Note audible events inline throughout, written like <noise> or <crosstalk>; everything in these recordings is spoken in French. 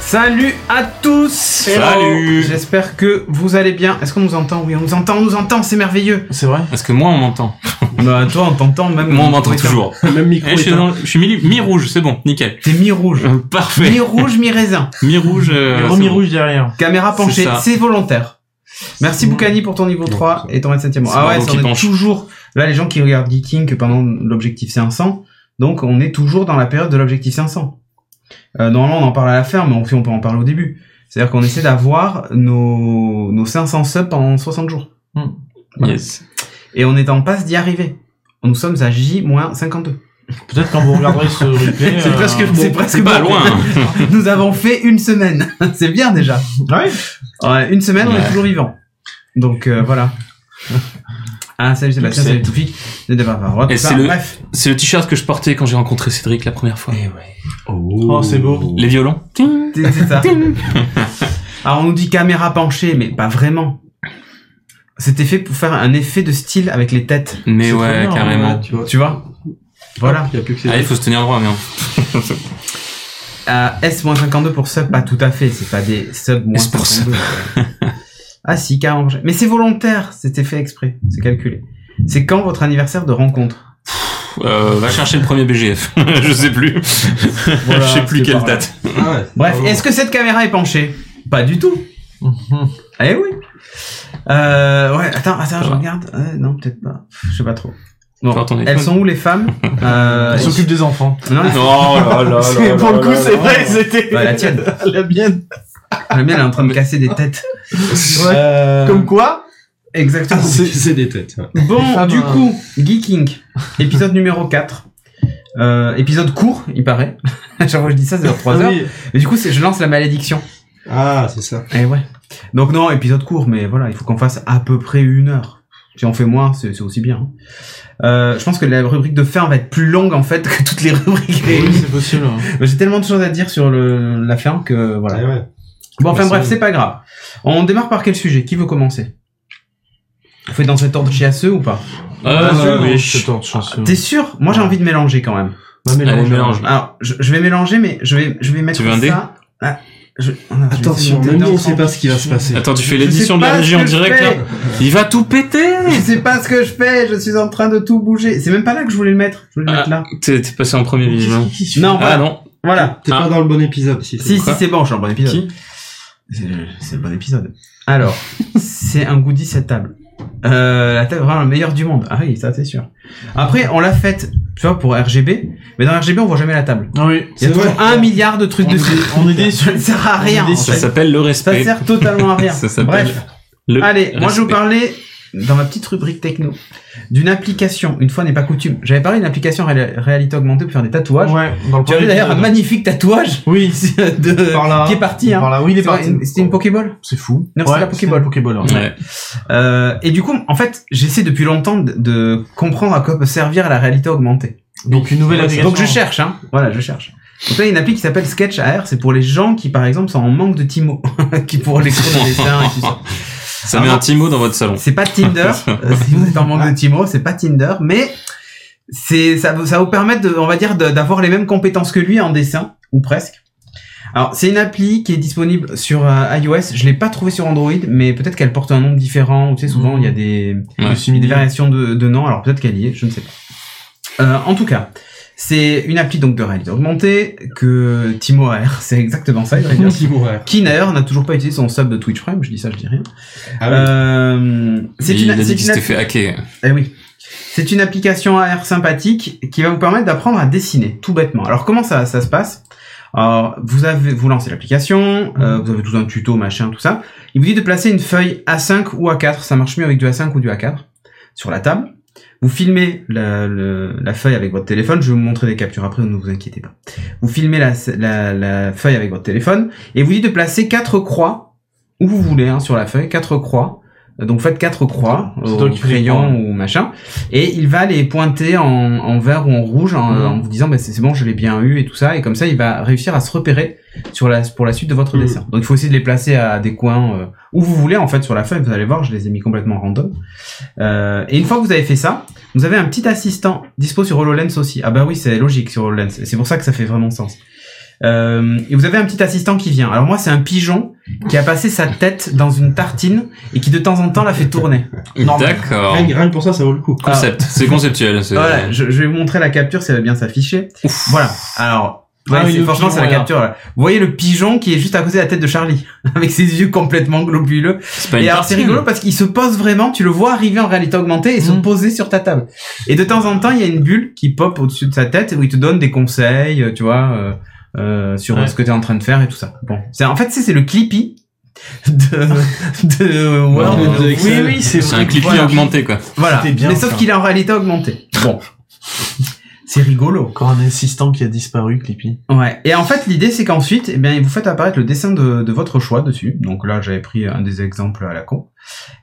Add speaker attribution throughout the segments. Speaker 1: Salut à tous
Speaker 2: Salut.
Speaker 1: J'espère que vous allez bien. Est-ce qu'on nous entend Oui, on nous entend, on nous entend, c'est merveilleux.
Speaker 2: C'est vrai
Speaker 3: Parce que moi, on m'entend.
Speaker 1: Bah toi on t'entend même.
Speaker 3: Moi, on m'entend
Speaker 1: Oui,
Speaker 3: toujours.
Speaker 2: Même micro.
Speaker 3: Euh, Eh, je, suis
Speaker 2: éteint.
Speaker 3: dans- je suis mi- mi-rouge, c'est bon, nickel.
Speaker 1: T'es mi-rouge.
Speaker 3: Euh, Parfait.
Speaker 1: Mi-rouge, mi-raisin.
Speaker 3: Mi-rouge. euh,
Speaker 2: Le
Speaker 3: c'est
Speaker 2: remis
Speaker 3: bon.
Speaker 2: rouge derrière.
Speaker 1: Caméra
Speaker 3: C'est
Speaker 1: penchée,
Speaker 3: ça.
Speaker 1: c'est volontaire. Merci Boukani pour ton niveau 3 et ton 27 e
Speaker 3: C'est
Speaker 1: Ah ouais,
Speaker 3: Margot
Speaker 1: ça,
Speaker 3: qui
Speaker 1: on est
Speaker 3: penche.
Speaker 1: toujours... Là, les gens qui regardent Geeking que pendant l'objectif 500, donc on est toujours dans la période de l'objectif 500. Euh, normalement, on en parle à la fin, mais on, on peut en parler au début. C'est-à-dire qu'on essaie d'avoir nos, nos 500 subs pendant 60 jours.
Speaker 3: Yes.
Speaker 1: Et on est en passe d'y arriver. Nous sommes à
Speaker 3: <laughs>
Speaker 1: J-52.
Speaker 2: Peut-être quand vous
Speaker 1: <laughs>
Speaker 2: regarderez ce replay.
Speaker 1: C'est
Speaker 2: euh,
Speaker 1: presque
Speaker 2: bon.
Speaker 1: c'est presque
Speaker 3: Ah, C'est pas
Speaker 1: bon.
Speaker 3: loin.
Speaker 1: <laughs> Nous avons fait une semaine. <laughs> c'est bien déjà.
Speaker 2: Ah Ouais.
Speaker 1: Ouais, une semaine, on est
Speaker 3: Ouais.
Speaker 1: toujours vivant. Donc euh, voilà.
Speaker 3: <laughs>
Speaker 1: Ah, salut Sébastien,
Speaker 3: C'est-
Speaker 1: salut Toufik, salut Deva Varro, tout
Speaker 3: Et
Speaker 1: ça.
Speaker 3: c'est le-
Speaker 1: Bref.
Speaker 3: C'est le t-shirt que je portais quand j'ai rencontré Cédric la première fois.
Speaker 2: Oh, c'est beau.
Speaker 3: Les violons. Ting.
Speaker 1: C'est c'est
Speaker 2: <laughs>
Speaker 1: ça. <laughs> Alors on nous dit caméra penchée, mais pas vraiment. C'était fait pour faire un effet de style avec les têtes.
Speaker 3: Mais
Speaker 2: C'est très
Speaker 3: ouais,
Speaker 2: bien,
Speaker 3: carrément.
Speaker 2: ouais, tu vois.
Speaker 1: Tu vois Voilà.
Speaker 2: Il y a plus que
Speaker 3: Ah, il faut se tenir droit, merde.
Speaker 1: Euh, S-52 pour sub, pas tout à fait. C'est pas des sub moins
Speaker 3: S pour sub.
Speaker 1: 52. ah si, carrément. Mais c'est volontaire. C'était fait exprès. C'est calculé. C'est quand votre anniversaire de rencontre
Speaker 3: Euh, va chercher le premier BGF. <laughs> je sais plus.
Speaker 1: Voilà,
Speaker 3: <laughs> je sais plus
Speaker 1: c'est
Speaker 3: quelle
Speaker 1: par là.
Speaker 3: date. Oh.
Speaker 1: Bref, est-ce que cette caméra est penchée Pas du tout.
Speaker 3: Mm-hmm.
Speaker 1: Eh oui. Euh, ouais, attends, attends, je regarde. Euh, non, peut-être pas. Je sais pas trop. Bon,
Speaker 3: Prends ton
Speaker 1: elles
Speaker 3: iPhone.
Speaker 1: sont où les femmes euh,
Speaker 2: Elle s'occupe des enfants.
Speaker 1: Non, elles-
Speaker 3: Oh là là.
Speaker 2: C'est- pour le coup, c'est vrai, c'était.
Speaker 1: Bah, la tienne.
Speaker 2: La mienne.
Speaker 1: la mienne elle est en train de casser des têtes.
Speaker 2: Euh, Comme quoi
Speaker 1: Exactement.
Speaker 4: Ah,
Speaker 3: Ah,
Speaker 4: C'est des têtes.
Speaker 1: Bon,
Speaker 2: Ah
Speaker 1: du
Speaker 2: ben.
Speaker 1: coup, Geeking, épisode numéro 4. Euh, épisode court, il <laughs> paraît. À Chaque fois que je dis ça, c'est dans 3
Speaker 2: Ah
Speaker 1: heures.
Speaker 2: oui.
Speaker 1: Mais du coup, c'est je lance la malédiction.
Speaker 4: Ah, c'est ça.
Speaker 1: Eh ouais. Donc non, épisode court, mais voilà, il faut qu'on fasse à peu près une heure. Si on fait moins, c'est c'est aussi bien. hein. Euh, je pense que la rubrique de fin va être plus longue en fait <laughs> que toutes les rubriques
Speaker 2: Oui,
Speaker 1: réunies.
Speaker 2: c'est possible. hein.
Speaker 1: Mais J'ai tellement de choses à dire sur le, la fin que voilà.
Speaker 4: Ah Ouais, ouais.
Speaker 1: Bon, enfin
Speaker 4: Bah,
Speaker 1: bref,
Speaker 4: c'est-
Speaker 1: Eh c'est pas grave. On démarre par quel sujet Qui veut commencer On fait dans cet ordre JSE E ou pas
Speaker 2: hein.
Speaker 3: Euh, oui.
Speaker 2: C'est tort de chance.
Speaker 1: Ah, T'es sûr Moi j'ai envie de mélanger quand même.
Speaker 2: Ma mélange.
Speaker 3: Allez, mélange.
Speaker 1: Alors, je, je vais mélanger, mais je vais, je vais mettre
Speaker 3: veux un dé
Speaker 1: ça. Ah, je- ah, je vais essayer
Speaker 4: Attention,
Speaker 1: de monter
Speaker 4: même nous, on
Speaker 1: dedans.
Speaker 4: sait pas ce qui va se passer.
Speaker 3: Attends, tu fais
Speaker 1: Je
Speaker 3: l'édition
Speaker 1: sais
Speaker 3: de la
Speaker 1: pas
Speaker 3: régie
Speaker 1: ce
Speaker 3: en
Speaker 1: que je
Speaker 3: direct
Speaker 1: fais.
Speaker 3: là. Il va tout péter.
Speaker 1: Je sais pas ce que je fais, je suis en train de tout bouger. C'est même pas là que je voulais le mettre. Je voulais le
Speaker 3: Ah.
Speaker 1: mettre là.
Speaker 3: T'es t'es passé en premier visiblement.
Speaker 1: Non,
Speaker 3: Ah
Speaker 1: voilà.
Speaker 3: non.
Speaker 1: voilà.
Speaker 4: T'es
Speaker 3: Ah.
Speaker 4: pas dans le bon épisode. Si,
Speaker 1: Si, si,
Speaker 3: Quoi
Speaker 1: c'est bon, je suis en bon épisode.
Speaker 3: Qui
Speaker 1: C'est c'est le bon épisode. Alors, <laughs> c'est un goodie cette table. Euh, la table est vraiment la meilleure du monde. Ah oui, ça c'est sûr. Après, on l'a faite, tu vois, pour RGB, mais dans RGB, on voit jamais la table.
Speaker 2: Ah
Speaker 1: Il
Speaker 2: oui.
Speaker 1: y a
Speaker 4: C'est
Speaker 1: toujours
Speaker 4: vrai.
Speaker 1: un milliard de trucs <laughs>
Speaker 2: On est,
Speaker 1: dessus.
Speaker 2: on est déçus.
Speaker 1: Ça ne sert à
Speaker 2: on est
Speaker 1: rien. en
Speaker 2: des-
Speaker 3: Ça
Speaker 1: fait.
Speaker 3: s'appelle le
Speaker 1: Ça
Speaker 3: respect.
Speaker 1: sert totalement à rien.
Speaker 3: <laughs> Ça s'appelle
Speaker 1: Bref.
Speaker 3: le
Speaker 1: Allez, moi je vais vous
Speaker 3: respect.
Speaker 1: parlais dans ma petite rubrique techno d'une application. Une fois n'est pas coutume. J'avais parlé d'une application réa- réalité augmentée pour faire des tatouages.
Speaker 2: Ouais, dans le
Speaker 1: Tu avais
Speaker 2: premier
Speaker 1: d'ailleurs un
Speaker 2: épisode.
Speaker 1: magnifique tatouage <laughs>
Speaker 2: Oui.
Speaker 1: de
Speaker 2: Par là.
Speaker 1: qui est parti. Hein.
Speaker 2: Par là. Oui, il est
Speaker 1: C'est vrai,
Speaker 2: parti.
Speaker 1: une- C'était une Pokéball.
Speaker 2: C'est fou.
Speaker 1: Non, c'est la Pokéball.
Speaker 2: Pokéball. ouais.
Speaker 3: Ouais.
Speaker 1: Euh, et du coup, en fait, j'essaie depuis longtemps de, de comprendre à quoi peut servir la réalité augmentée.
Speaker 2: Donc une nouvelle application.
Speaker 1: Donc je cherche, hein. Voilà, je cherche. Donc là, il y a une appli qui s'appelle Sketch AR. C'est pour les gens qui, par exemple, sont en manque de Timo, <laughs> qui pour les cours de dessin et tout ça. Ah
Speaker 3: Ça met un petit mot dans votre salon.
Speaker 1: C'est pas Tinder. euh, si vous êtes en manque de Timo, c'est pas Tinder, mais c'est ça, vous- ça vous permet de, on va dire, de- d'avoir les mêmes compétences que lui en dessin ou presque. Alors c'est une appli qui est disponible sur euh, iOS. Je l'ai pas trouvée sur Android, mais peut-être qu'elle porte un nom différent. ou Tu sais, souvent il y a des,
Speaker 3: Ouais.
Speaker 1: des variations de, de noms. Alors peut-être qu'elle y est, je ne sais pas. Euh, en tout cas, c'est une appli donc de réalité augmentée que Timo AR, <laughs> c'est exactement ça. il va dire.
Speaker 2: <laughs>
Speaker 1: Qui d'ailleurs n'a toujours pas utilisé son sub de Twitch Prime. Je dis ça, je dis rien.
Speaker 4: Ah, oui.
Speaker 1: Euh, c'est
Speaker 3: Il
Speaker 1: une,
Speaker 3: a dit
Speaker 1: c'est
Speaker 3: qu'il
Speaker 1: une,
Speaker 3: s'était fait hacker.
Speaker 1: eh oui. C'est une application AR sympathique qui va vous permettre d'apprendre à dessiner, tout bêtement. Alors comment ça, ça se passe Alors vous avez, vous lancez l'application,
Speaker 3: Mhm.
Speaker 1: euh, vous avez tout un tuto, machin, tout ça. Il vous dit de placer une feuille A5 ou A4, ça marche mieux avec du A5 ou du A4 sur la table. Vous filmez la, le- la feuille avec votre téléphone. Je vais vous montrer des captures après, ne vous inquiétez pas. Vous filmez la, la- la feuille avec votre téléphone et vous dit de placer quatre croix où vous voulez hein, sur la feuille, quatre croix. Euh, Donc faites quatre croix
Speaker 2: C'est
Speaker 1: au
Speaker 2: toi qui fais les
Speaker 1: crayon
Speaker 2: croix.
Speaker 1: ou machin, et il va les pointer en, en vert ou en rouge en,
Speaker 2: Mhm.
Speaker 1: en vous disant bah, c'est c'est bon, je l'ai bien eu et tout ça, et comme ça il va réussir à se repérer sur la, pour la suite de votre
Speaker 4: Mhm.
Speaker 1: dessin. Donc il faut essayer de les placer à des coins euh, où vous voulez en fait sur la feuille. Vous allez voir, je les ai mis complètement random. Euh, et une fois que vous avez fait ça, vous avez un petit assistant dispo sur HoloLens aussi. Ah bah oui, c'est logique sur HoloLens. C'est pour ça que ça fait vraiment sens. Euh, et vous avez un petit assistant qui vient. Alors moi, c'est un pigeon qui a passé sa tête dans une tartine et qui de temps en temps la fait tourner. Normal. Ah.
Speaker 3: D'accord.
Speaker 4: Rien, rien que pour ça, ça vaut le coup.
Speaker 3: Concept. C'est conceptuel. c'est-
Speaker 1: Voilà, je, je vais vous montrer la capture, ça va bien s'afficher. Voilà. Alors, ouais,
Speaker 2: Ah oui,
Speaker 1: c'est-
Speaker 2: le
Speaker 1: franchement,
Speaker 2: pigeon,
Speaker 1: c'est la
Speaker 2: voilà.
Speaker 1: capture. là. Vous voyez le pigeon qui est juste à côté de la tête de Charlie, <laughs> avec ses yeux complètement globuleux.
Speaker 3: C'est pas une
Speaker 1: Et alors, c'est
Speaker 3: tartine.
Speaker 1: rigolo parce qu'il se pose vraiment. Tu le vois arriver en réalité augmentée et se
Speaker 2: Mm.
Speaker 1: poser sur ta table. Et de temps en temps, il y a une bulle qui pop au-dessus de sa tête où il te donne des conseils, euh, tu vois, euh, euh, sur
Speaker 2: Ouais.
Speaker 1: ce que t'es en train de faire et tout ça. Bon, c'est en fait, c'est c'est le Clippy de,
Speaker 2: <laughs>
Speaker 1: de Word.
Speaker 3: Bon,
Speaker 4: de
Speaker 2: Oui,
Speaker 4: Excel.
Speaker 2: oui, c'est
Speaker 3: C'est
Speaker 2: vrai.
Speaker 3: un
Speaker 2: que
Speaker 3: clipping
Speaker 2: voilà.
Speaker 3: augmenté, quoi.
Speaker 1: Voilà.
Speaker 2: C'était bien,
Speaker 1: Mais sauf
Speaker 2: ça.
Speaker 1: qu'il est en réalité augmenté. Bon. C'est rigolo.
Speaker 2: Encore un assistant qui a disparu, Clippy.
Speaker 1: Ouais. Et en fait, l'idée, c'est qu'ensuite, eh bien, vous faites apparaître le dessin de, de votre choix dessus. Donc là, j'avais pris un des exemples à la con.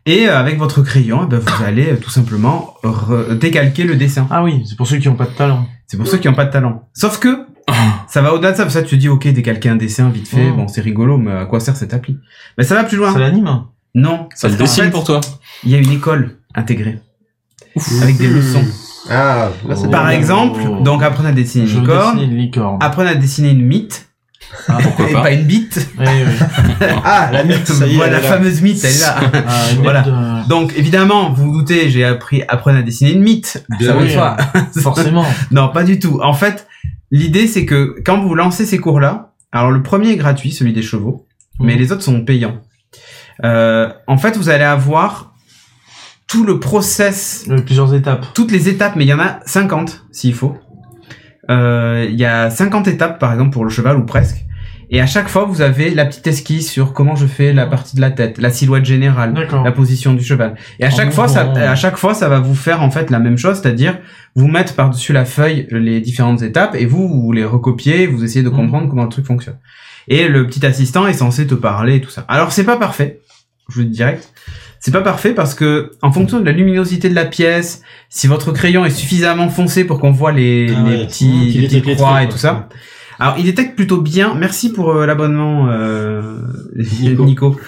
Speaker 1: Et euh, avec votre crayon, eh ben, vous allez euh, tout simplement re- euh, décalquer le dessin.
Speaker 2: Ah oui, c'est pour ceux qui n'ont pas de talent.
Speaker 1: C'est pour ceux qui n'ont pas de talent. Sauf que ça va au-delà de ça. Parce que ça, tu te dis, ok, décalquer un dessin vite fait,
Speaker 2: Mm.
Speaker 1: bon, c'est rigolo, mais à quoi sert cette appli Mais ça va plus loin.
Speaker 2: Ça l'anime
Speaker 1: Non,
Speaker 3: Ça
Speaker 1: parce
Speaker 3: le
Speaker 1: qu'en
Speaker 3: dessine
Speaker 1: fait,
Speaker 3: pour toi.
Speaker 1: il y a une école intégrée avec des
Speaker 4: Mmh.
Speaker 1: leçons.
Speaker 4: Ah, là, c'est
Speaker 2: Oh.
Speaker 1: Par
Speaker 4: pas mal.
Speaker 1: exemple, donc apprendre à dessiner
Speaker 2: Je
Speaker 1: une
Speaker 2: veux
Speaker 1: licorne, Ah.
Speaker 2: dessiner une licorne.
Speaker 1: apprendre à dessiner une mythe,
Speaker 2: Ah,
Speaker 3: pourquoi
Speaker 1: et
Speaker 3: pas.
Speaker 1: pas une bite. <laughs>
Speaker 2: Oui, oui.
Speaker 4: Ah, la mythe, ça y est.
Speaker 1: voilà,
Speaker 4: elle
Speaker 1: la
Speaker 4: est là.
Speaker 1: fameuse mythe, elle est là.
Speaker 2: Ah, une
Speaker 1: Voilà.
Speaker 2: merde,
Speaker 1: <laughs> Donc, évidemment, vous vous doutez, j'ai appris, apprendre à dessiner une mythe.
Speaker 4: Bien
Speaker 1: ça va
Speaker 2: oui,
Speaker 1: de soi.
Speaker 2: euh, Forcément.
Speaker 1: non, pas du tout. En fait, l'idée, c'est que quand vous lancez ces cours-là, alors le premier est gratuit, celui des chevaux, mais
Speaker 2: Mhm.
Speaker 1: les autres sont payants. Euh, en fait, vous allez avoir tout le process
Speaker 2: Euh, Plusieurs étapes.
Speaker 1: toutes les étapes, mais il y en a 50 s'il faut. Euh, Il y a 50 étapes par exemple pour le cheval ou presque. Et à chaque fois, vous avez la petite esquisse sur comment je fais la partie de la tête, la silhouette générale,
Speaker 2: D'accord.
Speaker 1: la position du cheval. Et à
Speaker 2: En
Speaker 1: chaque fois, ça,
Speaker 2: mouvement.
Speaker 1: à chaque fois, ça va vous faire en fait la même chose, c'est-à-dire vous mettre par-dessus la feuille les différentes étapes et vous, vous les recopiez, vous essayez de
Speaker 2: Mhm.
Speaker 1: comprendre comment le truc fonctionne. Et le petit assistant est censé te parler et tout ça. Alors c'est pas parfait, je vous le dis direct. C'est pas parfait parce que en fonction de la luminosité de la pièce, si votre crayon est suffisamment foncé pour qu'on voit les,
Speaker 4: Ah
Speaker 1: les
Speaker 4: ouais,
Speaker 1: petits,
Speaker 4: qu'il
Speaker 1: les petites
Speaker 4: détecte les
Speaker 1: croix
Speaker 4: trucs,
Speaker 1: et
Speaker 4: quoi.
Speaker 1: tout ça. Alors il détecte plutôt bien. Merci pour euh, l'abonnement,
Speaker 2: <laughs>
Speaker 1: euh, Nico.
Speaker 4: Nico.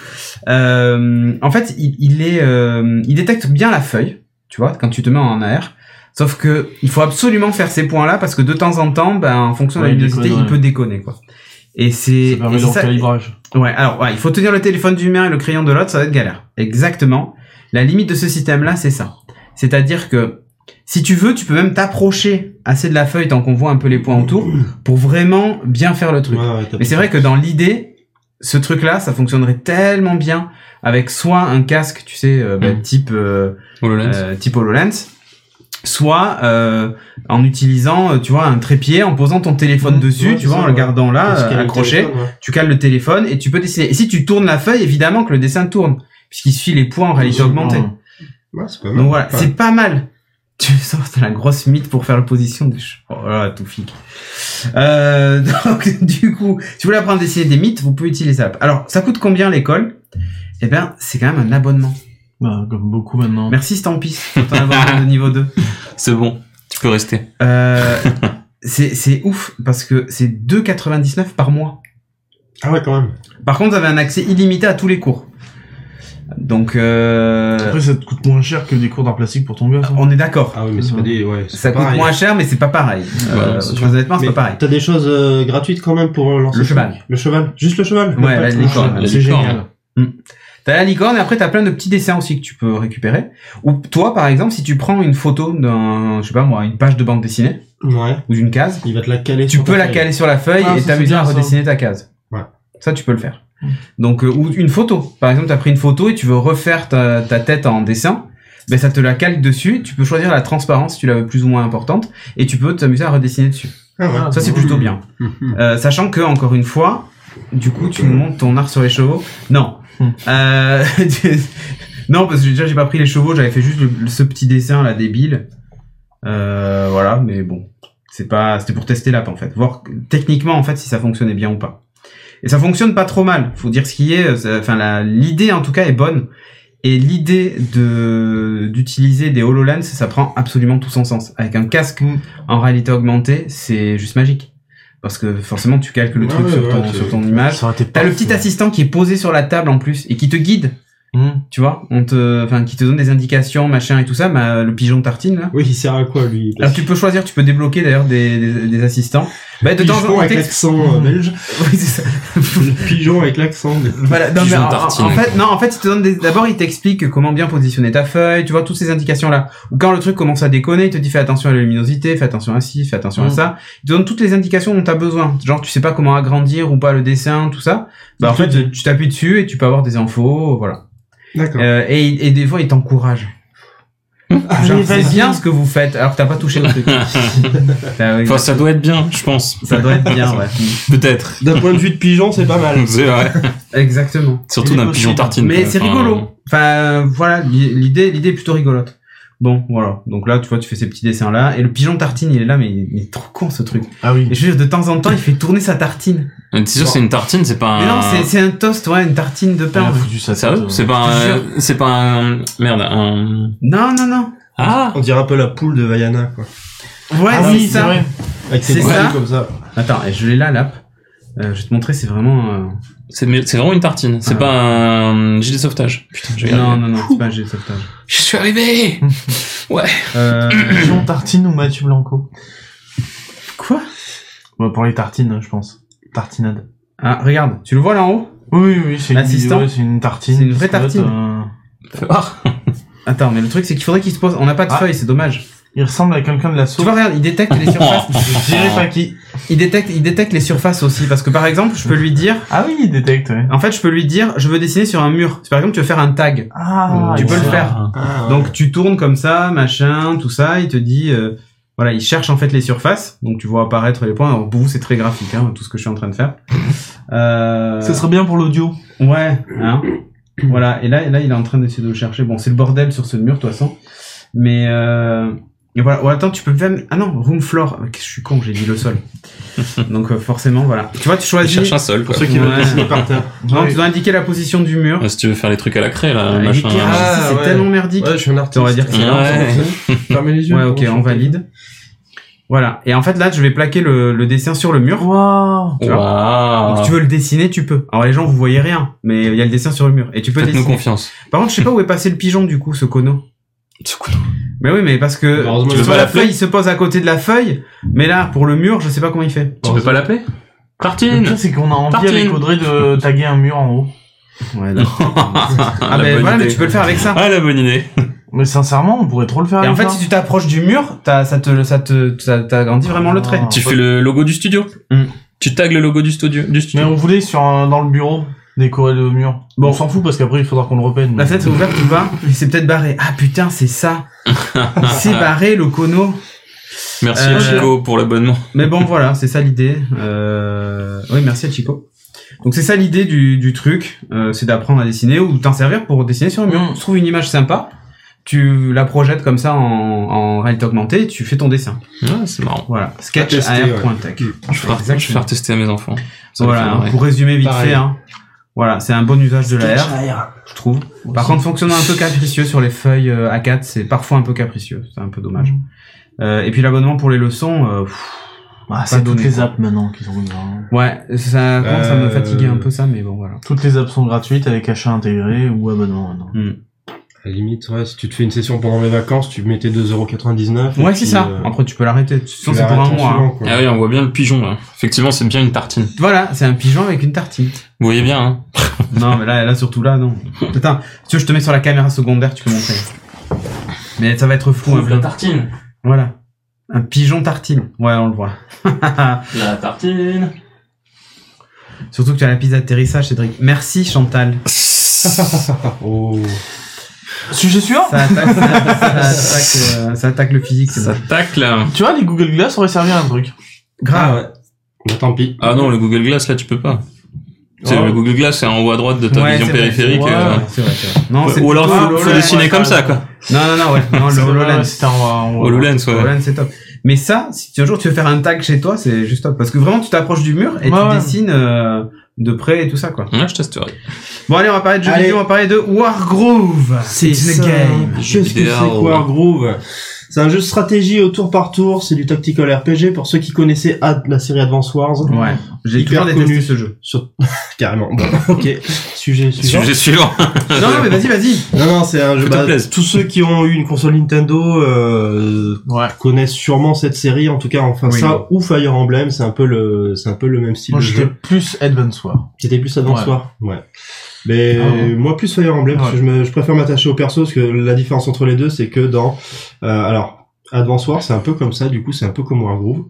Speaker 1: Euh, en fait, il, il est, euh, il détecte bien la feuille, tu vois, quand tu te mets en AR. Sauf que il faut absolument faire ces points-là parce que de temps en temps, ben, en fonction de
Speaker 2: Ouais,
Speaker 1: la
Speaker 2: il
Speaker 1: luminosité,
Speaker 2: déconne,
Speaker 1: il
Speaker 2: ouais.
Speaker 1: peut déconner quoi. Et c'est
Speaker 2: Ça permet
Speaker 1: et
Speaker 2: le
Speaker 1: c'est ça-
Speaker 2: recalibrage.
Speaker 1: Ouais, alors ouais, il faut tenir le téléphone du mien et le crayon de l'autre, ça va être galère. Exactement. La limite de ce système-là, c'est ça. C'est-à-dire que si tu veux, tu peux même t'approcher assez de la feuille tant qu'on voit un peu les points autour pour vraiment bien faire le truc.
Speaker 4: Ouais, ouais, t'as-
Speaker 1: Mais c'est vrai que dans l'idée, ce truc-là, ça fonctionnerait tellement bien avec soit un casque, tu sais, euh, bah,
Speaker 3: Mm.
Speaker 1: type euh,
Speaker 3: HoloLens.
Speaker 1: euh, type HoloLens, soit euh, en utilisant, euh, tu vois, un trépied, en posant ton téléphone
Speaker 2: Mm.
Speaker 1: dessus,
Speaker 4: Ouais,
Speaker 1: tu
Speaker 4: c'est
Speaker 1: vois,
Speaker 4: ça,
Speaker 1: en le
Speaker 4: ouais.
Speaker 1: gardant là,
Speaker 4: Parce
Speaker 1: euh,
Speaker 4: qu'elle a le
Speaker 1: accroché,
Speaker 4: téléphone, ouais.
Speaker 1: tu cales le téléphone et tu peux dessiner. Et si tu tournes la feuille, évidemment que le dessin tourne, puisqu'il suit les points en réalité augmentée.
Speaker 2: Euh,
Speaker 4: Ouais, c'est pas mal.
Speaker 1: Donc voilà,
Speaker 4: Ouais.
Speaker 1: c'est pas mal. Tu <laughs> sors de la grosse mythe pour faire l'opposition des ch- Oh là là, tout fic. Euh, <laughs> donc, du coup, si vous voulez apprendre à dessiner des mythes, vous pouvez utiliser ça. Alors, ça coûte combien l'école Eh bien, c'est quand même un abonnement.
Speaker 2: Bah, comme beaucoup maintenant.
Speaker 1: Merci Stampis pour ton abonnement de niveau 2.
Speaker 3: C'est bon. Tu peux rester.
Speaker 4: <laughs>
Speaker 1: Euh, c'est c'est ouf parce que c'est 2,99 par mois.
Speaker 4: Ah ouais, quand même.
Speaker 1: Par contre, vous avez un accès illimité à tous les cours. Donc, euh,
Speaker 2: Après, ça te coûte moins cher que des cours d'art plastique pour ton hein. gars. ça.
Speaker 1: on est d'accord.
Speaker 4: Ah oui, mais c'est pas des. Ouais, c'est
Speaker 1: Hmm. Ça
Speaker 4: pas
Speaker 1: coûte
Speaker 4: pareil.
Speaker 1: moins cher, mais c'est pas pareil. Euh,
Speaker 3: c'est
Speaker 1: très
Speaker 3: sûr.
Speaker 1: honnêtement, c'est
Speaker 4: Mais
Speaker 1: pas pareil.
Speaker 4: T'as des choses euh, gratuites quand même pour euh, lancer
Speaker 1: Le
Speaker 4: ça.
Speaker 1: cheval.
Speaker 4: Le cheval Juste le cheval
Speaker 1: Ouais,
Speaker 4: Pas
Speaker 1: la
Speaker 4: de-
Speaker 1: licorne. hein.
Speaker 3: La
Speaker 2: C'est
Speaker 3: licorne.
Speaker 2: génial.
Speaker 1: T'as la licorne et après t'as plein de petits dessins aussi que tu peux récupérer. Ou toi par exemple, si tu prends une photo d'un, je sais pas moi, une page de bande dessinée
Speaker 4: Ouais.
Speaker 1: ou d'une case,
Speaker 4: Il va te la caler.
Speaker 1: tu
Speaker 4: sur ta
Speaker 1: peux la
Speaker 4: feuille.
Speaker 1: caler sur la feuille
Speaker 2: Ah,
Speaker 1: et
Speaker 2: ça,
Speaker 1: t'amuser
Speaker 2: c'est
Speaker 1: à
Speaker 2: bien, ça.
Speaker 1: redessiner ta case.
Speaker 4: Ouais.
Speaker 1: Ça tu peux le faire.
Speaker 2: Mm.
Speaker 1: Donc euh, ou une photo. Par exemple, t'as pris une photo et tu veux refaire ta, ta tête en dessin. Ben ça te la calque dessus. Tu peux choisir la transparence si tu la veux plus ou moins importante et tu peux t'amuser à redessiner dessus.
Speaker 4: Ah ouais.
Speaker 2: Ah,
Speaker 1: Ça c'est
Speaker 2: bon.
Speaker 1: plutôt bien.
Speaker 4: <laughs>
Speaker 1: Euh, sachant que encore une fois, du coup, tu nous montres ton art sur les chevaux. Non.
Speaker 2: Hmm.
Speaker 1: Euh, <laughs> tu- non, parce que déjà j'ai pas pris les chevaux, j'avais fait juste le- le- ce petit dessin là débile. Euh, voilà, mais bon, c'est pas, c'était pour tester l'app en fait, voir que- techniquement en fait si ça fonctionnait bien ou pas. Et ça fonctionne pas trop mal. Faut dire ce qui est, euh, ça- enfin la- l'idée en tout cas est bonne. Et l'idée de d'utiliser des Hololens, ça prend absolument tout son sens. Avec un casque
Speaker 2: Mm.
Speaker 1: en réalité augmentée, c'est juste magique. Parce que forcément, tu calques le
Speaker 4: Ouais,
Speaker 1: truc
Speaker 4: ouais,
Speaker 1: sur,
Speaker 4: ouais,
Speaker 1: ton,
Speaker 4: c'est-
Speaker 1: sur ton image.
Speaker 2: Ça aurait été
Speaker 1: T'as le
Speaker 2: parfait.
Speaker 1: petit assistant qui est posé sur la table en plus et qui te guide,
Speaker 2: Hmm.
Speaker 1: tu vois, on te, enfin, qui te donne des indications, machin et tout ça. Ma, le pigeon tartine là.
Speaker 4: Oui, il sert à quoi lui
Speaker 1: Ah, Alors tu peux choisir, tu peux débloquer d'ailleurs des, des, des assistants. Bah, de temps en
Speaker 4: Pigeon
Speaker 1: temps,
Speaker 4: avec
Speaker 1: t'ex- Hmm.
Speaker 4: l'accent euh, belge.
Speaker 1: <laughs> Oui, c'est ça.
Speaker 4: Le pigeon avec l'accent. des-
Speaker 1: Voilà, non,
Speaker 3: Pigeon
Speaker 1: mais en- en-
Speaker 3: tartine,
Speaker 1: en, fait,
Speaker 3: quoi.
Speaker 1: non, en fait, il te donne des- d'abord, il t'explique comment bien positionner ta feuille, tu vois, toutes ces indications-là. Ou quand le truc commence à déconner, il te dit fais attention à la luminosité, fais attention à ci, fais attention à
Speaker 2: Mm.
Speaker 1: ça. Il te donne toutes les indications dont t'as besoin. Genre, tu sais pas comment agrandir ou pas le dessin, tout ça. Bah, en
Speaker 2: Il te
Speaker 1: fait, tu t'appuies dessus et tu peux avoir des infos, voilà.
Speaker 4: D'accord. Ah,
Speaker 1: Euh, et, il- et des fois,
Speaker 4: <laughs>
Speaker 1: il t'encourage. Genre, c'est bien ce que vous faites, alors que t'as pas touché le truc. T'as- oui,
Speaker 3: Enfin, ça doit être bien, je pense.
Speaker 1: ça doit être bien, ouais.
Speaker 3: Peut-être.
Speaker 4: D'un point de vue de pigeon, c'est pas mal.
Speaker 3: C'est vrai.
Speaker 1: <laughs> Exactement.
Speaker 3: Surtout
Speaker 2: Il est
Speaker 3: d'un
Speaker 2: possible.
Speaker 3: pigeon tartine.
Speaker 1: Mais
Speaker 3: quoi.
Speaker 1: c'est
Speaker 3: Enfin,
Speaker 1: rigolo. Enfin, euh, voilà, li- l'idée, l'idée est plutôt rigolote. Bon, voilà. Donc là, tu vois, tu fais ces petits dessins là, et le pigeon tartine, il est là, mais il il est trop con ce truc.
Speaker 2: Ah
Speaker 1: Et
Speaker 2: oui.
Speaker 1: je veux dire, de temps en temps, il fait tourner sa tartine.
Speaker 3: euh, T'es sûr, c'est une tartine, c'est pas un.
Speaker 1: Mais non, c'est, c'est un toast, ouais, une tartine de
Speaker 2: Elle
Speaker 1: pain.
Speaker 2: a
Speaker 1: ouais.
Speaker 2: foutu sa
Speaker 3: Sérieux
Speaker 2: tête,
Speaker 3: C'est
Speaker 2: euh,
Speaker 3: pas
Speaker 1: Je
Speaker 3: un. C'est pas un. Merde, un.
Speaker 1: Non, non, non.
Speaker 3: Ah
Speaker 4: On dirait un peu la poule de Vaiana, quoi.
Speaker 1: Ouais,
Speaker 2: Ah
Speaker 1: c'est
Speaker 2: oui, c'est
Speaker 1: ça.
Speaker 2: vrai.
Speaker 4: Avec ses
Speaker 1: C'est
Speaker 4: bras
Speaker 1: ça.
Speaker 4: comme ça.
Speaker 1: Attends, et je l'ai là, l'app. Euh, je vais te montrer, c'est vraiment. euh,
Speaker 3: C'est mais c'est vraiment une tartine, c'est
Speaker 1: Ah.
Speaker 3: pas un gilet de sauvetage. Putain, j'ai
Speaker 1: Non,
Speaker 3: regardé.
Speaker 1: non, non, c'est pas un jeu de sauvetage.
Speaker 3: Je suis arrivé
Speaker 1: Euh... <coughs>
Speaker 2: <coughs> Pigeon tartine ou Mathieu Blanco
Speaker 1: Quoi
Speaker 2: Bah, Pour les tartines, je pense. Tartinade.
Speaker 1: Ah, regarde, tu le vois là en haut
Speaker 2: Oui, oui, oui, c'est une,
Speaker 1: L'assistant
Speaker 2: ouais, c'est une tartine.
Speaker 1: C'est une vraie
Speaker 2: Ça doit être,
Speaker 1: tartine.
Speaker 2: euh,
Speaker 3: Fais
Speaker 1: Ah,
Speaker 3: voir.
Speaker 1: Attends, mais le truc, c'est qu'il faudrait qu'il se pose. On n'a pas de
Speaker 2: Ah.
Speaker 1: feuille, c'est dommage.
Speaker 2: Il ressemble à quelqu'un de la
Speaker 1: Tu
Speaker 2: soupe.
Speaker 1: vois, regarde, il détecte les surfaces.
Speaker 2: <laughs> Je dirais pas qui.
Speaker 1: Il détecte, il détecte les surfaces aussi, parce que par exemple, je peux lui dire,
Speaker 2: Ah oui, il détecte, ouais.
Speaker 1: en fait, je peux lui dire, je veux dessiner sur un mur. Par exemple, tu veux faire un tag.
Speaker 2: Ah,
Speaker 1: Tu peux le
Speaker 2: excellent.
Speaker 1: faire.
Speaker 4: Ah, ouais.
Speaker 1: Donc, tu tournes comme ça, machin, tout ça, il te dit, euh, voilà, il cherche en fait les surfaces. Donc, tu vois apparaître les points. Alors, pour vous, c'est très graphique, hein, tout ce que je suis en train de faire. Euh...
Speaker 2: Ça serait bien pour l'audio.
Speaker 1: Ouais, hein. voilà. Et là, et là, il est en train d'essayer de le chercher. Bon, c'est le bordel sur ce mur, de toute façon. Mais, euh... et voilà. Oh, attends, tu peux même, ah non, room floor. Je suis con, j'ai dit le
Speaker 3: <laughs>
Speaker 1: sol. Donc, euh, forcément, voilà. Tu vois, tu
Speaker 3: Il
Speaker 1: choisis.
Speaker 3: cherche un sol, quoi.
Speaker 4: Pour ceux qui veulent
Speaker 1: Ouais.
Speaker 4: dessiner par terre.
Speaker 1: Non, tu dois indiquer la position du mur.
Speaker 3: Ouais, Ah, Si tu veux faire les trucs à la craie, là,
Speaker 1: Euh,
Speaker 3: machin.
Speaker 1: l'éclairage
Speaker 4: Ah,
Speaker 1: ici, c'est
Speaker 4: ouais.
Speaker 1: tellement merdique.
Speaker 4: Ouais, je suis un artiste.
Speaker 1: On va dire que c'est
Speaker 3: Ouais.
Speaker 4: Fermez les yeux.
Speaker 1: Ouais, ok, on valide. Voilà. Et en fait, là, je vais plaquer le, le dessin sur le mur.
Speaker 2: Waouh
Speaker 1: tu vois.
Speaker 3: Waouh.
Speaker 1: Donc, si tu veux le dessiner, tu peux. Alors, les gens, vous voyez rien, mais il y a le dessin sur le mur. Et tu peux
Speaker 3: Faites-nous
Speaker 1: dessiner.
Speaker 3: confiance.
Speaker 1: Par contre, je sais pas où est passé le pigeon, du coup, ce cono.
Speaker 3: Ce con-
Speaker 1: Mais oui, mais parce que
Speaker 4: Heureusement,
Speaker 3: tu peux
Speaker 1: sur
Speaker 3: pas
Speaker 1: la
Speaker 3: l'appeler
Speaker 1: feuille, il se pose à côté de la feuille. Mais là, pour le mur, je sais pas comment il fait.
Speaker 3: Tu peux pas l'appeler
Speaker 2: Le
Speaker 3: Tartine
Speaker 2: pire, c'est qu'on a envie
Speaker 3: Tartine.
Speaker 2: avec Audrey de taguer un mur en haut.
Speaker 1: Ouais, d'accord. ah,
Speaker 3: Ah,
Speaker 1: ben
Speaker 3: la bonne
Speaker 1: voilà, mais
Speaker 3: idée.
Speaker 1: tu peux le faire avec ça.
Speaker 3: Ah, la bonne idée.
Speaker 2: <laughs> Mais sincèrement, on pourrait trop Ah, le faire.
Speaker 1: Et en
Speaker 2: avec
Speaker 1: fait,
Speaker 2: ça.
Speaker 1: si tu t'approches du mur, t'as- ça te, ça te, ça t'agrandit vraiment le trait.
Speaker 2: Ah.
Speaker 3: Tu fais le logo du studio.
Speaker 1: Hmm.
Speaker 3: Tu tags le logo du studio. Du
Speaker 2: Mais
Speaker 3: studio.
Speaker 2: on voulait sur un- dans le bureau décorer le mur.
Speaker 1: Bon. Bah,
Speaker 2: Bon, on s'en fout parce qu'après il faudra qu'on le repeigne.
Speaker 1: La fenêtre est ouverte ou pas Il s'est peut-être barré. Ah putain, c'est
Speaker 3: <laughs>
Speaker 1: ça. Il s'est barré le cono.
Speaker 3: Merci
Speaker 1: Euh,
Speaker 3: Chico pour l'abonnement.
Speaker 1: Mais bon, voilà, c'est ça l'idée. Euh... Oui, merci à Chico. Donc c'est ça l'idée du, du truc, euh, c'est d'apprendre à dessiner ou t'en servir pour dessiner sur un mur.
Speaker 2: Mm.
Speaker 1: Tu trouves une image sympa, tu la projettes comme ça en, en réalité augmentée, et tu fais ton dessin.
Speaker 3: Ouais, c'est marrant.
Speaker 1: Voilà, sketch
Speaker 4: tester, Hmm.
Speaker 1: AR.tech.
Speaker 3: Je ferai, je
Speaker 1: Exactement.
Speaker 3: vais faire tester à mes enfants. Ça me fait
Speaker 1: Voilà,
Speaker 3: marrer.
Speaker 1: pour résumer vite
Speaker 4: Pareil.
Speaker 1: fait, hein. voilà, c'est un bon usage de la R, je trouve. Par contre, fonctionnant un peu capricieux sur les feuilles euh, A4, c'est parfois un peu capricieux, c'est un peu dommage.
Speaker 4: Hmm.
Speaker 1: Euh, et puis l'abonnement pour les leçons, euh, pff,
Speaker 2: Ah,
Speaker 1: Pas
Speaker 2: c'est toutes
Speaker 1: donné,
Speaker 2: les
Speaker 1: quoi.
Speaker 2: apps maintenant qui sont gratuites. hein.
Speaker 1: ouais, ça commence à me
Speaker 4: Euh,
Speaker 1: fatiguer un peu ça, mais bon voilà.
Speaker 2: Toutes les apps sont gratuites avec achat intégré ou abonnement maintenant.
Speaker 4: À la limite, ouais, si tu te fais une session pendant les vacances, tu mettais 2,99€. et
Speaker 1: Ouais, c'est
Speaker 4: puis,
Speaker 1: ça.
Speaker 4: euh,
Speaker 1: Après, tu peux l'arrêter. De toute
Speaker 4: tu
Speaker 1: façon, c'est pour un
Speaker 4: l'arrêtes en
Speaker 1: mois. hein.
Speaker 4: suivant, quoi.
Speaker 3: Ah oui, on voit bien le pigeon là. Effectivement, c'est bien une tartine.
Speaker 1: Voilà, c'est un pigeon avec une tartine.
Speaker 3: Vous voyez bien, hein
Speaker 1: non, mais là, là, surtout là, non. Attends, si tu veux, je te mets sur la caméra secondaire, tu peux montrer. Mais ça va être fou un peu.
Speaker 3: tartine.
Speaker 1: Voilà. Un pigeon tartine. Ouais, on le voit.
Speaker 3: <laughs> La tartine.
Speaker 1: Surtout que tu as la piste d'atterrissage, Cédric. Merci, Chantal.
Speaker 4: Oh.
Speaker 2: Sujet suivant
Speaker 1: Ça attaque, ça, ça attaque, euh, ça attaque le physique, c'est
Speaker 3: Ça
Speaker 1: bon.
Speaker 3: tacle.
Speaker 2: Tu vois, les Google Glass auraient servi à un truc.
Speaker 1: Grave.
Speaker 4: Ah, ouais. Bah, tant pis.
Speaker 3: Ah non, le Google Glass là, tu peux pas. Tu sais,
Speaker 2: Oh.
Speaker 3: Le Google Glass c'est en haut à droite de ta
Speaker 1: Ouais,
Speaker 3: vision
Speaker 1: c'est vrai,
Speaker 3: périphérique.
Speaker 1: c'est
Speaker 3: euh,
Speaker 1: vrai, c'est vrai, c'est vrai. Non, c'est
Speaker 3: Ou alors
Speaker 1: plutôt
Speaker 3: faut,
Speaker 1: le
Speaker 3: faut
Speaker 1: Hololens.
Speaker 3: dessiner comme ça quoi.
Speaker 1: Non, non, non, ouais. Non, le HoloLens.
Speaker 2: C'était en, en-
Speaker 3: HoloLens, ouais.
Speaker 1: HoloLens, c'est top. Mais ça, si un jour tu veux faire un tag chez toi, c'est juste top. Parce que vraiment, tu t'approches du mur et
Speaker 2: Ouais,
Speaker 1: tu
Speaker 2: ouais.
Speaker 1: dessines euh, de près et tout ça, quoi.
Speaker 3: Ouais, je testerai.
Speaker 1: Bon, allez, on va parler de jeux
Speaker 4: Allez.
Speaker 1: vidéo, on va parler de Wargroove. C'est une game.
Speaker 4: Qu'est-ce que
Speaker 1: oh.
Speaker 3: Vidéo.
Speaker 4: c'est quoi, Groove
Speaker 5: C'est un jeu de stratégie au tour par tour, c'est du tactical RPG pour ceux qui connaissaient Ad- la série Advance Wars.
Speaker 1: Ouais, j'ai
Speaker 5: Hyper
Speaker 1: toujours détesté
Speaker 5: connu.
Speaker 1: ce jeu.
Speaker 5: Sur... <laughs> Carrément. Bon, ok. Sujet suivant.
Speaker 3: Sujet suivant.
Speaker 2: Ah,
Speaker 1: Non, non, mais vas-y, vas-y.
Speaker 5: Non, non, c'est un jeu. bah,
Speaker 3: Que te plaise.
Speaker 5: tous ceux qui ont eu une console Nintendo euh,
Speaker 2: Ouais.
Speaker 5: connaissent sûrement cette série, en tout cas enfin
Speaker 1: Oui.
Speaker 5: ça ou Fire Emblem, c'est un peu le, c'est un peu le même style
Speaker 2: Moi,
Speaker 5: de
Speaker 2: j'étais
Speaker 5: jeu.
Speaker 2: plus Advance War.
Speaker 5: C'était plus avant
Speaker 2: Ouais.
Speaker 5: soir. Ouais. Mais
Speaker 2: Ah ouais.
Speaker 5: moi plus Fire Emblem parce que je, me, je préfère m'attacher au perso parce que la différence entre les deux c'est que dans euh, alors Advance War c'est un peu comme ça du coup c'est un peu comme Wargroove.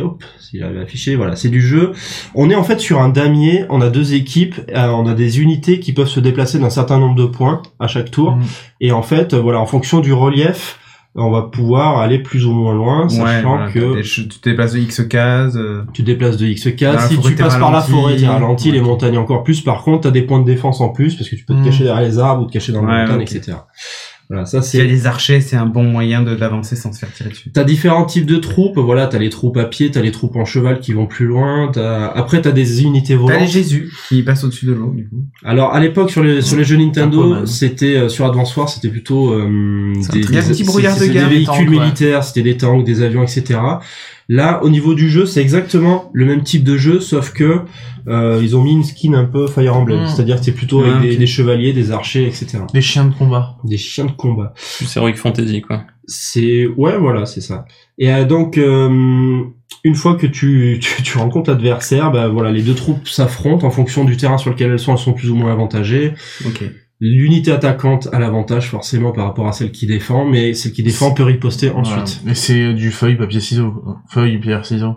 Speaker 5: Hop, s'il arrive à afficher, voilà, c'est du jeu. On est en fait sur un damier, on a deux équipes, euh, on a des unités qui peuvent se déplacer d'un certain nombre de points à chaque tour.
Speaker 2: Mm.
Speaker 5: Et en fait, euh, voilà, en fonction du relief, on va pouvoir aller plus ou moins loin, sachant
Speaker 1: Ouais, voilà,
Speaker 5: que
Speaker 1: t'as des- tu te déplaces de X cases. euh,
Speaker 5: tu te déplaces de X
Speaker 1: Dans la
Speaker 5: si
Speaker 1: forêt,
Speaker 5: tu
Speaker 1: t'es
Speaker 5: passes par la
Speaker 1: ralenti.
Speaker 5: forêt, t'es ralenti, les
Speaker 1: Ouais.
Speaker 5: montagnes encore plus. Par contre, t'as des points de défense en plus parce que tu peux te
Speaker 2: Mm.
Speaker 5: cacher derrière les arbres ou te cacher dans les
Speaker 1: Ouais,
Speaker 5: montagnes,
Speaker 1: ok.
Speaker 5: etc. Voilà, ça
Speaker 1: S'il y a
Speaker 5: c'est.
Speaker 1: des archers, c'est un bon moyen de d'avancer sans se faire tirer dessus.
Speaker 5: T'as différents types de troupes. Voilà, t'as les troupes à pied, t'as les troupes en cheval qui vont plus loin. T'as... Après, t'as des
Speaker 1: T'as
Speaker 5: unités
Speaker 1: les
Speaker 5: volantes.
Speaker 1: Jésus qui passent au-dessus de l'eau, du coup.
Speaker 5: Alors, à l'époque, sur les sur les jeux
Speaker 2: Un peu mal.
Speaker 5: Nintendo, c'était euh, sur Advance Wars, c'était plutôt euh,
Speaker 2: C'est un
Speaker 5: des,
Speaker 2: très
Speaker 5: des-
Speaker 1: petit
Speaker 5: c'est-
Speaker 1: brouillard de
Speaker 5: c'est
Speaker 1: guerre.
Speaker 5: des
Speaker 2: Des tanks,
Speaker 5: véhicules
Speaker 2: ouais.
Speaker 5: militaires, c'était des tanks, des avions, etc. Là, au niveau du jeu, c'est exactement le même type de jeu, sauf que euh, ils ont mis une skin un peu Fire Emblem,
Speaker 2: Mm.
Speaker 5: c'est-à-dire que c'est plutôt avec
Speaker 1: Ah,
Speaker 5: des,
Speaker 1: ok.
Speaker 5: des chevaliers, des archers, etc.
Speaker 2: Des chiens de combat.
Speaker 5: Des chiens de combat.
Speaker 3: Plus Heroic Fantasy, quoi.
Speaker 5: C'est ouais, voilà, c'est ça. Et euh, donc, euh, une fois que tu, <laughs> tu, tu rencontres l'adversaire, bah voilà, les deux troupes s'affrontent en fonction du terrain sur lequel elles sont, elles sont plus ou moins avantagées.
Speaker 1: Ok.
Speaker 5: L'unité attaquante a l'avantage forcément par rapport à celle qui défend, mais celle qui défend peut riposter ensuite.
Speaker 2: Voilà. Et c'est euh, du feuille, papier, ciseaux. quoi. Feuille, pierre, ciseaux.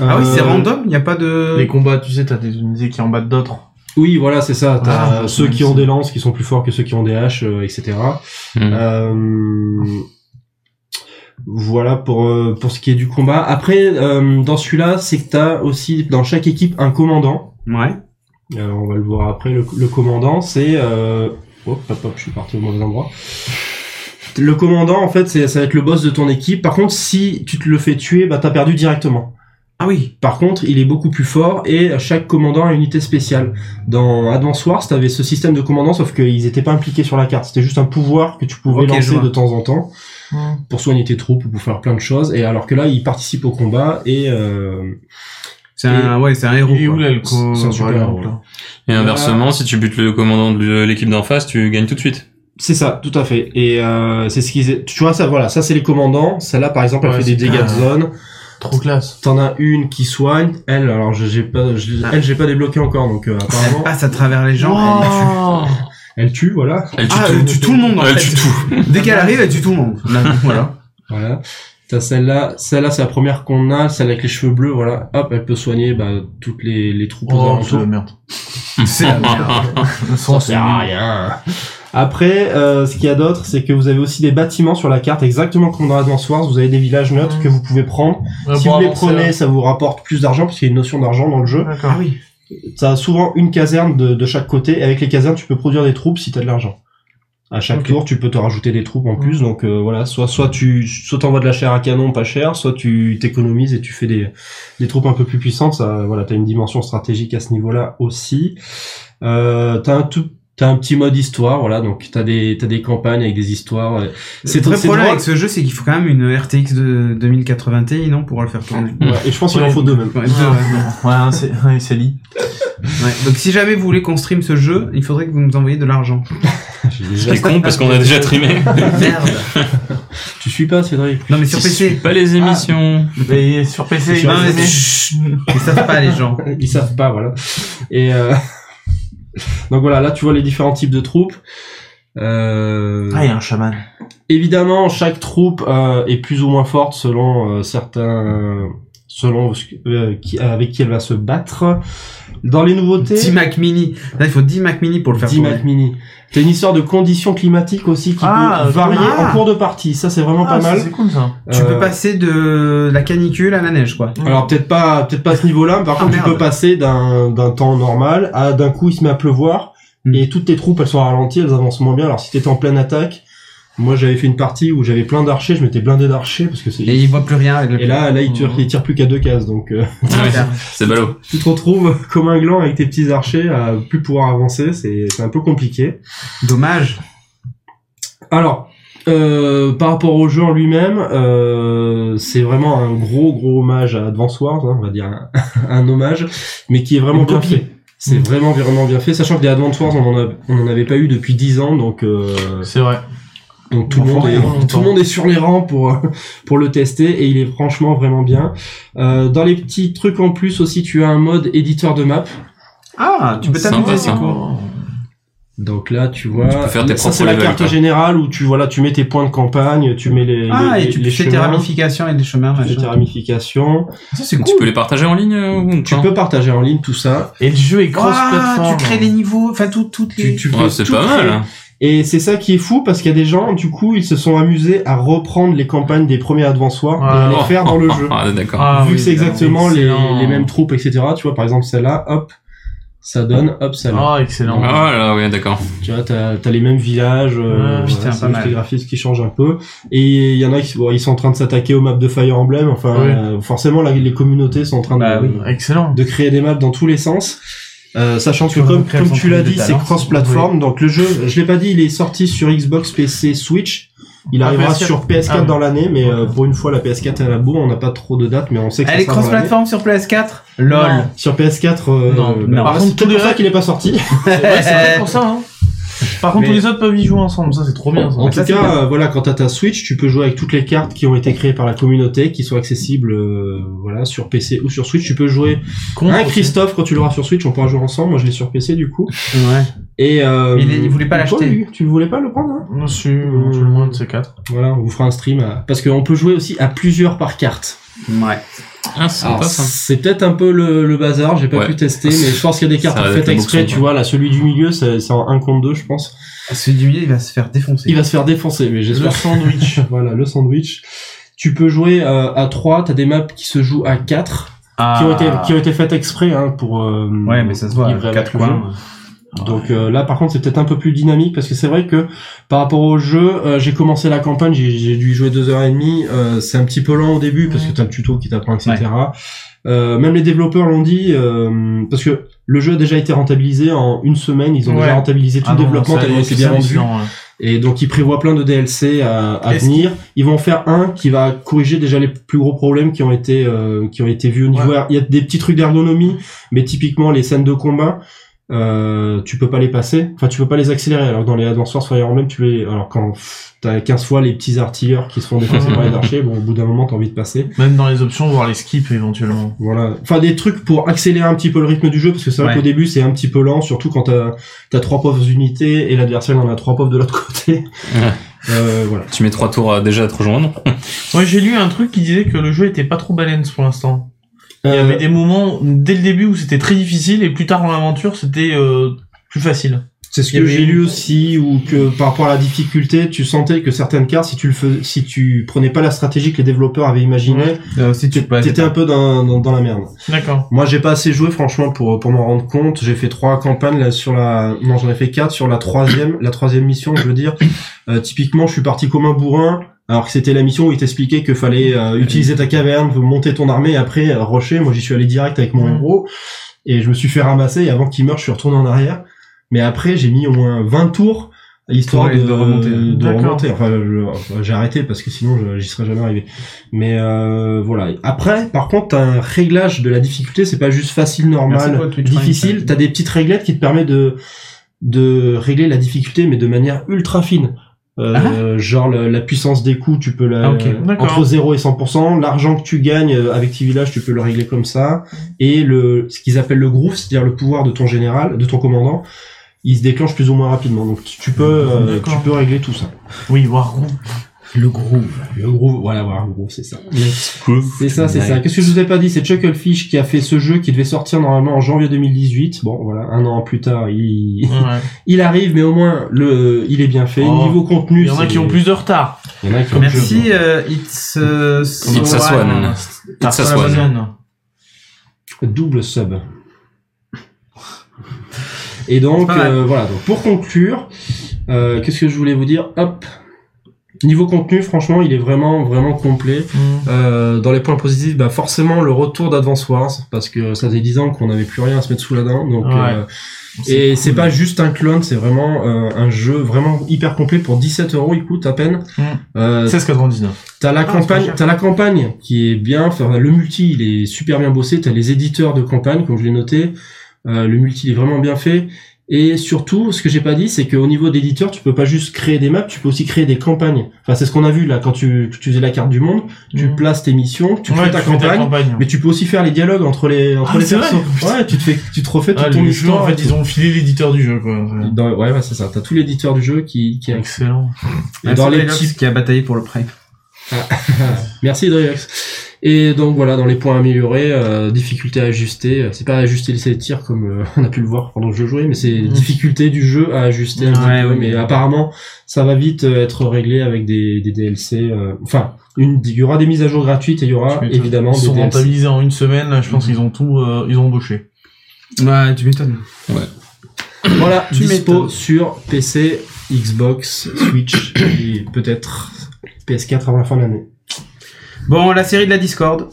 Speaker 1: Ah oui, c'est
Speaker 5: Euh,
Speaker 1: random, il n'y a pas de...
Speaker 2: Les combats, tu sais, t'as des unités qui en battent d'autres.
Speaker 5: Oui, voilà, c'est ça. T'as euh,
Speaker 2: Ah,
Speaker 5: ceux
Speaker 2: même
Speaker 5: qui ont
Speaker 2: ça.
Speaker 5: des lances qui sont plus forts que ceux qui ont des haches, euh, etc.
Speaker 3: Hmm.
Speaker 5: Euh, voilà pour euh, pour ce qui est du combat. Après, euh, dans celui-là, c'est que t'as aussi dans chaque équipe un commandant.
Speaker 1: Ouais.
Speaker 5: Euh, on va le voir après. Le, le commandant, c'est euh, hop, hop, hop, je suis parti au mauvais endroit. Le commandant, en fait, c'est ça va être le boss de ton équipe. Par contre, si tu te le fais tuer, bah t'as perdu directement.
Speaker 1: Ah oui.
Speaker 5: Par contre, il est beaucoup plus fort et chaque commandant a une unité spéciale. Dans Advance Wars, t'avais ce système de commandant, sauf qu'ils étaient pas impliqués sur la carte. C'était juste un pouvoir que tu pouvais
Speaker 1: Ok, je
Speaker 5: lancer
Speaker 1: vois. Hmm.
Speaker 5: de temps en temps pour soigner tes troupes ou pour faire plein de choses. Et alors que là, il participe au combat et euh,
Speaker 1: C'est un, ouais, c'est un héros.
Speaker 2: Et où
Speaker 1: quoi.
Speaker 2: là le co-
Speaker 5: C'est un super
Speaker 2: par exemple, hein.
Speaker 5: héros,
Speaker 2: là.
Speaker 3: Et inversement, si tu butes le commandant de l'équipe d'en face, tu gagnes tout de suite.
Speaker 5: c'est ça, tout à fait. Et euh, c'est ce qu'ils, tu vois ça, voilà, ça c'est les commandants. Celle-là, par exemple, elle
Speaker 2: Ouais,
Speaker 5: fait des
Speaker 2: c'est
Speaker 5: dégâts de
Speaker 2: pas-
Speaker 5: zone.
Speaker 2: Trop classe.
Speaker 5: T'en as une qui soigne. Elle, alors je- j'ai pas, je-
Speaker 2: Ah.
Speaker 5: elle j'ai pas débloqué encore, donc euh,
Speaker 1: Elle
Speaker 5: apparemment,
Speaker 1: passe à travers Ah, les gens. elle
Speaker 5: elle tue, voilà.
Speaker 3: Elle
Speaker 1: tue.
Speaker 3: tue
Speaker 1: Ah,
Speaker 3: tout.
Speaker 1: elle tue tout le monde, en
Speaker 3: Elle
Speaker 1: fait.
Speaker 3: tue tout.
Speaker 1: Dès qu'elle arrive, elle tue tout le monde. voilà.
Speaker 5: Voilà. T'as celle-là, celle-là c'est la première qu'on a, celle avec les cheveux bleus, voilà. Hop, elle peut soigner bah, toutes les, les troupes aux
Speaker 2: Oh, c'est
Speaker 5: alentours.
Speaker 2: la merde.
Speaker 1: C'est la merde.
Speaker 2: Le son, c'est nul.
Speaker 5: rien. Après, euh, ce qu'il y a d'autre, c'est que vous avez aussi des bâtiments sur la carte, exactement comme dans Advance Wars, vous avez des villages neutres
Speaker 2: Mhm.
Speaker 5: que vous pouvez prendre.
Speaker 2: Ouais,
Speaker 5: si
Speaker 2: pour
Speaker 5: vous les
Speaker 2: avancer,
Speaker 5: prenez,
Speaker 1: hein.
Speaker 2: là.
Speaker 5: ça vous rapporte plus d'argent, parce qu'il y a une notion d'argent dans le jeu.
Speaker 1: Ah
Speaker 2: D'accord.
Speaker 1: oui.
Speaker 5: Ça a souvent une caserne de, de chaque côté, et avec les casernes, tu peux produire des troupes si t'as de l'argent. À chaque
Speaker 2: Ok.
Speaker 5: tour, tu peux te rajouter des troupes en
Speaker 1: Mm.
Speaker 5: plus, donc euh, voilà, soit soit tu soit t'envoies de la chair à canon pas cher, soit tu t'économises et tu fais des, des troupes un peu plus puissantes. Ça, voilà, t'as une dimension stratégique à ce niveau-là aussi. Euh, t'as un tout T'as un petit mode histoire, voilà, donc t'as des t'as des campagnes avec des histoires. euh,
Speaker 1: C'est
Speaker 5: C'est
Speaker 1: le vrai
Speaker 5: c'est
Speaker 1: problème
Speaker 5: drôle.
Speaker 1: avec ce jeu, c'est qu'il faut quand même une RTX de 2080 Ti, non, pour le faire tourner.
Speaker 5: Ouais, et je pense qu'il en faut deux
Speaker 1: <laughs>
Speaker 5: même.
Speaker 1: Ouais, deux, ouais, non.
Speaker 2: Ouais, c'est ouais, c'est lit.
Speaker 1: Ouais, Donc si jamais vous voulez qu'on stream ce jeu, il faudrait que vous nous envoyiez de
Speaker 5: <laughs>
Speaker 1: l'argent.
Speaker 3: Ce qui est con parce qu'on a déjà trimé.
Speaker 1: Merde.
Speaker 5: Tu suis pas, Cédric
Speaker 1: Non mais sur
Speaker 3: Je suis
Speaker 1: PC.
Speaker 3: pas les émissions.
Speaker 2: Et sur PC,
Speaker 1: Non mais
Speaker 2: mais-
Speaker 1: chut, ils savent pas les gens.
Speaker 5: ils savent pas voilà et euh, donc voilà là tu vois les différents types de troupes Euh,
Speaker 2: Ah, il y a un chaman.
Speaker 5: évidemment chaque troupe euh, est plus ou moins forte selon euh, certains selon ce que- euh, qui, avec qui elle va se battre dans les nouveautés
Speaker 1: 10 Mac Mini. Là il faut 10 Mac Mini pour le faire
Speaker 5: 10 Mac
Speaker 1: tourner.
Speaker 5: Mini t'as une histoire de conditions climatiques aussi qui
Speaker 2: Ah,
Speaker 5: peut varier
Speaker 1: ah.
Speaker 5: en cours de partie ça c'est vraiment
Speaker 2: Ah,
Speaker 5: pas
Speaker 2: ça,
Speaker 5: mal
Speaker 2: C'est cool ça.
Speaker 1: Tu peux
Speaker 5: Euh,
Speaker 1: passer de la canicule à la neige quoi.
Speaker 5: Alors peut-être pas, peut-être pas à ce niveau-là, mais par
Speaker 1: Ah,
Speaker 5: contre tu
Speaker 1: merde.
Speaker 5: peux passer d'un d'un temps normal à d'un coup il se met à pleuvoir
Speaker 1: Hmm.
Speaker 5: et toutes tes troupes elles sont ralenties, elles avancent moins bien. Alors si t'étais en pleine attaque, moi j'avais fait une partie où j'avais plein d'archers, je m'étais blindé d'archers parce que c'est
Speaker 1: Et ils voient plus rien avec le
Speaker 5: et là là ils tirent,
Speaker 2: Hmm.
Speaker 5: ils tirent plus qu'à deux cases donc euh,
Speaker 3: Ah oui, C'est ballot.
Speaker 5: tu te retrouves <laughs> comme un gland avec tes petits archers à plus pouvoir avancer, c'est c'est un peu compliqué.
Speaker 1: Dommage.
Speaker 5: Alors Euh, par rapport au jeu en lui-même, euh, c'est vraiment un gros gros hommage à Advance Wars, hein, on va dire un, <laughs> un hommage, mais qui est vraiment
Speaker 2: Une
Speaker 5: bien
Speaker 2: copie.
Speaker 5: fait.
Speaker 1: Mmh.
Speaker 5: C'est vraiment vraiment bien fait, sachant que les Advance Wars, on en, a- on en avait pas eu depuis 10 ans, donc euh,
Speaker 2: C'est vrai.
Speaker 5: donc tout,
Speaker 2: On
Speaker 5: le monde
Speaker 2: fera rien
Speaker 5: est,
Speaker 2: longtemps.
Speaker 5: tout le monde est sur les rangs pour, <laughs> pour le tester et il est franchement vraiment bien. Euh, dans les petits trucs en plus aussi, tu as un mode éditeur de map.
Speaker 1: Ah, tu peux
Speaker 3: Sympa,
Speaker 1: t'amuser,
Speaker 3: ça.
Speaker 1: du coup.
Speaker 5: Donc là, tu vois,
Speaker 3: Tu peux faire tes
Speaker 5: ça
Speaker 3: propres
Speaker 5: c'est la
Speaker 3: levels,
Speaker 5: carte
Speaker 3: quoi.
Speaker 5: générale où tu voilà, tu mets tes points de campagne, tu mets les
Speaker 1: Ah,
Speaker 5: les,
Speaker 1: et tu
Speaker 5: les
Speaker 1: fais tes
Speaker 5: chemins,
Speaker 1: ramifications et des chemins,
Speaker 5: tu fais tes
Speaker 1: machin.
Speaker 5: ramifications.
Speaker 1: Ça, c'est
Speaker 3: Tu peux les partager en ligne euh, ou
Speaker 5: Tu
Speaker 3: pas
Speaker 5: peux partager en ligne tout ça.
Speaker 2: Et le jeu est
Speaker 1: Ah,
Speaker 2: cross-platform.
Speaker 1: tu crées les niveaux, enfin, tout, toutes les...
Speaker 5: Tu, tu
Speaker 3: Ouais,
Speaker 5: peux
Speaker 3: c'est
Speaker 5: tout
Speaker 3: pas mal.
Speaker 5: créer.
Speaker 3: hein.
Speaker 5: Et c'est ça qui est fou parce qu'il y a des gens, du coup, ils se sont amusés à reprendre les campagnes des premiers Advance Wars et à
Speaker 2: Ah,
Speaker 5: les faire dans le jeu.
Speaker 3: Ah, d'accord.
Speaker 1: <laughs> Ah,
Speaker 5: vu
Speaker 1: oui,
Speaker 5: que c'est
Speaker 1: d'accord.
Speaker 5: exactement les,
Speaker 2: excellent.
Speaker 5: les mêmes troupes, etc. Tu vois, par exemple, celle-là, hop, ça donne, hop, ça donne.
Speaker 2: Ah, excellent.
Speaker 5: Ah.
Speaker 3: Ah là, ouais, d'accord.
Speaker 5: Tu vois, t'as as les mêmes villages, euh,
Speaker 2: Ah,
Speaker 1: putain,
Speaker 5: voilà,
Speaker 1: pas
Speaker 5: c'est juste
Speaker 1: mal.
Speaker 5: les graphismes qui changent un peu. Et il y en a qui bon, ils sont en train de s'attaquer aux maps de Fire Emblem. Enfin,
Speaker 2: Ouais.
Speaker 5: euh, forcément, là, les communautés sont en train
Speaker 1: Bah
Speaker 5: de,
Speaker 1: oui.
Speaker 2: Excellent.
Speaker 5: de créer des maps dans tous les sens. Euh, sachant que
Speaker 2: vas
Speaker 5: comme,
Speaker 2: recréer le
Speaker 5: comme tu
Speaker 2: centre
Speaker 5: l'as
Speaker 2: de
Speaker 5: dit, c'est
Speaker 2: talent.
Speaker 5: cross-platform. Donc le jeu, je l'ai pas dit, il est sorti sur Xbox, PC, Switch. Il
Speaker 2: Ah,
Speaker 5: arrivera
Speaker 2: PS4.
Speaker 5: sur PS4
Speaker 2: Ah,
Speaker 5: dans l'année, mais
Speaker 2: ouais.
Speaker 5: euh, pour une fois la PS4 est à la bourre, on n'a pas trop de dates, mais on sait que ça
Speaker 1: Elle est
Speaker 5: sera dans l'année.
Speaker 1: cross-platform sur PS4 LOL.
Speaker 2: Non.
Speaker 5: Sur PS4,
Speaker 2: Non,
Speaker 5: euh, bah,
Speaker 1: non.
Speaker 5: par
Speaker 2: Par
Speaker 5: contre,
Speaker 2: contre,
Speaker 5: c'est
Speaker 2: tous
Speaker 5: pour
Speaker 2: les
Speaker 5: ça
Speaker 2: règles-
Speaker 5: qu'il est
Speaker 2: <laughs>
Speaker 5: pas sorti.
Speaker 2: Ouais, c'est vrai pour ça, hein. Par contre,
Speaker 1: Mais-
Speaker 2: tous les autres peuvent y jouer ensemble. Ça, c'est trop bien, ça.
Speaker 5: En
Speaker 1: ça,
Speaker 5: tout
Speaker 1: c'est bien.
Speaker 5: cas, euh, voilà, quand t'as ta Switch, tu peux jouer avec toutes les cartes qui ont été créées par la communauté, qui sont accessibles, euh, voilà, sur PC ou sur Switch. Tu peux jouer.
Speaker 2: Contre
Speaker 5: hein,
Speaker 2: aussi.
Speaker 5: Christophe, quand tu l'auras sur Switch, on pourra jouer ensemble. Moi, je l'ai sur PC du coup.
Speaker 1: Ouais.
Speaker 5: Et euh,
Speaker 1: Il est- il voulait pas
Speaker 5: toi,
Speaker 1: l'acheter.
Speaker 5: Hugues, Tu voulais pas le prendre hein
Speaker 2: Non, si, éventuellement, un de ces quatre.
Speaker 5: Voilà, on vous fera un stream à- parce qu'on peut jouer aussi à plusieurs par carte.
Speaker 1: Ouais.
Speaker 3: Ah, c'est
Speaker 5: Alors,
Speaker 3: sympa ça.
Speaker 5: C'est peut-être un peu le, le bazar, j'ai pas
Speaker 3: Ouais.
Speaker 5: pu tester, mais je pense qu'il y a des cartes
Speaker 3: Ça va
Speaker 5: faites
Speaker 3: être un
Speaker 5: exprès.
Speaker 3: boxon,
Speaker 5: Tu
Speaker 3: quoi.
Speaker 5: vois, là, celui du milieu, c'est c'est en 1 contre 2 je pense.
Speaker 1: Celui du milieu, il va se faire défoncer.
Speaker 5: Il va se faire défoncer, mais j'espère.
Speaker 2: Le
Speaker 5: sandwich. <laughs> voilà, le sandwich. Tu peux jouer euh, à 3, t'as des maps qui se jouent à 4,
Speaker 1: Ah.
Speaker 5: qui, ont été, qui ont été faites exprès hein, pour... euh,
Speaker 1: Ouais, mais ça se voit,
Speaker 5: livrer
Speaker 1: quatre
Speaker 5: avec le jeu.
Speaker 1: coins.
Speaker 5: Donc euh, là, par contre, c'est peut-être un peu plus dynamique, parce que c'est vrai que par rapport au jeu, euh, j'ai commencé la campagne, j'ai- j'ai dû y jouer 2h30, euh, c'est un petit peu lent au début, parce que t'as le tuto qui t'apprend, etc. Euh, même les développeurs l'ont dit, euh, parce que le jeu a déjà été rentabilisé en une semaine, ils ont
Speaker 2: Ouais.
Speaker 5: déjà rentabilisé tout
Speaker 2: Ah
Speaker 5: le
Speaker 2: non,
Speaker 5: développement,
Speaker 2: ça,
Speaker 5: tellement
Speaker 2: c'est
Speaker 5: c'est bien rendu.
Speaker 2: hallucinant, ouais.
Speaker 5: Et donc ils prévoient plein de DLC à, à
Speaker 1: Est-ce
Speaker 5: venir. Ils vont en faire un qui va corriger déjà les plus gros problèmes qui ont été euh, qui ont été vus au niveau. Il y a des petits trucs d'ergonomie, mais typiquement les scènes de combat, euh, tu peux pas les passer. Enfin, tu peux pas les accélérer. Alors que dans les Advance Wars Fire Emblem, tu les alors quand pff, t'as 15 fois les petits artilleurs qui se font défoncer par les archers, bon au bout d'un moment t'as envie de passer.
Speaker 2: Même dans les options, voir les skips éventuellement.
Speaker 5: Voilà. Enfin des trucs pour accélérer un petit peu le rythme du jeu parce que c'est vrai
Speaker 1: Ouais.
Speaker 5: qu'au début c'est un petit peu lent, surtout quand t'as t'as trois pauvres unités et l'adversaire il en a trois pauvres de l'autre côté.
Speaker 3: Ouais.
Speaker 5: euh, voilà.
Speaker 3: Tu mets trois tours à- déjà à te rejoindre.
Speaker 2: Moi, j'ai lu un truc qui disait que le jeu était pas trop balance pour l'instant. Il y
Speaker 5: Euh,
Speaker 2: avait des moments dès le début où c'était très difficile et plus tard dans l'aventure, c'était euh, plus facile.
Speaker 5: C'est ce
Speaker 2: Il y
Speaker 5: que
Speaker 2: avait
Speaker 5: j'ai
Speaker 2: une-
Speaker 5: lu aussi, ou que par rapport à la difficulté, tu sentais que certaines cartes, si tu le fais, si tu prenais pas la stratégie que les développeurs avaient imaginée,
Speaker 1: Euh, si tu peux.
Speaker 5: t'étais un peu dans, dans, dans la merde.
Speaker 2: D'accord.
Speaker 5: Moi, j'ai pas assez joué, franchement, pour, pour m'en rendre compte. J'ai fait trois campagnes, là, sur la, non, j'en ai fait quatre, sur la troisième, la troisième mission, je veux dire. Euh, typiquement, je suis parti comme un bourrin, alors que c'était la mission où il t'expliquait qu'il fallait euh, utiliser ta caverne, monter ton armée, et après, euh, rusher. Moi, j'y suis allé direct avec mon
Speaker 2: Mm.
Speaker 5: héros, et je me suis fait ramasser, et avant qu'il meure, je suis retourné en arrière. Mais après, j'ai mis au moins 20 tours, histoire
Speaker 1: Pour
Speaker 5: de,
Speaker 1: aller- de remonter.
Speaker 5: de
Speaker 2: D'accord.
Speaker 5: remonter. Enfin, je- enfin, j'ai arrêté, parce que sinon, je- j'y serais jamais arrivé. Mais euh, voilà. Après, par contre, t'as un réglage de la difficulté. C'est pas juste facile,
Speaker 1: Merci
Speaker 5: normal,
Speaker 1: pour le Twitch Prime,
Speaker 5: difficile.
Speaker 1: ça.
Speaker 5: T'as des petites réglettes qui te permettent de de régler la difficulté, mais de manière ultra fine. Euh, Genre le- la puissance des coups, tu peux la
Speaker 1: Ah, ok.
Speaker 2: D'accord.
Speaker 5: entre 0 et 100%. L'argent que tu gagnes euh, avec tes villages, tu peux le régler comme ça. Et le ce qu'ils appellent le groove, c'est-à-dire le pouvoir de ton général, de ton commandant, il se déclenche plus ou moins rapidement. Donc tu tu peux euh,
Speaker 2: D'accord.
Speaker 5: tu peux régler tout ça.
Speaker 2: Oui, Wargroove.
Speaker 5: Le groove, le groove, voilà, voilà, le groove, c'est ça. C'est ça, c'est ça. Qu'est-ce que je vous ai pas dit C'est Chucklefish qui a fait ce jeu qui devait sortir normalement en janvier 2018. Bon, voilà, un an plus tard, il,
Speaker 2: Ouais.
Speaker 5: il arrive, mais au moins le, il est bien fait.
Speaker 2: Oh.
Speaker 5: Niveau contenu,
Speaker 2: Il y en a
Speaker 5: c'est-
Speaker 2: qui ont plus de retard.
Speaker 5: Il y en a qui ont plus.
Speaker 1: Merci, euh, It's, euh,
Speaker 3: It's a Swan.
Speaker 1: Swan.
Speaker 2: T'as
Speaker 3: It's a
Speaker 2: reçu la
Speaker 3: Swan.
Speaker 2: bonne. euh.
Speaker 5: Double sub. Et donc
Speaker 1: C'est pas mal.
Speaker 5: euh, voilà. Donc pour conclure, euh, qu'est-ce que je voulais vous dire Hop. Niveau contenu, franchement, il est vraiment, vraiment complet. Euh, dans les points positifs, bah forcément le retour d'Advance Wars, parce que ça faisait 10 ans qu'on n'avait plus rien à se mettre sous la dent. Donc,
Speaker 2: Ouais.
Speaker 5: euh, et c'est pas juste un clone, c'est vraiment euh, un jeu vraiment hyper complet pour 17 euros, il coûte à peine.
Speaker 2: Mm.
Speaker 5: Euh,
Speaker 2: 16,99.
Speaker 5: t'as la
Speaker 1: c'est pas
Speaker 5: campagne,
Speaker 1: cher.
Speaker 5: t'as la campagne qui est bien, enfin, le multi il est super bien bossé, t'as les éditeurs de campagne comme je l'ai noté, Euh, le multi il est vraiment bien fait. Et surtout, ce que j'ai pas dit, c'est qu'au niveau d'éditeur, tu peux pas juste créer des maps, tu peux aussi créer des campagnes. Enfin, c'est ce qu'on a vu là quand tu, tu faisais la carte du monde tu
Speaker 2: Mm.
Speaker 5: places tes missions, tu
Speaker 2: Ouais,
Speaker 5: fais ta
Speaker 2: tu fais
Speaker 5: campagne, mais tu peux aussi faire les dialogues entre les entre
Speaker 2: Ah,
Speaker 5: les
Speaker 2: c'est
Speaker 5: persos.
Speaker 2: vrai Putain.
Speaker 5: ouais, tu te fais, tu te refais toute
Speaker 2: Ah,
Speaker 5: ton
Speaker 2: le jeu,
Speaker 5: histoire.
Speaker 2: en
Speaker 5: et
Speaker 2: fait,
Speaker 5: tout.
Speaker 2: ils ont filé l'éditeur du jeu, quoi. Ouais.
Speaker 5: Dans- ouais, ouais, c'est ça. T'as tout l'éditeur du jeu qui qui est
Speaker 2: Excellent.
Speaker 5: et dans les petits.
Speaker 1: qui a bataillé pour le prime.
Speaker 5: Merci Dreyux. Et donc voilà, dans les points améliorés, euh, difficulté à ajuster. euh, C'est pas ajuster les de tir comme euh, <laughs> on a pu le voir pendant que je jouais, mais c'est
Speaker 2: Mhm.
Speaker 5: difficulté du jeu à ajuster. un petit
Speaker 1: Mm. Ouais,
Speaker 5: peu,
Speaker 1: ouais,
Speaker 5: mais
Speaker 1: mais-
Speaker 5: apparemment, ça va vite euh, être réglé avec des, des DLC. euh, Enfin, une, il y aura des mises à jour gratuites et il y aura
Speaker 2: Tu m'étonnes.
Speaker 5: évidemment
Speaker 2: Ils
Speaker 5: des
Speaker 2: sont
Speaker 5: DLC.
Speaker 2: rentabilisés en une semaine, là, je pense qu'ils ont tout, euh, ils ont embauché.
Speaker 1: Ouais, tu m'étonnes.
Speaker 5: Voilà,
Speaker 1: Tu
Speaker 5: dispo
Speaker 1: m'étonnes.
Speaker 5: sur PC, Xbox, Switch et peut-être PS4 avant la fin de l'année.
Speaker 1: Bon, la série de la Discord.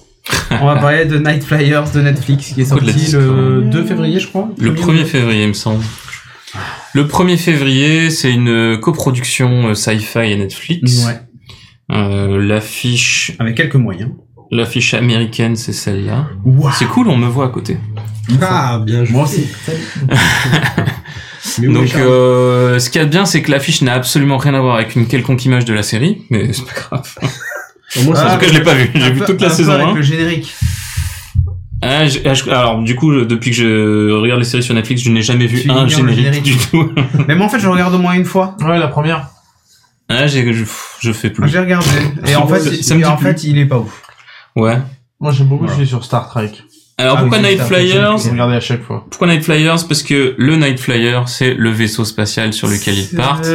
Speaker 1: On va parler de Night Flyers de Netflix qui est
Speaker 3: Oh, de
Speaker 1: sorti
Speaker 3: la
Speaker 1: le
Speaker 3: Discord.
Speaker 1: 2 février, je crois.
Speaker 3: Le 1er février, il me semble. Le 1er février, c'est une coproduction euh, sci-fi et Netflix.
Speaker 1: Ouais,
Speaker 3: Euh, l'affiche,
Speaker 1: avec quelques moyens.
Speaker 3: l'affiche américaine, c'est celle-là.
Speaker 1: Waouh
Speaker 3: C'est cool, on me voit à côté.
Speaker 5: Ah, bien joué.
Speaker 1: Moi aussi.
Speaker 5: Mais oui,
Speaker 3: Donc,
Speaker 5: Charles.
Speaker 3: euh, ce qu'il y a de bien, c'est que l'affiche n'a absolument rien à voir avec une quelconque image de la série, mais c'est pas grave.
Speaker 5: Au moins, ça-
Speaker 3: en
Speaker 1: Ah,
Speaker 3: tout cas, je l'ai pas vu. J'ai
Speaker 1: Un
Speaker 3: vu
Speaker 1: peu-
Speaker 3: toute
Speaker 1: un
Speaker 3: la
Speaker 1: peu
Speaker 3: saison
Speaker 1: Avec
Speaker 3: 1.
Speaker 1: le générique.
Speaker 3: Ah, je- ah, je- alors, du coup, je- depuis que je regarde les séries sur Netflix, je n'ai jamais vu
Speaker 1: Tu
Speaker 3: un
Speaker 1: ignores le générique.
Speaker 3: générique, du tout.
Speaker 1: Mais moi, en fait, je regarde au moins une fois.
Speaker 2: Ouais, la première.
Speaker 3: Ah, j'ai- je, je fais plus.
Speaker 1: J'ai regardé. Et en fait,
Speaker 3: Ça-
Speaker 1: il-
Speaker 3: ça me
Speaker 1: et
Speaker 3: dit
Speaker 1: en
Speaker 3: plus.
Speaker 1: fait, il est pas ouf.
Speaker 3: Ouais.
Speaker 2: Moi, j'aime beaucoup
Speaker 1: Voilà.
Speaker 2: celui sur Star Trek.
Speaker 3: Alors,
Speaker 1: Ah
Speaker 3: pourquoi
Speaker 1: oui,
Speaker 3: Night
Speaker 1: c'est un peu
Speaker 3: Flyers
Speaker 2: J'ai regardé à chaque fois.
Speaker 3: Pourquoi Night Flyers Parce que le Night Flyer, c'est le vaisseau spatial sur lequel ils partent.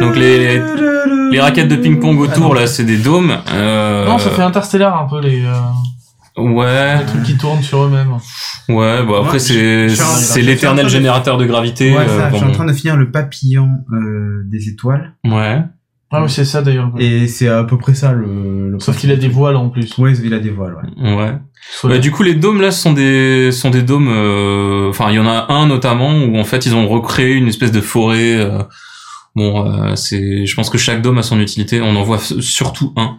Speaker 3: Donc, les- Les raquettes de
Speaker 1: Ah
Speaker 3: ping-pong autour, là, c'est des dômes. Euh,
Speaker 2: Non, ça fait interstellar un peu les, euh,
Speaker 3: Ouais,
Speaker 2: les trucs qui tournent sur eux-mêmes.
Speaker 3: ouais, bon, après,
Speaker 1: Ouais, je-
Speaker 3: c'est
Speaker 1: je suis en- je
Speaker 3: c'est
Speaker 1: suis en train
Speaker 3: l'éternel
Speaker 1: de-
Speaker 3: générateur de gravité.
Speaker 1: Ouais,
Speaker 3: euh,
Speaker 1: ça, je suis
Speaker 3: bon.
Speaker 1: en train de finir le papillon euh, des étoiles.
Speaker 3: Ouais.
Speaker 2: Ah, mais c'est ça d'ailleurs.
Speaker 1: Et c'est à peu près ça le. le
Speaker 2: Sauf qu'il a des voiles en plus.
Speaker 1: Ouais, il a des voiles, ouais.
Speaker 3: Ouais.
Speaker 2: Soit-
Speaker 3: Bah, du coup, les dômes là sont des sont des dômes. euh, Enfin, il y en a un notamment où en fait ils ont recréé une espèce de forêt. euh, Bon, euh, c'est. Je pense que chaque dôme a son utilité. On en voit s- surtout un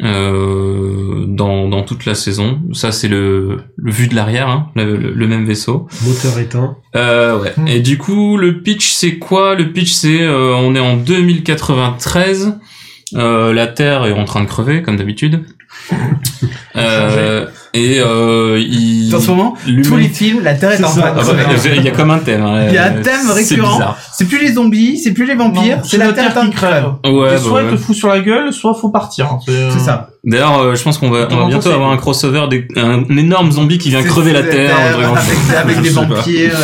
Speaker 3: euh, dans dans toute la saison. Ça, c'est le, le vue de l'arrière, hein, le, le- le même vaisseau.
Speaker 5: moteur éteint.
Speaker 3: Euh, ouais.
Speaker 2: Hmm.
Speaker 3: Et du coup, le pitch, c'est quoi Le pitch, c'est euh, on est en 2093. Euh, la Terre est en train de crever comme d'habitude. Euh, et euh, il...
Speaker 1: En ce moment, tous les
Speaker 3: l'humanité-
Speaker 1: films, la Terre est,
Speaker 5: C'est
Speaker 1: en
Speaker 5: ça.
Speaker 1: train de <laughs>
Speaker 3: Ah bah,
Speaker 1: crever.
Speaker 3: il y a comme un thème. hein.
Speaker 1: Il y a un thème
Speaker 3: C'est
Speaker 1: récurrent.
Speaker 3: bizarre.
Speaker 1: C'est plus les zombies, c'est plus les vampires,
Speaker 2: Non,
Speaker 1: c'est la Terre
Speaker 2: qui
Speaker 1: qui crève.
Speaker 2: crève.
Speaker 3: Ouais,
Speaker 2: Et
Speaker 3: bah
Speaker 2: soit
Speaker 3: ouais.
Speaker 2: il te fout sur la gueule, soit faut partir. euh,
Speaker 1: C'est ça.
Speaker 3: D'ailleurs, euh, je pense qu'on va, on va
Speaker 2: Comment
Speaker 3: bientôt
Speaker 2: ça,
Speaker 3: avoir
Speaker 2: c'est-
Speaker 3: un crossover, des, un énorme zombie qui vient
Speaker 1: C'est-
Speaker 3: crever la
Speaker 1: c'est
Speaker 3: Terre. un truc en
Speaker 1: avec,
Speaker 3: genre.
Speaker 1: avec
Speaker 3: <laughs> Je
Speaker 1: des
Speaker 3: sais pas.
Speaker 1: vampires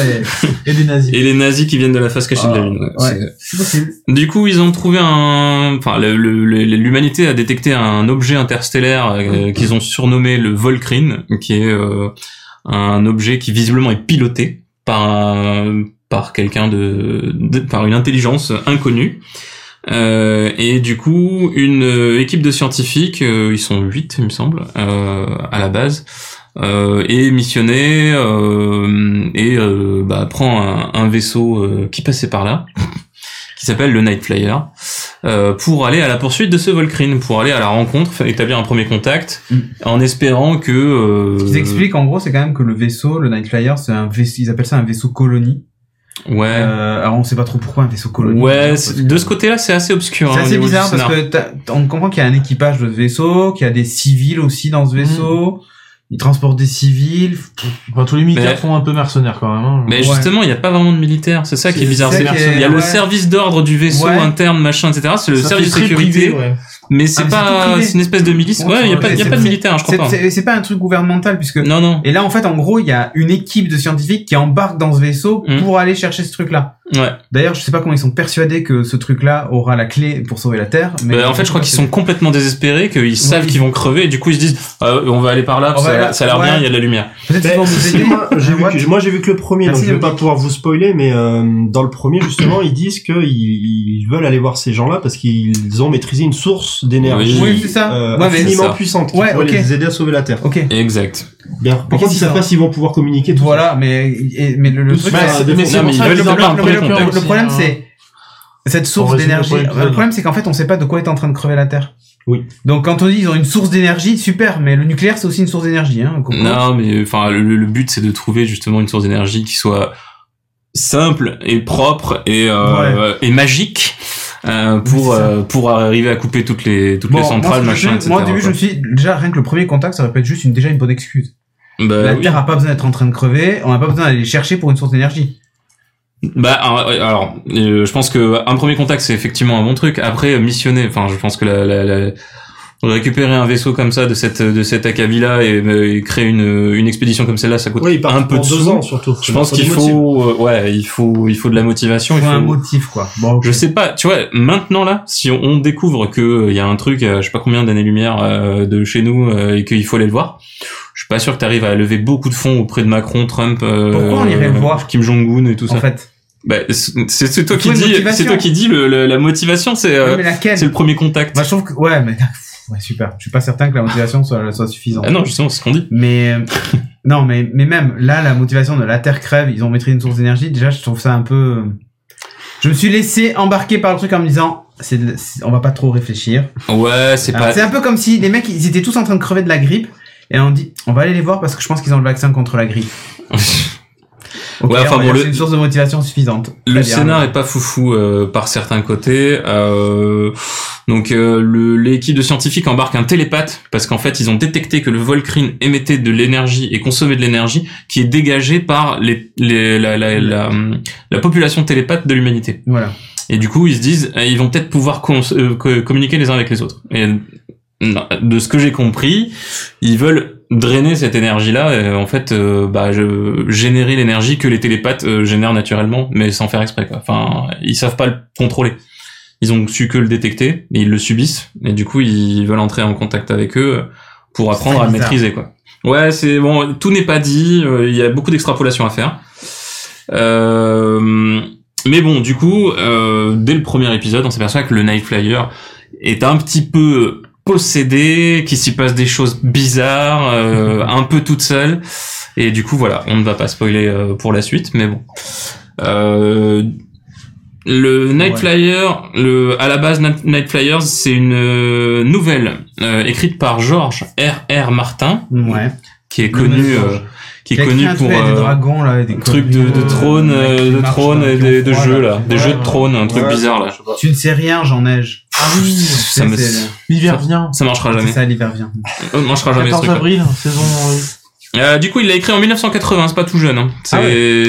Speaker 1: et.
Speaker 2: Et des nazis.
Speaker 3: Et les nazis qui viennent de la face cachée de la
Speaker 1: Ah,
Speaker 3: Lune. ouais,
Speaker 1: ouais.
Speaker 3: c'est-
Speaker 1: C'est possible.
Speaker 3: Du coup, ils ont trouvé un. Enfin, le- le- le- l'humanité a détecté un objet interstellaire euh, qu'ils ont surnommé le Volcrine, qui est euh, un objet qui visiblement est piloté par un- par quelqu'un de, de- par une intelligence inconnue. Euh, et du coup, une euh, équipe de scientifiques, euh, ils sont huit, il me semble, euh, à la base, euh, est missionnée euh, et euh, bah, prend un, un vaisseau euh, qui passait par là <laughs> qui s'appelle le Night Flyer, euh, pour aller à la poursuite de ce Volcrine, pour aller à la rencontre, faire- établir un premier contact,
Speaker 1: Mm.
Speaker 3: en espérant que... euh,
Speaker 1: Ce qu'ils expliquent, en gros, c'est quand même que le vaisseau, le Night Flyer, c'est un vaisseau, ils appellent ça un vaisseau colonie.
Speaker 3: Ouais.
Speaker 1: Euh, alors on sait pas trop pourquoi un vaisseau colonie.
Speaker 3: ouais,
Speaker 1: Parce
Speaker 3: c'est-
Speaker 1: que-
Speaker 3: de ce côté-là, c'est assez obscur.
Speaker 1: C'est
Speaker 3: hein, au
Speaker 1: assez
Speaker 3: niveau du
Speaker 1: bizarre parce
Speaker 3: scénar.
Speaker 1: que t'as- on comprend qu'il y a un équipage de ce vaisseau, qu'il y a des civils aussi dans
Speaker 3: Mm.
Speaker 1: ce vaisseau. Ils transportent des civils.
Speaker 2: Enfin, tous les militaires
Speaker 3: Mais-
Speaker 2: sont un peu mercenaires quand même. hein.
Speaker 3: Mais
Speaker 1: Ouais.
Speaker 3: justement, il n'y a pas vraiment de militaires, c'est ça qui est
Speaker 2: C'est
Speaker 3: bizarre.
Speaker 2: ça
Speaker 3: c'est-
Speaker 2: qui
Speaker 1: est-
Speaker 3: Il y a le
Speaker 1: ouais.
Speaker 3: service d'ordre du vaisseau
Speaker 1: Ouais.
Speaker 3: interne, machin, etc. C'est le
Speaker 2: Ça
Speaker 3: service de
Speaker 2: fait très
Speaker 3: sécurité,
Speaker 2: privé, ouais.
Speaker 3: mais
Speaker 1: Ah,
Speaker 3: c'est
Speaker 1: mais c'est tout
Speaker 3: pas,
Speaker 1: privé.
Speaker 3: c'est une espèce de milice.
Speaker 1: Ouais,
Speaker 3: Ouais, il n'y a pas, il y a
Speaker 1: c'est-
Speaker 3: pas de
Speaker 1: c'est-
Speaker 3: militaire, je crois
Speaker 1: C'est-
Speaker 3: pas.
Speaker 1: C'est c'est pas un truc gouvernemental puisque.
Speaker 3: Non, non.
Speaker 1: Et là, en fait, en gros, il y a une équipe de scientifiques qui embarque dans ce vaisseau
Speaker 3: Mm.
Speaker 1: pour aller chercher ce truc-là.
Speaker 3: Ouais. Bah,
Speaker 1: D'ailleurs, je sais pas comment ils sont persuadés que ce truc-là aura la clé pour sauver la Terre. Mais
Speaker 3: Bah, en fait, je crois qu'ils sont complètement désespérés, qu'ils savent qu'ils vont crever, et du coup, ils se disent, euh, on va aller par là, parce que
Speaker 1: va
Speaker 3: ça,
Speaker 1: là-
Speaker 3: ça a l'air
Speaker 1: ouais.
Speaker 3: bien, il y a de la lumière.
Speaker 1: Peut-être qu'ils
Speaker 5: Ben,
Speaker 3: Bah,
Speaker 1: vont nous
Speaker 5: si,
Speaker 1: aider.
Speaker 5: moi, j'ai vu
Speaker 1: What
Speaker 5: que- moi, j'ai vu que le premier,
Speaker 1: Merci,
Speaker 5: donc je vais
Speaker 1: Dominique.
Speaker 5: pas pouvoir vous spoiler, mais euh, dans le premier justement ils disent qu'ils ils veulent aller voir ces gens-là parce qu'ils ont maîtrisé une source d'énergie
Speaker 1: Oui, c'est ça.
Speaker 5: euh,
Speaker 1: Ouais, mais
Speaker 5: infiniment
Speaker 3: c'est ça.
Speaker 5: puissante qui
Speaker 1: Ouais,
Speaker 5: pourrait
Speaker 1: ok.
Speaker 5: les aider à sauver la Terre.
Speaker 1: Ok.
Speaker 3: Exact.
Speaker 5: Bien. Par
Speaker 1: Mais
Speaker 5: contre
Speaker 1: qu'est-ce
Speaker 5: ils savent
Speaker 1: qu'ils
Speaker 5: pas s'ils vont pouvoir communiquer. Tout
Speaker 1: Voilà, mais et- mais le, le
Speaker 5: Tout
Speaker 1: truc,
Speaker 5: ça,
Speaker 1: c'est-
Speaker 5: c'est-
Speaker 2: mais c'est
Speaker 3: Non,
Speaker 2: pour
Speaker 3: mais ils
Speaker 2: ça qu'ils
Speaker 3: veulent
Speaker 2: en
Speaker 3: que t'en
Speaker 2: parlent
Speaker 3: parles
Speaker 2: dans
Speaker 1: le,
Speaker 3: pour
Speaker 2: les
Speaker 3: les
Speaker 1: le
Speaker 2: contextes.
Speaker 1: problème, c'est cette source
Speaker 2: résume le
Speaker 1: d'énergie.
Speaker 2: premier épisode.
Speaker 1: Le problème, c'est qu'en fait, on sait pas de quoi est en train de crever la Terre.
Speaker 5: Oui.
Speaker 1: Donc, quand on dit ils ont une source d'énergie, super, mais le nucléaire, c'est aussi une source d'énergie. Hein, qu'on-
Speaker 3: Non, mais enfin, le, le but, c'est de trouver justement une source d'énergie qui soit simple et propre et, euh, et magique. euh, pour
Speaker 1: Oui, c'est ça.
Speaker 3: euh, pour arriver à couper toutes les toutes
Speaker 1: Bon,
Speaker 3: les centrales
Speaker 1: moi, ce que je-
Speaker 3: machin etc
Speaker 1: Moi, au début, je
Speaker 3: quoi.
Speaker 1: me suis dit, déjà, rien que le premier contact, ça aurait pu être juste une, déjà une bonne excuse.
Speaker 3: Bah,
Speaker 1: la
Speaker 3: oui.
Speaker 1: Terre a pas besoin d'être en train de crever, on n'a pas besoin d'aller chercher pour une source d'énergie.
Speaker 3: Bah euh, alors, euh, je pense que un premier contact c'est effectivement un bon truc. Après euh, missionner, enfin je pense que la, la, la- récupérer un vaisseau comme ça de cette de cet acabit là et, euh, et créer une une expédition comme celle-là, ça coûte
Speaker 5: Oui, ils partent
Speaker 3: un peu
Speaker 5: pour
Speaker 3: de
Speaker 5: deux
Speaker 3: sous.
Speaker 5: ans surtout.
Speaker 3: Je pense qu'il faut euh, ouais, il faut il faut de la motivation,
Speaker 1: Il
Speaker 3: il
Speaker 1: faut un
Speaker 3: faut
Speaker 1: motif, quoi. Bon,
Speaker 2: Ah
Speaker 1: ok.
Speaker 3: je sais pas, tu vois, maintenant là, si on, on découvre que euh, il y a un truc, euh, je sais pas combien d'années-lumière euh, de chez nous euh, et qu'il faut aller le voir, je suis pas sûr que t'arrives à lever beaucoup de fonds auprès de Macron, Trump, euh,
Speaker 1: Pourquoi on irait le voir
Speaker 3: Kim Jong-un et tout ça.
Speaker 1: en fait.
Speaker 3: Bah, c'est c'est toi
Speaker 1: Il
Speaker 3: qui
Speaker 1: faut une
Speaker 3: dis,
Speaker 1: motivation.
Speaker 3: c'est toi qui dis le, le- la motivation, c'est euh,
Speaker 1: Ouais, mais laquelle
Speaker 3: c'est le premier contact.
Speaker 1: Moi, je trouve que, ouais, mais, <laughs> ouais, super. Je suis pas certain que la motivation soit, soit suffisante.
Speaker 3: Ah non, justement, c'est ce qu'on dit.
Speaker 1: Mais euh, non, mais mais même là, la motivation de la Terre crève, ils ont maîtrisé une source d'énergie. Déjà, je trouve ça un peu. euh, Je me suis laissé embarquer par le truc en me disant, c'est de- c'est- on va pas trop réfléchir.
Speaker 3: Ouais, c'est
Speaker 1: Alors,
Speaker 3: pas.
Speaker 1: C'est un peu comme si les mecs, ils étaient tous en train de crever de la grippe. Et on dit, on va aller les voir parce que je pense qu'ils ont le vaccin contre la grippe.
Speaker 3: <laughs>
Speaker 1: Ok,
Speaker 3: Ouais, enfin,
Speaker 1: on va
Speaker 3: bon,
Speaker 1: dire,
Speaker 3: le-
Speaker 1: c'est une source de motivation suffisante. Très
Speaker 3: Le
Speaker 1: bien.
Speaker 3: scénar est pas foufou euh, par certains côtés. Euh, donc euh, le- l'équipe de scientifiques embarque un télépathe parce qu'en fait ils ont détecté que le Volcrine émettait de l'énergie et consommait de l'énergie qui est dégagée par les, les- la, la, la, la population télépathe de l'humanité.
Speaker 1: Voilà.
Speaker 3: Et du coup, ils se disent, euh, ils vont peut-être pouvoir cons- euh, co- communiquer les uns avec les autres. Et euh, non, de ce que j'ai compris, ils veulent drainer cette énergie-là, et, euh, en fait, euh, bah, je, générer l'énergie que les télépathes euh, génèrent naturellement, mais sans faire exprès. Quoi. Enfin, ils savent pas le contrôler. Ils ont su que le détecter, et ils le subissent, et du coup, ils veulent entrer en contact avec eux pour
Speaker 1: C'est
Speaker 3: apprendre à le
Speaker 1: bizarre.
Speaker 3: maîtriser. Quoi. Ouais, c'est bon, tout n'est pas dit, euh, il y a beaucoup d'extrapolations à faire. Euh, mais bon, du coup, euh, dès le premier épisode, on s'aperçoit que le Night Flyer est un petit peu possédé, qu'il s'y passe des choses bizarres, euh, un peu toute seule. Et du coup, voilà, on ne va pas spoiler euh, pour la suite, mais bon. Euh, le Night
Speaker 1: Ouais.
Speaker 3: Flyer, le, à la base, Night- Night Flyers, c'est une euh, nouvelle euh, écrite par George R.R. Martin,
Speaker 1: Ouais.
Speaker 3: qui est
Speaker 1: Le même
Speaker 3: connu,
Speaker 1: George.
Speaker 3: euh, qui
Speaker 1: Il a
Speaker 3: est
Speaker 1: écrit
Speaker 3: connu
Speaker 1: un
Speaker 3: pour
Speaker 1: truc avec
Speaker 3: euh,
Speaker 1: des dragons là, et des
Speaker 3: un truc de,
Speaker 1: conneries,
Speaker 3: de
Speaker 1: euh,
Speaker 3: trône,
Speaker 1: avec
Speaker 3: euh,
Speaker 1: qui
Speaker 3: de
Speaker 1: marchent
Speaker 3: trône
Speaker 1: dans-
Speaker 3: et
Speaker 1: qui ont
Speaker 3: des- de
Speaker 1: froid,
Speaker 3: jeux
Speaker 1: là.
Speaker 3: là, des jeux de trône, un truc
Speaker 5: Ouais.
Speaker 3: bizarre là.
Speaker 1: Tu ne sais rien, j'en neige.
Speaker 2: Ah oui,
Speaker 3: Ça me-
Speaker 1: C'est- c'est-
Speaker 2: l'hiver vient.
Speaker 3: Ça marchera
Speaker 1: C'est
Speaker 3: jamais.
Speaker 1: ça, l'hiver vient.
Speaker 3: On marchera jamais ce
Speaker 2: 14
Speaker 3: truc.
Speaker 2: avril, saison. euh,
Speaker 3: Euh, du coup, il l'a écrit en 1980, c'est pas tout jeune. Hein. C'est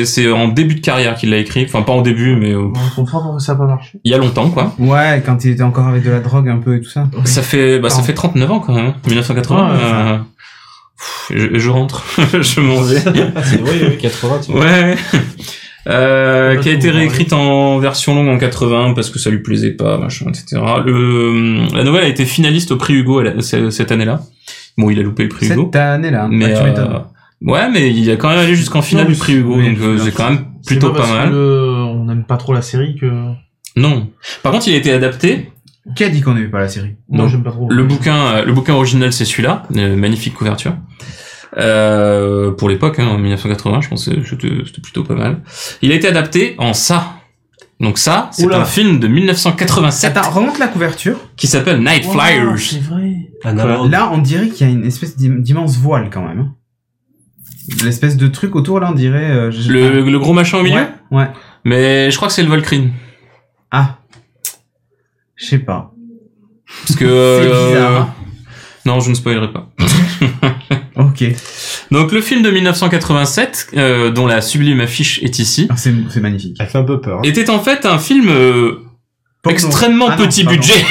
Speaker 2: Ah
Speaker 3: c'est en début de carrière qu'il l'a écrit. Enfin, pas en début, mais euh,
Speaker 2: On comprend pourquoi ça n'a pas marché.
Speaker 3: il y a longtemps, quoi.
Speaker 1: Ouais, quand il était encore avec de la drogue un peu et tout ça.
Speaker 3: Ça fait bah, ça
Speaker 2: Pardon.
Speaker 3: fait 39 ans, quand même. hein. 1980.
Speaker 2: Ouais, ouais,
Speaker 3: euh, pff, je, je rentre, <laughs> je
Speaker 5: <laughs>
Speaker 3: m'en vais.
Speaker 5: C'est vrai, oui, 80. tu vois.
Speaker 3: Ouais. Euh,
Speaker 2: Pas
Speaker 3: qui a
Speaker 2: tout,
Speaker 3: été
Speaker 2: ouais.
Speaker 3: réécrite en version longue en 80 parce que ça lui plaisait pas, machin, etc. Le, euh, la nouvelle a été finaliste au prix Hugo elle- c- cette année-là. Bon, il a loupé le prix Hugo.
Speaker 1: Cette année-là.
Speaker 3: Mais
Speaker 1: ah, tu
Speaker 3: euh,
Speaker 1: m'étonnes.
Speaker 3: ouais, mais il a quand même allé jusqu'en finale
Speaker 2: Non, mais
Speaker 3: du prix Hugo,
Speaker 2: oui,
Speaker 3: donc euh,
Speaker 2: bien
Speaker 3: c'est
Speaker 2: sûr.
Speaker 3: quand même plutôt
Speaker 2: C'est
Speaker 3: pas,
Speaker 2: parce
Speaker 3: mal.
Speaker 2: que, euh, on n'aime pas trop la série que.
Speaker 3: Non. Par contre, il a été adapté.
Speaker 1: Qui a dit qu'on n'aimait pas la série
Speaker 2: Moi,
Speaker 3: Donc,
Speaker 2: j'aime pas trop.
Speaker 3: Le bouquin, euh, le bouquin original, c'est celui-là, Euh, magnifique couverture. Euh, pour l'époque, hein, en 1980, je pense que c'était c'était plutôt pas mal. Il a été adapté en ça. Donc ça, c'est
Speaker 2: Oula.
Speaker 3: un film de 1987
Speaker 1: Attends, remonte la couverture.
Speaker 3: qui s'appelle Night
Speaker 2: Wow,
Speaker 3: Flyers.
Speaker 2: C'est vrai.
Speaker 5: Analogue.
Speaker 1: Là, on dirait qu'il y a une espèce d'im- d'immense voile quand même. hein. L'espèce de truc autour là, on dirait. euh, je-
Speaker 3: Le, le gros machin au milieu.
Speaker 1: Ouais, ouais.
Speaker 3: Mais je crois que c'est le Volcrine.
Speaker 1: Ah. Je sais pas.
Speaker 3: Parce
Speaker 1: <laughs>
Speaker 3: que...
Speaker 1: C'est
Speaker 3: euh,
Speaker 1: bizarre. hein.
Speaker 3: non, je ne spoilerai pas.
Speaker 1: Ok.
Speaker 3: Donc le film de 1987, euh, dont la sublime affiche est ici,
Speaker 1: Ah, C'est c'est magnifique.
Speaker 5: Elle fait un peu peur. hein.
Speaker 3: était en fait un film euh,
Speaker 1: Porno.
Speaker 3: extrêmement
Speaker 1: Ah non,
Speaker 3: petit
Speaker 1: pardon.
Speaker 3: budget,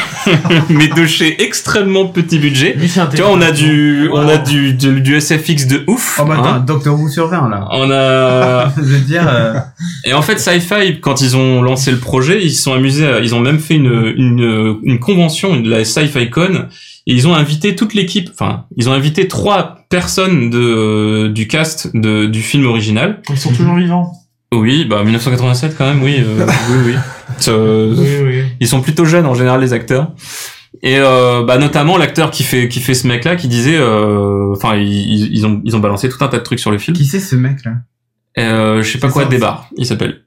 Speaker 3: <laughs> mais de chez extrêmement petit budget.
Speaker 2: Lui, c'est un
Speaker 3: Tu vois, on a
Speaker 2: téléphone.
Speaker 3: du, on a du, du, du SFX de ouf.
Speaker 1: Oh bah attends,
Speaker 3: hein. Ah.
Speaker 1: Doctor Who sur 20 là.
Speaker 3: On a,
Speaker 1: <laughs> Je veux dire,
Speaker 3: <laughs>
Speaker 1: euh,
Speaker 3: Et en fait, Sci-Fi, quand ils ont lancé le projet, ils se sont amusés. à- Ils ont même fait une, une, une convention, une, la Sci-Fi Con, et ils ont invité toute l'équipe. Enfin, ils ont invité trois personnes de du cast de, du film original.
Speaker 2: hein. Ils sont toujours vivants.
Speaker 3: Oui, bah 1987 quand même. Oui, euh,
Speaker 1: <laughs>
Speaker 3: oui, oui. Euh,
Speaker 2: Oui, oui.
Speaker 3: ils sont plutôt jeunes en général les acteurs. Et euh, bah notamment l'acteur qui fait qui fait ce mec là qui disait euh, enfin ils, ils ont ils ont balancé tout un tas de trucs sur le film.
Speaker 1: qui c'est ce mec là
Speaker 3: Euh, je sais pas
Speaker 1: C'est
Speaker 3: quoi
Speaker 1: ça.
Speaker 3: débarre, il s'appelle.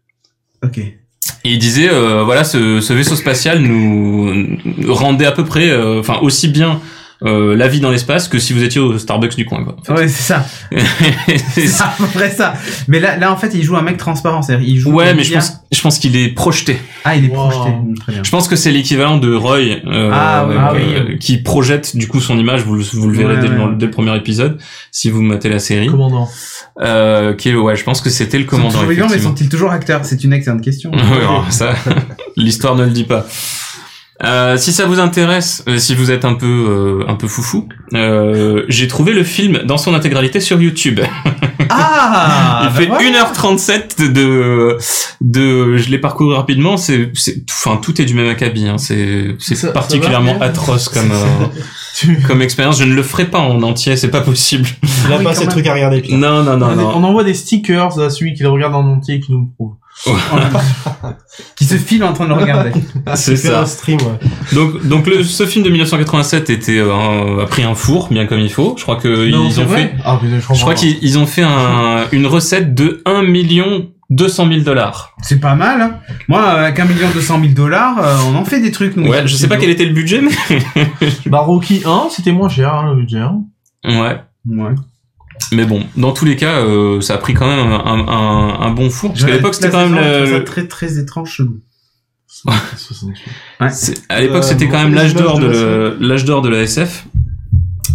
Speaker 1: Ok.
Speaker 3: Et il disait, euh, voilà, ce, ce vaisseau spatial nous rendait à peu près, euh, enfin, aussi bien euh, la vie dans l'espace que si vous étiez au Starbucks du coin. Quoi.
Speaker 1: Ouais, c'est
Speaker 3: <laughs>
Speaker 1: ça.
Speaker 3: C'est
Speaker 1: C'est
Speaker 3: ça.
Speaker 1: à peu près ça. Mais là, là en fait, il joue un mec transparent, c'est-à-dire il joue.
Speaker 3: ouais,
Speaker 1: comme
Speaker 3: mais je
Speaker 1: bien.
Speaker 3: pense, je pense qu'il est projeté.
Speaker 1: Ah, il est
Speaker 2: Wow.
Speaker 1: projeté. Mm, Très bien.
Speaker 3: Je pense que c'est l'équivalent de Roy, euh,
Speaker 1: Ah, oui,
Speaker 3: euh,
Speaker 1: ah oui.
Speaker 3: qui projette du coup son image. Vous, le- vous le verrez
Speaker 1: Ouais,
Speaker 3: dès, le-
Speaker 1: ouais, ouais.
Speaker 3: dès le premier épisode si vous matez la série.
Speaker 2: Commandant.
Speaker 3: Euh, qui est- ouais, je pense que c'était le
Speaker 1: Ils sont
Speaker 3: commandant.
Speaker 1: toujours vivants, mais
Speaker 3: effectivement.
Speaker 1: sont-ils toujours acteurs C'est une excellente question.
Speaker 3: <laughs> Ouais, alors, ça, l'histoire ne le dit pas. Euh, si ça vous intéresse, euh, si vous êtes un peu euh, un peu foufou, euh, j'ai trouvé le film dans son intégralité sur YouTube.
Speaker 1: Ah
Speaker 3: Il
Speaker 1: bah
Speaker 3: fait
Speaker 1: voilà.
Speaker 3: 1h37 de de je l'ai parcouru rapidement, c'est c'est enfin tout est du même acabit hein, c'est c'est
Speaker 2: Ça- ça
Speaker 3: particulièrement
Speaker 2: va, mais-
Speaker 3: atroce comme euh,
Speaker 2: Tu-
Speaker 3: comme expérience, je ne le ferai pas en entier, c'est pas possible.
Speaker 5: Il
Speaker 1: Ah oui,
Speaker 5: a pas
Speaker 1: quand
Speaker 5: assez de
Speaker 1: même.
Speaker 5: trucs à regarder. Pierre.
Speaker 3: Non non non
Speaker 2: On,
Speaker 3: non.
Speaker 2: envoie des stickers à celui qui le regarde en entier et qui nous le prouve.
Speaker 1: Qui se file en train de le regarder.
Speaker 3: C'est
Speaker 5: Fais
Speaker 3: ça.
Speaker 5: un stream. ouais.
Speaker 3: Donc, donc le, ce film de 1987 était euh, un- a pris un four, bien comme il faut. Je crois que
Speaker 2: Non,
Speaker 3: ils
Speaker 2: c'est
Speaker 3: ont
Speaker 2: vrai
Speaker 3: fait.
Speaker 2: Ah, mais je,
Speaker 3: Je crois
Speaker 2: comprends
Speaker 3: qu'ils ils ont fait un, une recette de 1 million 200 000 dollars.
Speaker 1: C'est pas mal. hein. Moi, avec 1 million 200 000 dollars, euh, on en fait des trucs. Nous,
Speaker 3: Ouais, je sais pas quel était le budget, mais
Speaker 2: pas. Bah, Rocky 1, c'était moins cher, hein, le
Speaker 3: <laughs>
Speaker 2: budget. hein.
Speaker 3: ouais.
Speaker 1: Ouais.
Speaker 3: Mais bon, dans tous les cas, euh, ça a pris quand même un, un, un- un bon four. Parce qu'à
Speaker 1: J'avais
Speaker 3: l'époque,
Speaker 1: toute
Speaker 3: c'était
Speaker 1: la
Speaker 3: quand même
Speaker 1: saison, je
Speaker 3: le-
Speaker 1: trouve ça
Speaker 3: le-
Speaker 1: très très étrange. chelou.
Speaker 2: C'est 68.
Speaker 3: c'est- à l'époque,
Speaker 5: Euh,
Speaker 3: c'était quand même
Speaker 5: bon,
Speaker 3: l'âge
Speaker 5: l'image
Speaker 3: d'or de
Speaker 5: de la
Speaker 3: le- l'âge d'or de la SF.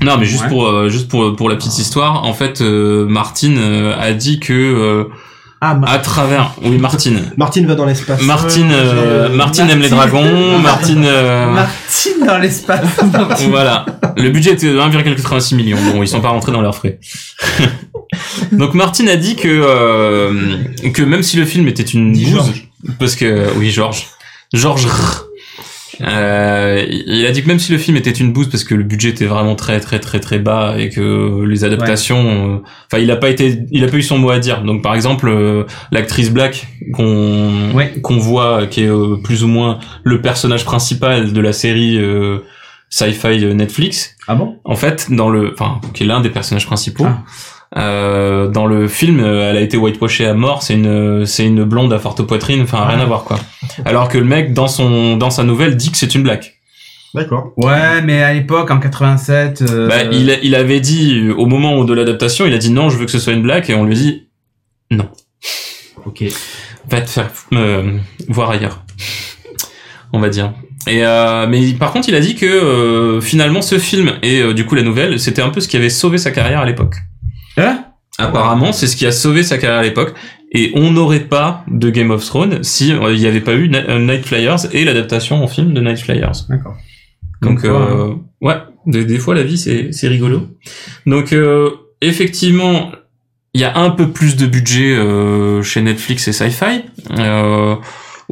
Speaker 3: Non, mais juste
Speaker 1: Ouais.
Speaker 3: pour euh, juste pour pour la petite histoire, en fait, euh, Martine euh, a dit que euh,
Speaker 1: Ah, ma-
Speaker 3: à travers oui Martine
Speaker 5: Martine va dans l'espace.
Speaker 3: Martine, euh,
Speaker 5: Euh,
Speaker 3: Martine aime les dragons. Martine,
Speaker 1: <laughs>
Speaker 3: euh,
Speaker 1: Martine dans l'espace.
Speaker 3: <laughs> voilà. Le budget était de 1,86 million. Bon, ils sont pas rentrés dans leurs frais. Donc Martine a dit que euh, que même si le film était une
Speaker 2: Dis
Speaker 3: bouse,
Speaker 2: Georges.
Speaker 3: parce que oui Georges, Georges, R. euh, il a dit que même si le film était une bouse, parce que le budget était vraiment très très très très bas et que les adaptations, euh, enfin il a pas été, il a pas eu son mot à dire. Donc par exemple euh, l'actrice Black qu'on
Speaker 1: Ouais.
Speaker 3: qu'on voit, euh, qui est euh, plus ou moins le personnage principal de la série euh, sci-fi euh, Netflix.
Speaker 1: Ah bon
Speaker 3: En fait, dans le, enfin, qui est l'un des personnages principaux.
Speaker 1: Ah.
Speaker 3: Euh, dans le film, euh, elle a été whitewashée à mort. C'est une, euh, c'est une blonde à forte poitrine. Enfin,
Speaker 1: Ah.
Speaker 3: rien à voir quoi. Alors que le mec, dans son, dans sa nouvelle, dit que c'est une blague.
Speaker 5: D'accord.
Speaker 1: Ouais, mais à l'époque, en 87. euh,
Speaker 3: Bah, il, a- il avait dit euh, au moment où de l'adaptation, il a dit non, je veux que ce soit une blague, et on lui dit
Speaker 5: Ok.
Speaker 3: va te faire euh, voir ailleurs, on va dire. Et euh, mais il- par contre, il a dit que euh, finalement, ce film et euh, du coup la nouvelle, c'était un peu ce qui avait sauvé sa carrière à l'époque.
Speaker 1: Hein
Speaker 3: Apparemment, c'est ce qui a sauvé sa carrière à l'époque. Et on n'aurait pas de Game of Thrones si euh, il n'y avait pas eu Na- euh, Night Flyers et l'adaptation en film de Night Flyers.
Speaker 1: D'accord.
Speaker 3: Donc,
Speaker 1: Comme quoi, hein.
Speaker 3: euh, ouais, des, des fois la vie c'est c'est rigolo. Donc euh, effectivement, il y a un peu plus de budget euh, chez Netflix et Sci-Fi. Euh,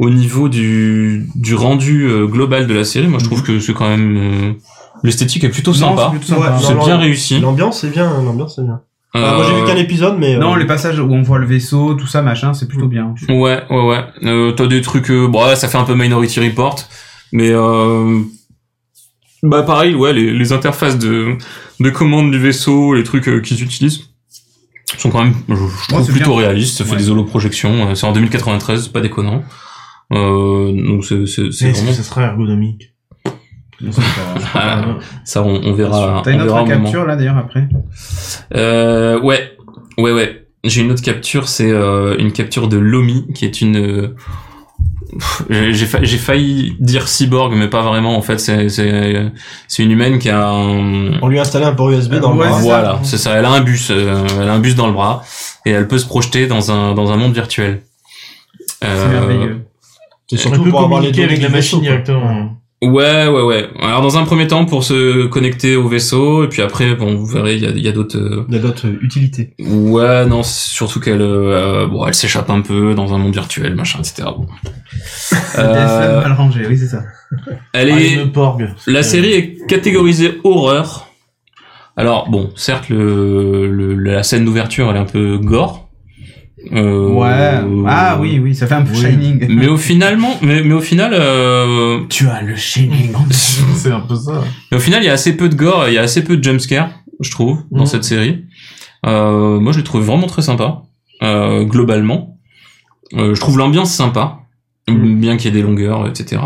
Speaker 3: au niveau du, du rendu euh, global de la série, moi je trouve que c'est quand même euh, l'esthétique est plutôt
Speaker 1: Non,
Speaker 3: sympa.
Speaker 1: c'est plutôt sympa.
Speaker 5: Ouais,
Speaker 3: C'est
Speaker 5: Mhm. non,
Speaker 3: bien
Speaker 5: non,
Speaker 3: réussi.
Speaker 5: L'ambiance c'est bien, hein, l'ambiance c'est bien. Ah, moi j'ai
Speaker 3: Euh, Mm.
Speaker 5: vu qu'un épisode, mais. euh,
Speaker 1: Non, les passages où on voit le vaisseau, tout ça, machin, c'est plutôt bien.
Speaker 3: Ouais, ouais, ouais. Euh, T'as des trucs, euh, bon, ouais, ça fait un peu Minority Report, mais euh, bah pareil, ouais, les, les interfaces de de commande du vaisseau, les trucs euh, qu'ils utilisent sont quand même, je, je trouve
Speaker 1: c'est
Speaker 3: plutôt réalistes. Ça fait
Speaker 1: Ouais.
Speaker 3: des holoprojections. euh, C'est en 2093, c'est pas déconnant. Euh, donc c'est c'est c'est
Speaker 2: Mais Est-ce
Speaker 3: vraiment
Speaker 2: que ça sera ergonomique
Speaker 3: Ah, ça on, on verra
Speaker 1: T'as une
Speaker 3: on verra
Speaker 1: autre
Speaker 3: au moment.
Speaker 1: capture là d'ailleurs après
Speaker 3: Euh, ouais, ouais, ouais. J'ai une autre capture, c'est euh, une capture de Lomi, qui est une. euh, pff, <laughs> J'ai j'ai fa- j'ai failli dire cyborg, mais pas vraiment. En fait, c'est c'est c'est une humaine qui a un.
Speaker 5: On lui a installé un port USB dans le
Speaker 1: Ouais,
Speaker 5: bras.
Speaker 1: c'est ça.
Speaker 3: Voilà, c'est ça. Elle a un bus, euh, elle a un bus dans le bras, et elle peut se projeter dans un dans un monde virtuel.
Speaker 1: C'est
Speaker 3: Euh,
Speaker 1: merveilleux.
Speaker 5: C'est
Speaker 2: On
Speaker 5: surtout
Speaker 2: peut
Speaker 5: pour avoir les
Speaker 2: communiquer
Speaker 5: données
Speaker 2: avec la
Speaker 5: du vaisseau,
Speaker 2: machine
Speaker 5: quoi.
Speaker 2: directement. hein.
Speaker 3: Ouais, ouais, ouais. Alors dans un premier temps pour se connecter au vaisseau, et puis après, bon, vous verrez, il y a, il y a d'autres. euh,
Speaker 5: Il y a d'autres utilités.
Speaker 3: Ouais, non, c'est surtout qu'elle, euh, bon, elle s'échappe un peu dans un monde virtuel, machin, etc.
Speaker 1: <laughs>
Speaker 3: Bon.
Speaker 1: DSM
Speaker 3: Euh,
Speaker 1: mal rangé, oui, c'est ça.
Speaker 3: elle
Speaker 2: Ah,
Speaker 3: est.
Speaker 2: le Porg.
Speaker 3: La
Speaker 2: Euh,
Speaker 3: série est catégorisée horreur. Alors bon, certes, le, le- la scène d'ouverture elle est un peu gore. Euh,
Speaker 1: Ouais. Ah oui, oui, ça fait un peu
Speaker 5: Oui.
Speaker 1: Shining.
Speaker 3: Mais au finalement, mais, mais au final, euh,
Speaker 2: Tu as le shining. <laughs> C'est un peu ça.
Speaker 3: mais au final, il y a assez peu de gore, il y a assez peu de jumpscare, je trouve, dans
Speaker 1: Mm.
Speaker 2: Mhm.
Speaker 3: cette série. Euh, moi, je l'ai trouvé vraiment très sympa, euh, globalement. Euh, je trouve l'ambiance sympa,
Speaker 1: Mm.
Speaker 3: bien qu'il y ait des longueurs, etc.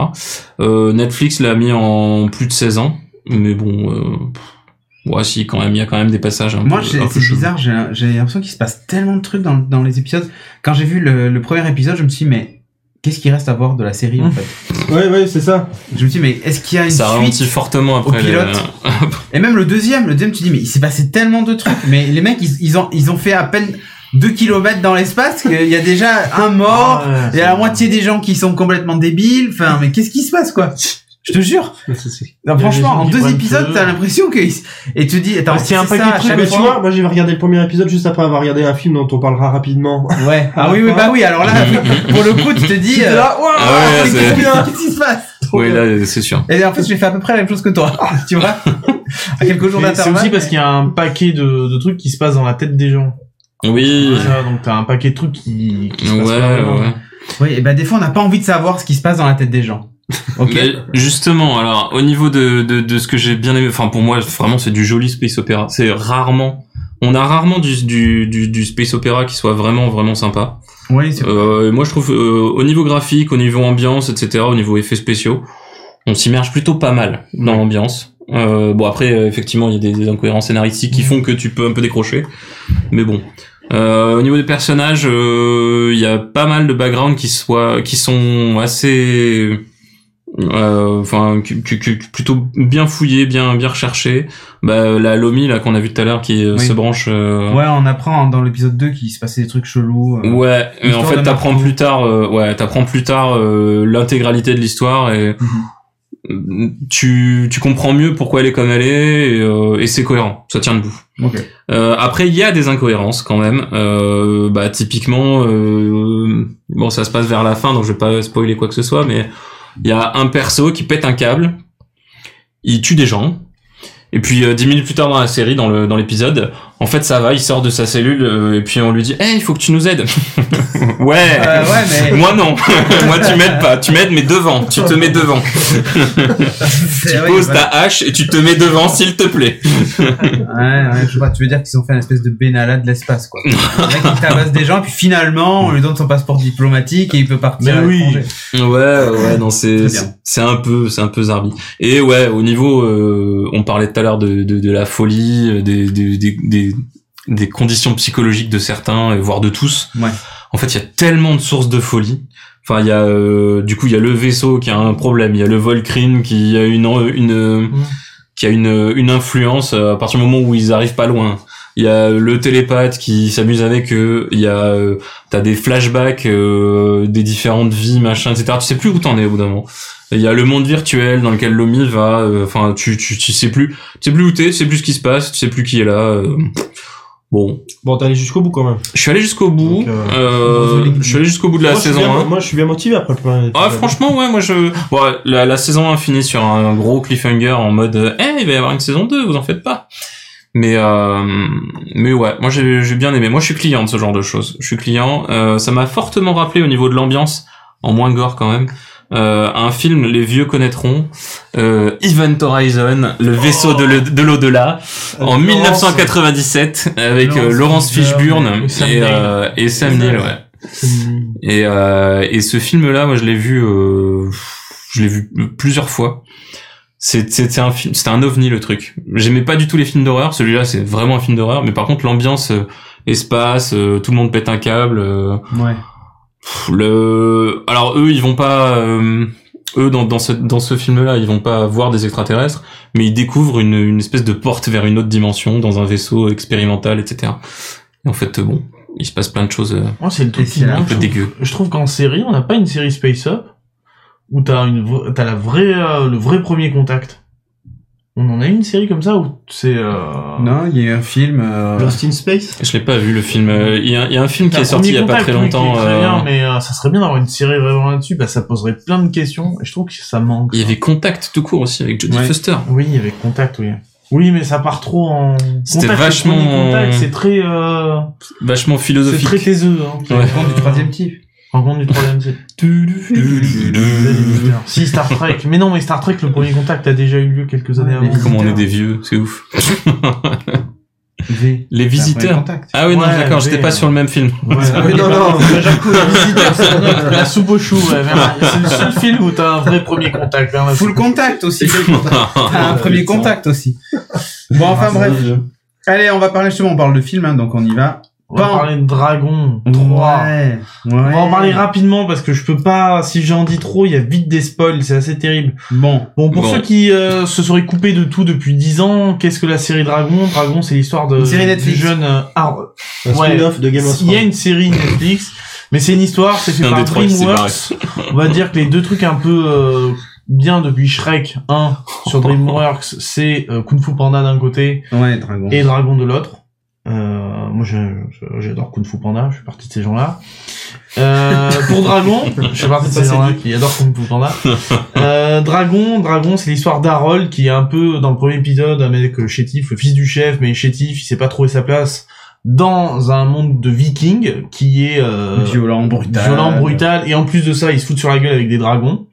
Speaker 3: Euh, Netflix l'a mis en plus de 16 ans, mais bon, euh, pff, ouais, si, quand même, il y a quand même des passages un
Speaker 1: Moi,
Speaker 3: peu,
Speaker 1: j'ai-
Speaker 3: un peu
Speaker 1: c'est
Speaker 3: chelous.
Speaker 1: bizarre, j'ai j'ai l'impression qu'il se passe tellement de trucs dans, dans les épisodes. Quand j'ai vu le, le premier épisode, je me suis dit, mais qu'est-ce qui reste à voir de la série en fait
Speaker 5: Ouais, ouais, c'est ça.
Speaker 1: Je me suis dit, mais est-ce qu'il y a une
Speaker 3: Mm. Ça ralentit
Speaker 1: suite
Speaker 3: fortement après les-
Speaker 1: pilote. Et même le deuxième, le deuxième, tu dis, mais il s'est passé tellement de trucs, mais les mecs, ils, ils ont, ils ont fait à peine 2 km dans l'espace qu'il y a déjà un mort, Oh,
Speaker 2: Ah,
Speaker 1: il y a la moitié des gens qui sont complètement débiles, enfin, mais qu'est-ce qui se passe quoi je te jure.
Speaker 2: Ah,
Speaker 1: Non,
Speaker 2: Il y a des
Speaker 1: franchement,
Speaker 2: gens
Speaker 1: en
Speaker 2: qui
Speaker 1: deux
Speaker 2: prennent
Speaker 1: épisodes,
Speaker 2: feu.
Speaker 1: t'as l'impression que ils- et tu dis, attends,
Speaker 2: Parce qu'il y a un
Speaker 1: c'est
Speaker 2: paquet
Speaker 1: ça
Speaker 2: de
Speaker 1: à
Speaker 2: trucs,
Speaker 1: chaque
Speaker 5: Mais tu
Speaker 1: fois.
Speaker 5: vois, moi j'ai regardé le premier épisode juste après avoir regardé un film dont on parlera rapidement.
Speaker 1: Ouais. Ah oui, oui, bah oui. Alors
Speaker 2: <laughs>
Speaker 1: là, pour le coup, tu te dis. euh,
Speaker 5: là,
Speaker 3: Ah <laughs> ouais, là,
Speaker 1: qu'est-ce
Speaker 3: c'est-
Speaker 1: qui- qu'est-ce qui se passe
Speaker 3: Oui, là, c'est sûr.
Speaker 1: Et en fait, j'ai fait à peu près la même chose que toi. <laughs> Tu vois À quelques jours
Speaker 2: Mais C'est
Speaker 1: d'intervalle.
Speaker 2: aussi parce qu'il y a un paquet de, de trucs qui se passent dans la tête des gens.
Speaker 3: Oui.
Speaker 2: Ça, donc t'as un paquet de trucs qui, qui se
Speaker 3: Ouais,
Speaker 2: passent pas vraiment.
Speaker 3: ouais.
Speaker 1: Oui, et ben des fois, on n'a pas envie de savoir ce qui se passe dans la tête des gens. Ok.
Speaker 3: Mais justement, alors au niveau de, de, de ce que j'ai bien aimé, enfin pour moi vraiment c'est du joli space opéra. C'est rarement, on a rarement du, du, du, du space opéra qui soit vraiment vraiment sympa.
Speaker 1: Oui, c'est
Speaker 3: Euh, et moi je trouve euh, au niveau graphique, au niveau ambiance, etc., au niveau effets spéciaux, on s'immerge plutôt pas mal dans l'ambiance. Euh, bon après euh, effectivement il y a des, des incohérences scénaristiques qui font que tu peux un peu décrocher, mais bon. Euh, au niveau des personnages, euh, il y a pas mal de backgrounds qui soient, qui sont assez, euh, enfin, qui- qui- qui- plutôt bien fouillés, bien bien recherchés. Bah la Lomi là qu'on a vu tout à l'heure qui euh,
Speaker 1: Oui.
Speaker 3: se branche. euh,
Speaker 1: Ouais, on apprend hein, dans l'épisode 2 qu'il se passait des trucs chelous. euh.
Speaker 3: Ouais, mais en
Speaker 1: L'histoire
Speaker 3: fait,
Speaker 1: de
Speaker 3: t'apprends
Speaker 1: Marco.
Speaker 3: plus tard, euh, ouais, t'apprends plus tard euh, l'intégralité de l'histoire et
Speaker 1: Mhm.
Speaker 3: tu, tu comprends mieux pourquoi elle est comme elle est et, euh, et c'est cohérent, ça tient debout.
Speaker 1: Ok.
Speaker 3: Euh, après, il y a des incohérences quand même. Euh, bah, typiquement, euh, bon, ça se passe vers la fin, donc je vais pas spoiler quoi que ce soit, mais il y a un perso qui pète un câble, il tue des gens. Et puis euh, dix minutes plus tard dans la série, dans le dans l'épisode, en fait ça va, il sort de sa cellule euh, et puis on lui dit, hey, il faut que tu nous aides. ouais.
Speaker 1: Euh, ouais, mais
Speaker 3: <laughs> Moi non. Moi tu m'aides pas. Tu m'aides mais devant. Tu te mets devant. Tu
Speaker 1: c'est vrai,
Speaker 3: poses
Speaker 1: ouais,
Speaker 3: ta hache et tu te mets devant s'il te plaît.
Speaker 1: ouais, ouais, je vois, tu veux dire qu'ils ont fait une espèce de Benalla de l'espace,
Speaker 2: <laughs>
Speaker 1: quoi. Le mec, il tabasse des gens, puis finalement, on lui donne son passeport diplomatique et il peut partir.
Speaker 2: Mais
Speaker 1: à
Speaker 2: oui.
Speaker 1: l'étranger.
Speaker 3: Ouais, ouais, non, c'est
Speaker 1: Très bien.
Speaker 3: c'est- c'est un peu, c'est un peu zarbi. Et ouais, au niveau, euh, on parlait tout à l'heure de, de, de la folie, euh, des, des, des, des, des conditions psychologiques de certains, euh, voire de tous.
Speaker 1: Ouais.
Speaker 3: En fait, il y a tellement de sources de folie. Enfin, il y a, euh, du coup, il y a le vaisseau qui a un problème, il y a le Volcrine qui a une, en- une, euh, qui a une, une influence euh, à partir du moment où ils arrivent pas loin. Il y a le télépathe qui s'amuse avec eux. Il y a euh, t'as des flashbacks euh, des différentes vies machin etc tu sais plus où t'en es au bout d'un moment il y a le monde virtuel dans lequel Lomi va euh, enfin tu, tu tu sais plus tu sais plus où t'es tu sais plus ce qui se passe tu sais plus qui est là euh. bon
Speaker 5: <laughs> Bon, t'es allé jusqu'au bout quand même.
Speaker 3: je suis allé jusqu'au bout
Speaker 5: Donc, euh,
Speaker 3: euh, je suis allé jusqu'au bout de la
Speaker 5: moi, je suis
Speaker 3: saison
Speaker 5: bien-
Speaker 3: 1
Speaker 5: Moi je suis bien motivé après le premier
Speaker 3: ah
Speaker 5: épisode.
Speaker 3: franchement ouais moi je bon, la, la saison 1 finit sur un gros cliffhanger en mode euh, eh il va y avoir une saison 2 vous en faites pas mais euh, mais ouais moi j'ai j'ai bien aimé moi je suis client de ce genre de choses je suis client Euh, ça m'a fortement rappelé au niveau de l'ambiance en moins gore quand même euh, un film les vieux connaîtront euh, Event Horizon le vaisseau de le- de l'au-delà
Speaker 5: Avec
Speaker 3: en
Speaker 5: Laurence,
Speaker 3: 1997 avec euh, Laurence
Speaker 2: Laurence
Speaker 3: Fishburne
Speaker 2: Fishburne et Sam
Speaker 3: et, euh, et Sam Neill
Speaker 2: Neill.
Speaker 3: ouais et, euh, et ce film-là, moi, je l'ai vu, euh, je l'ai vu plusieurs fois. C'est- C'était un film, c'était un ovni le truc. J'aimais pas du tout les films d'horreur. Celui-là, c'est vraiment un film d'horreur. Mais par contre, l'ambiance, euh, espace, euh, tout le monde pète un câble. euh,
Speaker 1: Ouais.
Speaker 3: pff, le, alors eux, ils vont pas, euh, eux dans, dans ce dans ce film-là, ils vont pas voir des extraterrestres, mais ils découvrent une, une espèce de porte vers une autre dimension dans un vaisseau expérimental, etc. Et en fait, euh, bon, il se passe plein de choses euh,
Speaker 2: Moi, c'est le
Speaker 1: Et
Speaker 2: truc
Speaker 1: c'est
Speaker 2: qui
Speaker 1: un
Speaker 3: un
Speaker 2: manque.
Speaker 3: peu dégueu.
Speaker 2: Je trouve qu'en série, on n'a pas une série Space Up. où t'as une vra- t'as la vraie euh, le vrai premier contact. On en a une série comme ça où c'est euh,
Speaker 1: Non, il y a eu un film. euh,
Speaker 5: Lost in Space
Speaker 3: Je l'ai pas vu le film. Euh, Il y, a- il y a un film qui
Speaker 2: t'as
Speaker 3: est
Speaker 2: un
Speaker 3: sorti il y a
Speaker 2: premier
Speaker 3: pas
Speaker 2: contact,
Speaker 3: très
Speaker 2: oui, qui est
Speaker 3: longtemps.
Speaker 2: très bien,
Speaker 3: euh,
Speaker 2: mais euh, ça serait bien d'avoir une série vraiment là-dessus, parce que ça poserait plein de questions et je trouve que ça manque.
Speaker 3: Il y
Speaker 2: ça.
Speaker 3: avait Contact tout court aussi avec Jodie
Speaker 1: Ouais.
Speaker 3: Foster.
Speaker 2: Oui, il y avait contact, oui. Oui, mais ça part trop en.
Speaker 3: C'était
Speaker 2: Contact, le
Speaker 3: vachement-
Speaker 2: premier Contact, c'est très. Euh...
Speaker 3: Vachement
Speaker 2: C'est
Speaker 3: philosophique.
Speaker 2: très taiseux. Hein,
Speaker 3: Ouais.
Speaker 1: Rencontre du troisième type.
Speaker 2: Rencontre du troisième type. si Star Trek, mais non, mais Star Trek, le premier contact a déjà eu lieu quelques années
Speaker 1: Ouais,
Speaker 2: avant.
Speaker 3: <laughs> Comment on est des vieux, c'est ouf. <laughs>
Speaker 1: V.
Speaker 3: Les visiteurs. Ah oui, non,
Speaker 2: Ouais,
Speaker 3: d'accord, j'étais
Speaker 2: mais,
Speaker 3: pas
Speaker 2: euh,
Speaker 3: sur le même <laughs> film.
Speaker 1: <laughs>
Speaker 2: Ouais. <laughs>
Speaker 5: non, non,
Speaker 2: La soupe au chou, ouais, Bernard. c'est le seul film où t'as un vrai premier contact. Bernard.
Speaker 1: Full contact
Speaker 2: <laughs>
Speaker 1: aussi. Ah, un premier contact aussi. Bon,
Speaker 2: Ah,
Speaker 1: enfin bref. Allez, on va parler justement, on parle de film, hein, donc on y va.
Speaker 2: On va parler de Dragon 3.
Speaker 1: Ouais.
Speaker 2: On va en parler rapidement parce que je peux pas, si j'en dis trop, il y a vite des spoils, c'est assez terrible.
Speaker 1: Bon.
Speaker 2: Bon, pour
Speaker 3: Bon.
Speaker 2: ceux qui euh, se seraient coupés de tout depuis 10 ans, qu'est-ce que la série Dragon Dragon, c'est l'histoire de
Speaker 1: Une série Netflix.
Speaker 2: du jeune euh, Har-
Speaker 5: Un
Speaker 2: Ouais.
Speaker 5: spin-off de Game of
Speaker 2: Il y a
Speaker 5: Thrones.
Speaker 2: une série Netflix, mais c'est une histoire, c'est fait
Speaker 3: Un
Speaker 2: par
Speaker 3: des trois qui s'est
Speaker 2: DreamWorks. On va dire que les deux trucs un peu euh, bien depuis Shrek 1
Speaker 3: <laughs>
Speaker 2: sur DreamWorks, c'est euh, Kung Fu Panda d'un côté
Speaker 1: Ouais, Dragon.
Speaker 2: et Dragon de l'autre. Euh, moi, je- je- j'adore Kung Fu Panda, je suis partie de ces gens-là. Euh, pour Dragon, je suis partie de ces
Speaker 5: Ça, c'est
Speaker 2: gens-là qui adorent Kung Fu Panda. Euh, Dragon, Dragon, c'est l'histoire d'Harold qui est un peu dans le premier épisode un mec euh, chétif, le fils du chef, mais chétif, il sait pas trouver sa place dans un monde de vikings qui est euh,
Speaker 1: Violent, brutal.
Speaker 2: violent, brutal, et en plus de ça, il se fout sur la gueule avec des dragons.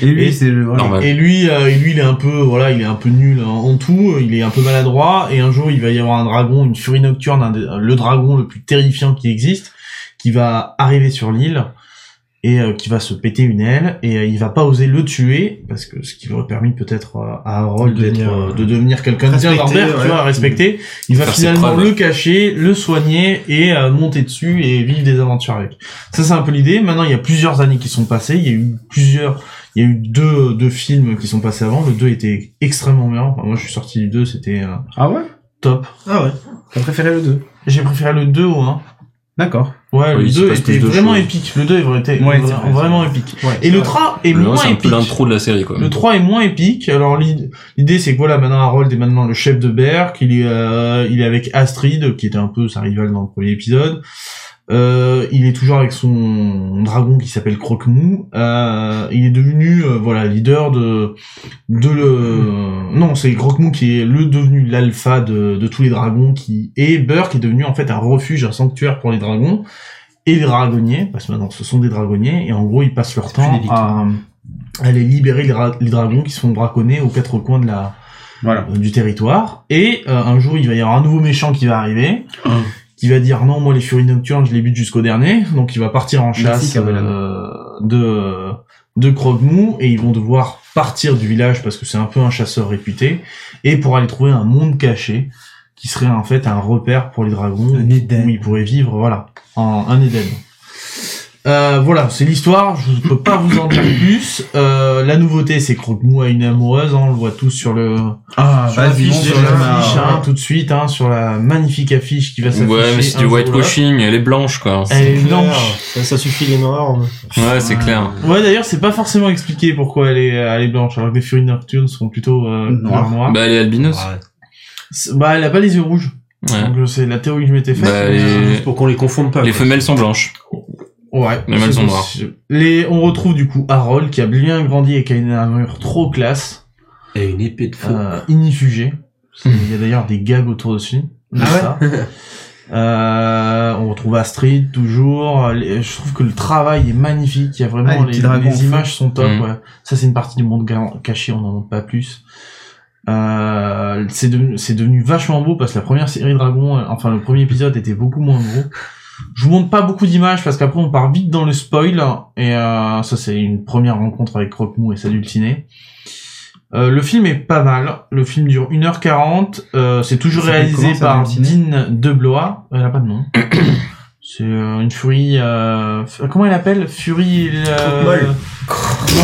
Speaker 1: Et lui,
Speaker 2: Et-
Speaker 1: c'est le. voilà.
Speaker 3: Normal.
Speaker 2: Et lui, euh, et lui, il est un peu, voilà, il est un peu nul en- en tout, il est un peu maladroit, et un jour, il va y avoir un dragon, une furie nocturne, un des- euh, le dragon le plus terrifiant qui existe, qui va arriver sur l'île, et euh, qui va se péter une aile, et euh, il va pas oser le tuer, parce que ce qui lui aurait permis peut-être euh, à Harold
Speaker 5: De devenir,
Speaker 2: d'être, euh, de devenir quelqu'un de bien
Speaker 5: respecté,
Speaker 2: Norbert, tu
Speaker 5: ouais.
Speaker 2: vois, respecté, il va
Speaker 3: Faire ses
Speaker 2: finalement
Speaker 3: preuves.
Speaker 2: le cacher, le soigner, et euh, monter dessus, et vivre des aventures avec. Ça, c'est un peu l'idée. Maintenant, il y a plusieurs années qui sont passées. Il y a eu plusieurs, il y a eu deux, deux films qui sont passés avant. Le 2 était extrêmement bien. Enfin, moi, je suis sorti du 2, c'était euh,
Speaker 1: Ah ouais
Speaker 2: top.
Speaker 5: Ah ouais.
Speaker 1: T'as préféré le 2
Speaker 2: J'ai préféré le 2 au 1.
Speaker 1: D'accord.
Speaker 2: Ouais,
Speaker 3: Oui,
Speaker 2: le
Speaker 3: il se
Speaker 2: 2
Speaker 3: passe
Speaker 2: était
Speaker 3: plus de
Speaker 2: vraiment
Speaker 3: choses.
Speaker 2: épique. Le 2 était
Speaker 1: Ouais,
Speaker 2: vra-
Speaker 1: c'est vrai,
Speaker 2: vraiment
Speaker 1: c'est vrai.
Speaker 2: épique. Et le 3 est
Speaker 3: Le 1,
Speaker 2: moins
Speaker 3: c'est un peu
Speaker 2: épique.
Speaker 3: l'intro de la série, quoi.
Speaker 2: Le 3 est moins épique. Alors l'id- l'idée c'est que voilà, maintenant Harold est maintenant le chef de Berk, il est euh, il est avec Astrid qui était un peu sa rivale dans le premier épisode. Euh, il est toujours avec son dragon qui s'appelle Croque-Mou. Euh, il est devenu euh, voilà leader de de le non c'est Croque-Mou qui est le devenu l'alpha de, de tous les dragons qui et Burke est devenu en fait un refuge un sanctuaire pour les dragons et les dragonniers parce que maintenant ce sont des dragonniers et en gros ils passent leur
Speaker 1: C'est plus
Speaker 2: temps
Speaker 1: des victimes.
Speaker 2: à aller libérer les, dra- les dragons qui se font braconner aux quatre coins de la
Speaker 1: Voilà.
Speaker 2: euh, du territoire. Et euh, un jour, il va y avoir un nouveau méchant qui va arriver,
Speaker 1: Hum.
Speaker 2: qui va dire non, moi les furies nocturnes, je les bute jusqu'au dernier. Donc il va partir en
Speaker 1: Merci,
Speaker 2: chasse
Speaker 1: Camelot.
Speaker 2: euh, de de Krogmou et ils vont devoir partir du village parce que c'est un peu un chasseur réputé et pour aller trouver un monde caché qui serait en fait un repère pour les dragons
Speaker 1: Un Éden.
Speaker 2: où ils pourraient vivre voilà en un Éden. Euh, voilà, c'est l'histoire, je peux pas vous en dire plus. Euh, la nouveauté, c'est que Krogmou a une amoureuse, hein, on le voit tous sur le,
Speaker 1: Ah,
Speaker 2: sur
Speaker 1: vas-y,
Speaker 2: l'affiche
Speaker 1: monte
Speaker 2: déjà,
Speaker 1: sur la
Speaker 2: affiche, hein,
Speaker 1: main.
Speaker 2: tout de suite, hein, sur la magnifique affiche qui va s'afficher.
Speaker 3: Ouais, mais c'est
Speaker 2: un
Speaker 3: du
Speaker 2: jour
Speaker 3: whitewashing, elle est blanche, quoi.
Speaker 2: là. Elle est
Speaker 5: Claire,
Speaker 2: blanche.
Speaker 5: Ça, ça suffit les noirs.
Speaker 3: Ouais, c'est clair.
Speaker 2: Ouais, d'ailleurs, c'est pas forcément expliqué pourquoi elle est, elle est blanche, alors que les Furies Nocturnes sont plutôt euh,
Speaker 1: Noir.
Speaker 2: noires. noires. Bah,
Speaker 3: Bah, elle est albinos.
Speaker 2: elle a pas les yeux rouges.
Speaker 3: Ouais.
Speaker 2: Donc, euh, c'est la théorie que je m'étais faite.
Speaker 3: Bah,
Speaker 2: mais,
Speaker 3: les-
Speaker 2: euh,
Speaker 5: Juste pour qu'on les confonde pas.
Speaker 3: Les
Speaker 5: quoi.
Speaker 3: femelles sont blanches.
Speaker 2: Ouais.
Speaker 3: Les mâles
Speaker 2: c'est
Speaker 3: sont noirs.
Speaker 2: possible. Les, on retrouve du coup Harold, qui a bien grandi et qui a une armure trop classe,
Speaker 5: Et une épée de feu.
Speaker 2: euh, inifugée.
Speaker 1: Hmm.
Speaker 2: Il y a d'ailleurs des gags autour de ce film. de
Speaker 1: Ah
Speaker 2: ça.
Speaker 1: <laughs>
Speaker 2: Euh, on retrouve Astrid toujours. Les- Je trouve que le travail est magnifique. Il y a vraiment
Speaker 1: Ah, les
Speaker 2: les,
Speaker 1: petits dragons Hmm.
Speaker 2: les
Speaker 1: en
Speaker 2: images sont top.
Speaker 3: Mhm.
Speaker 2: ouais. Ça c'est une partie du monde ga- caché, on n'en montre pas plus. Euh, c'est devenu, c'est devenu vachement beau parce que la première série Dragon, euh, enfin le premier épisode était beaucoup moins gros. Je vous montre pas beaucoup d'images parce qu'après on part vite dans le spoil et euh, ça c'est une première rencontre avec Croque-Mou et sa dulcinée. Euh, le film est pas mal. Le film dure 1h40. Euh, c'est toujours
Speaker 1: Ça s'appelle
Speaker 2: réalisé
Speaker 1: comment, sa
Speaker 2: par
Speaker 1: dulcinée
Speaker 2: Dean Deblois. Euh, Elle a pas de
Speaker 1: <coughs>
Speaker 2: nom. C'est euh, une furie. Euh, f- comment elle appelle Fury. Euh,
Speaker 5: Molle.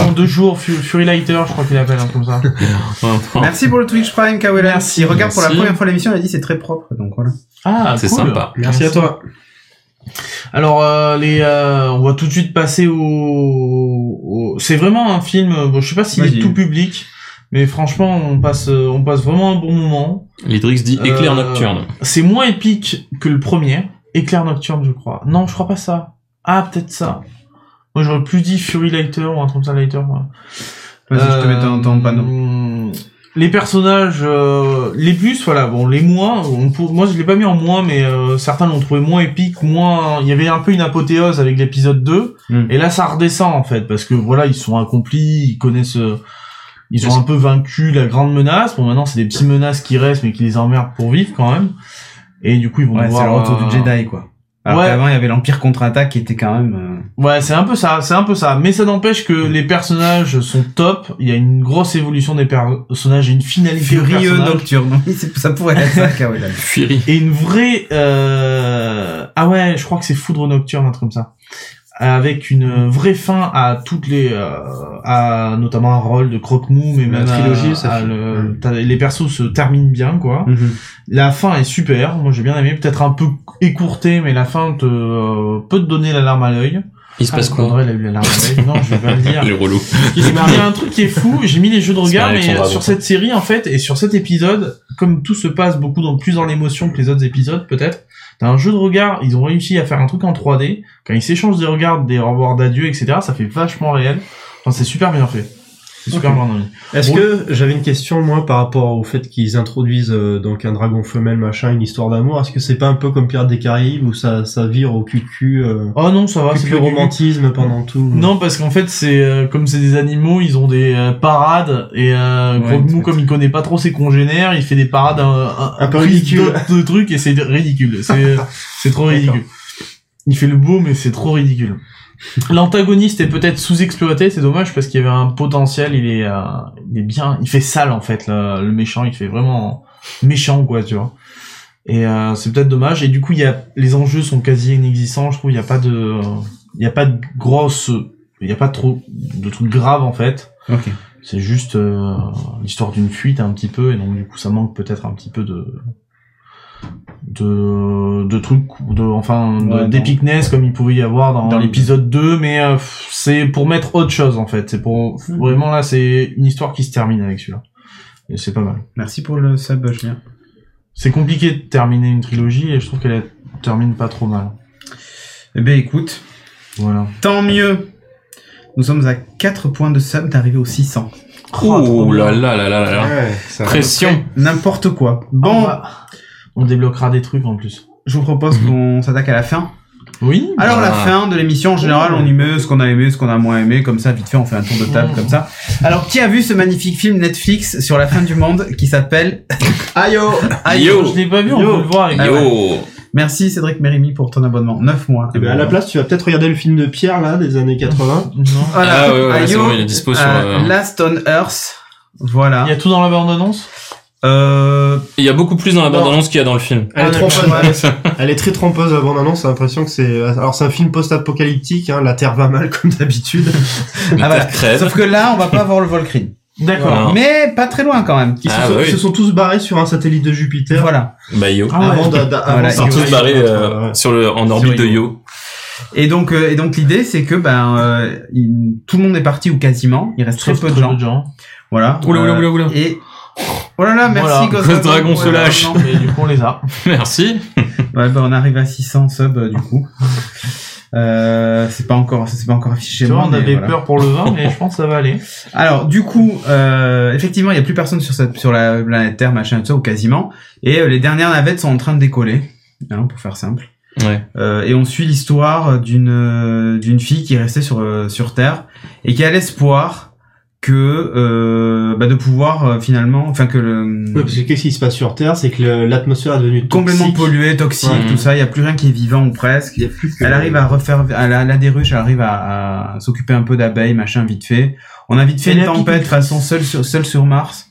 Speaker 2: non, deux jours. Fu- Fury Lighter, je crois qu'il appelle, hein, comme ça.
Speaker 1: Merci pour le Twitch Prime, Kawelan.
Speaker 2: Merci.
Speaker 1: Merci. Regarde, pour la
Speaker 3: Merci.
Speaker 1: première fois l'émission, elle a dit c'est très propre, donc voilà.
Speaker 2: Ah,
Speaker 3: C'est
Speaker 2: cool.
Speaker 3: sympa.
Speaker 5: Merci à toi.
Speaker 2: Alors euh, les, euh, on va tout de suite passer au. au- C'est vraiment un film. euh, Bon, je sais pas s'il est
Speaker 1: Vas-y.
Speaker 2: tout public, mais franchement, on passe, euh, on passe vraiment un bon moment.
Speaker 3: L'Idrix dit éclair
Speaker 2: Euh,
Speaker 3: nocturne.
Speaker 2: C'est moins épique que le premier. Éclair nocturne, je crois. Non, je crois pas ça. Ah, peut-être ça. Moi, j'aurais plus dit Fury Lighter ou un truc comme ça, Lighter. moi.
Speaker 1: Vas-y, je te mets dans ton panneau.
Speaker 2: Euh, Les personnages, euh, les plus, voilà, bon, les moins, on pour... moi je l'ai pas mis en moins, mais euh, certains l'ont trouvé moins épique, moins, il y avait un peu une apothéose avec l'épisode 2,
Speaker 1: Mm.
Speaker 2: et là ça redescend en fait, parce que voilà, ils sont accomplis, ils connaissent, euh, ils ont un peu vaincu la grande menace, bon maintenant c'est des petites menaces qui restent, mais qui les emmerdent pour vivre quand même, et du coup ils vont
Speaker 1: Ouais, c'est
Speaker 2: devoir...
Speaker 1: le retour du
Speaker 2: euh,
Speaker 1: Jedi, quoi. Alors
Speaker 2: Ouais.
Speaker 1: qu'avant, il y avait l'Empire contre-attaque qui était quand même... euh,
Speaker 2: Ouais, c'est un peu ça, c'est un peu ça. Mais ça n'empêche que les personnages sont top. Il y a une grosse évolution des per- personnages, et une finalité aux
Speaker 1: Furieux
Speaker 2: personnages.
Speaker 1: nocturne. Oui, <laughs> c'est- ça pourrait être ça, Kawelan. <laughs>
Speaker 3: Fury.
Speaker 2: et une vraie. euh, Ah ouais, je crois que c'est Foudre nocturne, un truc comme ça. Avec une vraie fin à toutes les, euh, à notamment un rôle de croque-mou, mais
Speaker 5: La
Speaker 2: même à-
Speaker 5: trilogie, ça
Speaker 2: à
Speaker 5: fait-
Speaker 2: le- t'as- les persos se terminent bien, quoi.
Speaker 1: Mm. Mhm.
Speaker 2: La fin est super, moi j'ai bien aimé, peut-être un peu écourtée, mais la fin te euh, peut te donner la larme à l'œil.
Speaker 3: Il se passe
Speaker 2: Ah,
Speaker 3: quoi
Speaker 2: André, il a eu la larme à l'œil. Non, je vais pas le dire.
Speaker 3: Les relous.
Speaker 2: Il m'est arrivé un truc qui est fou, j'ai mis les jeux de regard,
Speaker 3: C'est
Speaker 2: mais
Speaker 3: Alexandra
Speaker 2: euh,
Speaker 3: Desplat.
Speaker 2: sur cette série, en fait, et sur cet épisode, comme tout se passe beaucoup dans, plus dans l'émotion que les autres épisodes, peut-être, t'as un jeu de regard, ils ont réussi à faire un truc en 3D, quand ils s'échangent des regards, des au revoir d'adieu, etc., ça fait vachement réel. Enfin, c'est super bien fait. C'est super bien mis.
Speaker 5: Est-ce
Speaker 2: Bon.
Speaker 5: que j'avais une question moi par rapport au fait qu'ils introduisent euh, donc un dragon femelle machin une histoire d'amour Est-ce que c'est pas un peu comme Pirates des Caraïbes où ça ça vire au cul euh,
Speaker 2: Oh non, ça va, c'est pas
Speaker 5: cucu
Speaker 2: du-
Speaker 5: romantisme pendant tout
Speaker 2: Non, parce qu'en fait, c'est euh, comme c'est des animaux, ils ont des euh, parades et euh,
Speaker 1: Ouais,
Speaker 2: Grogmou,
Speaker 1: exact.
Speaker 2: comme il connaît pas trop ses congénères, il fait des parades euh,
Speaker 5: Un peu
Speaker 2: prises
Speaker 5: ridicule.
Speaker 2: d'autres- de trucs et c'est ridicule.
Speaker 5: <laughs>
Speaker 2: C'est c'est trop ridicule. Il fait le beau, mais c'est trop ridicule. L'antagoniste est peut-être sous-exploité, c'est dommage parce qu'il y avait un potentiel. Il est, euh, il est bien, il fait sale en fait. Le, le méchant, il fait vraiment méchant quoi, tu vois. Et euh, c'est peut-être dommage. Et du coup, il y a les enjeux sont quasi inexistants. Je trouve il y a pas de, il y a pas de grosse, il y a pas trop de trucs graves en fait.
Speaker 1: Ok.
Speaker 2: C'est juste euh, l'histoire d'une fuite un petit peu. Et donc du coup, ça manque peut-être un petit peu de de, de trucs de enfin de-
Speaker 1: Ouais, non.
Speaker 2: d'épicness comme il pouvait y avoir dans,
Speaker 1: Dans le-
Speaker 2: l'épisode 2 mais euh, pff, c'est pour mettre autre chose en fait c'est pour
Speaker 1: Mhm.
Speaker 2: vraiment là c'est une histoire qui se termine avec celui-là et c'est pas mal
Speaker 1: Merci pour le sub, Julien.
Speaker 2: c'est compliqué de terminer une trilogie et je trouve qu'elle termine pas trop mal.
Speaker 1: Eh ben, écoute,
Speaker 2: Voilà.
Speaker 1: tant mieux. Nous sommes à 4 points de sub d'arriver aux 600.
Speaker 3: Oh là là là là là là.
Speaker 5: Ouais,
Speaker 1: Ah,
Speaker 5: ça-
Speaker 3: Pression.
Speaker 1: N'importe quoi.
Speaker 2: Bon, on,
Speaker 1: Bon,
Speaker 2: va- on débloquera des trucs en plus.
Speaker 1: je vous propose qu'on s'attaque à la fin.
Speaker 2: Oui.
Speaker 1: Alors la
Speaker 3: Ah.
Speaker 1: fin de l'émission en général, on y met ce qu'on a aimé, ce qu'on a moins aimé, comme ça vite fait on fait un tour de table
Speaker 2: Mmh.
Speaker 1: comme ça. Alors qui a vu ce magnifique film Netflix sur la fin du monde qui s'appelle
Speaker 5: oh!
Speaker 1: Ayo
Speaker 3: Yo.
Speaker 2: Je l'ai pas vu, on
Speaker 1: Yo.
Speaker 2: peut le voir. Avec...
Speaker 1: Ah ouais.
Speaker 3: Yo.
Speaker 1: Merci Cédric Mérimi pour ton abonnement, 9 mois.
Speaker 5: Eh ben, à la place, tu vas peut-être regarder le film de Pierre là des
Speaker 2: Ah,
Speaker 5: années 80.
Speaker 2: Non.
Speaker 1: Voilà.
Speaker 3: Ah ouais, ouais, ouais, c'est
Speaker 1: Ayo,
Speaker 3: bon, il est dispo sur,
Speaker 1: euh,
Speaker 3: euh,
Speaker 1: Last on Earth. Voilà.
Speaker 2: Il y a tout dans la bande annonce.
Speaker 1: Euh,
Speaker 3: Il y a beaucoup plus dans la
Speaker 5: Non.
Speaker 3: bande-annonce qu'il y a dans le film.
Speaker 5: Elle est
Speaker 1: Ah,
Speaker 3: <laughs>
Speaker 5: trompeuse.
Speaker 1: ouais.
Speaker 5: Elle est très trompeuse la bande annonce. J'ai l'impression que c'est alors c'est un film post-apocalyptique. Hein, la Terre va mal comme d'habitude.
Speaker 3: Mais
Speaker 1: Ah,
Speaker 3: ah,
Speaker 1: voilà.
Speaker 3: crève.
Speaker 1: Sauf que là, on va
Speaker 3: <laughs>
Speaker 1: pas voir le Volcrine.
Speaker 3: Ah.
Speaker 2: D'accord.
Speaker 1: Mais pas très loin quand même.
Speaker 5: Ils se,
Speaker 3: Ah,
Speaker 5: sont,
Speaker 3: bah oui.
Speaker 5: se sont tous barrés sur un satellite de Jupiter.
Speaker 1: Voilà.
Speaker 3: Bah yo.
Speaker 2: Ah ouais.
Speaker 5: Avant d'a- d'a-
Speaker 1: Voilà,
Speaker 5: avant
Speaker 1: ils
Speaker 5: ça.
Speaker 1: sont
Speaker 3: tous barrés euh,
Speaker 5: Ouais.
Speaker 3: sur le, en orbite de yo. <laughs>
Speaker 1: Et donc, euh, et donc l'idée, c'est que ben, euh, il- tout le monde est parti ou quasiment. Il reste très
Speaker 2: Sauf
Speaker 1: peu de gens. Voilà.
Speaker 3: Oula, oula,
Speaker 1: Euh,
Speaker 3: oula, oula.
Speaker 1: Et. Oh là là, merci
Speaker 2: Voilà.
Speaker 1: Ghost
Speaker 3: Ghost Dragon se
Speaker 1: Voilà,
Speaker 3: lâche.
Speaker 1: non.
Speaker 2: Mais du coup, on les <laughs> a.
Speaker 3: Merci.
Speaker 1: Ouais, bah, on arrive à 600 subs euh, du coup. Euh, c'est pas encore, c'est pas encore affiché.
Speaker 2: Tu vois,
Speaker 1: moi,
Speaker 2: on
Speaker 1: mais
Speaker 2: avait
Speaker 1: voilà.
Speaker 2: peur pour le vin, mais je pense que ça va aller.
Speaker 1: Alors, du coup, euh, effectivement, il y a plus personne sur cette, sur la planète Terre, machin, tout ça, ou quasiment. Et euh, les dernières navettes sont en train de décoller, hein, pour faire simple.
Speaker 3: Ouais.
Speaker 1: Euh, et on suit l'histoire d'une euh, d'une fille qui est restée sur euh, sur Terre et qui a l'espoir que euh, bah, de pouvoir euh, finalement, enfin que le
Speaker 5: Ouais, parce que qu'est-ce qui se passe sur Terre, c'est que le- l'atmosphère est devenue
Speaker 1: complètement
Speaker 5: toxique.
Speaker 1: polluée, toxique,
Speaker 3: Ouais.
Speaker 1: tout ça. Il y a plus rien qui est vivant ou presque.
Speaker 5: Il y a plus que-
Speaker 1: Elle arrive à refaire, elle a, elle a des ruches, elle arrive à, à s'occuper un peu d'abeilles, machin, vite fait. On a vite fait
Speaker 2: Elle
Speaker 1: une
Speaker 2: est
Speaker 1: tempête
Speaker 2: apicultrice.
Speaker 1: façon seule sur, seule sur Mars.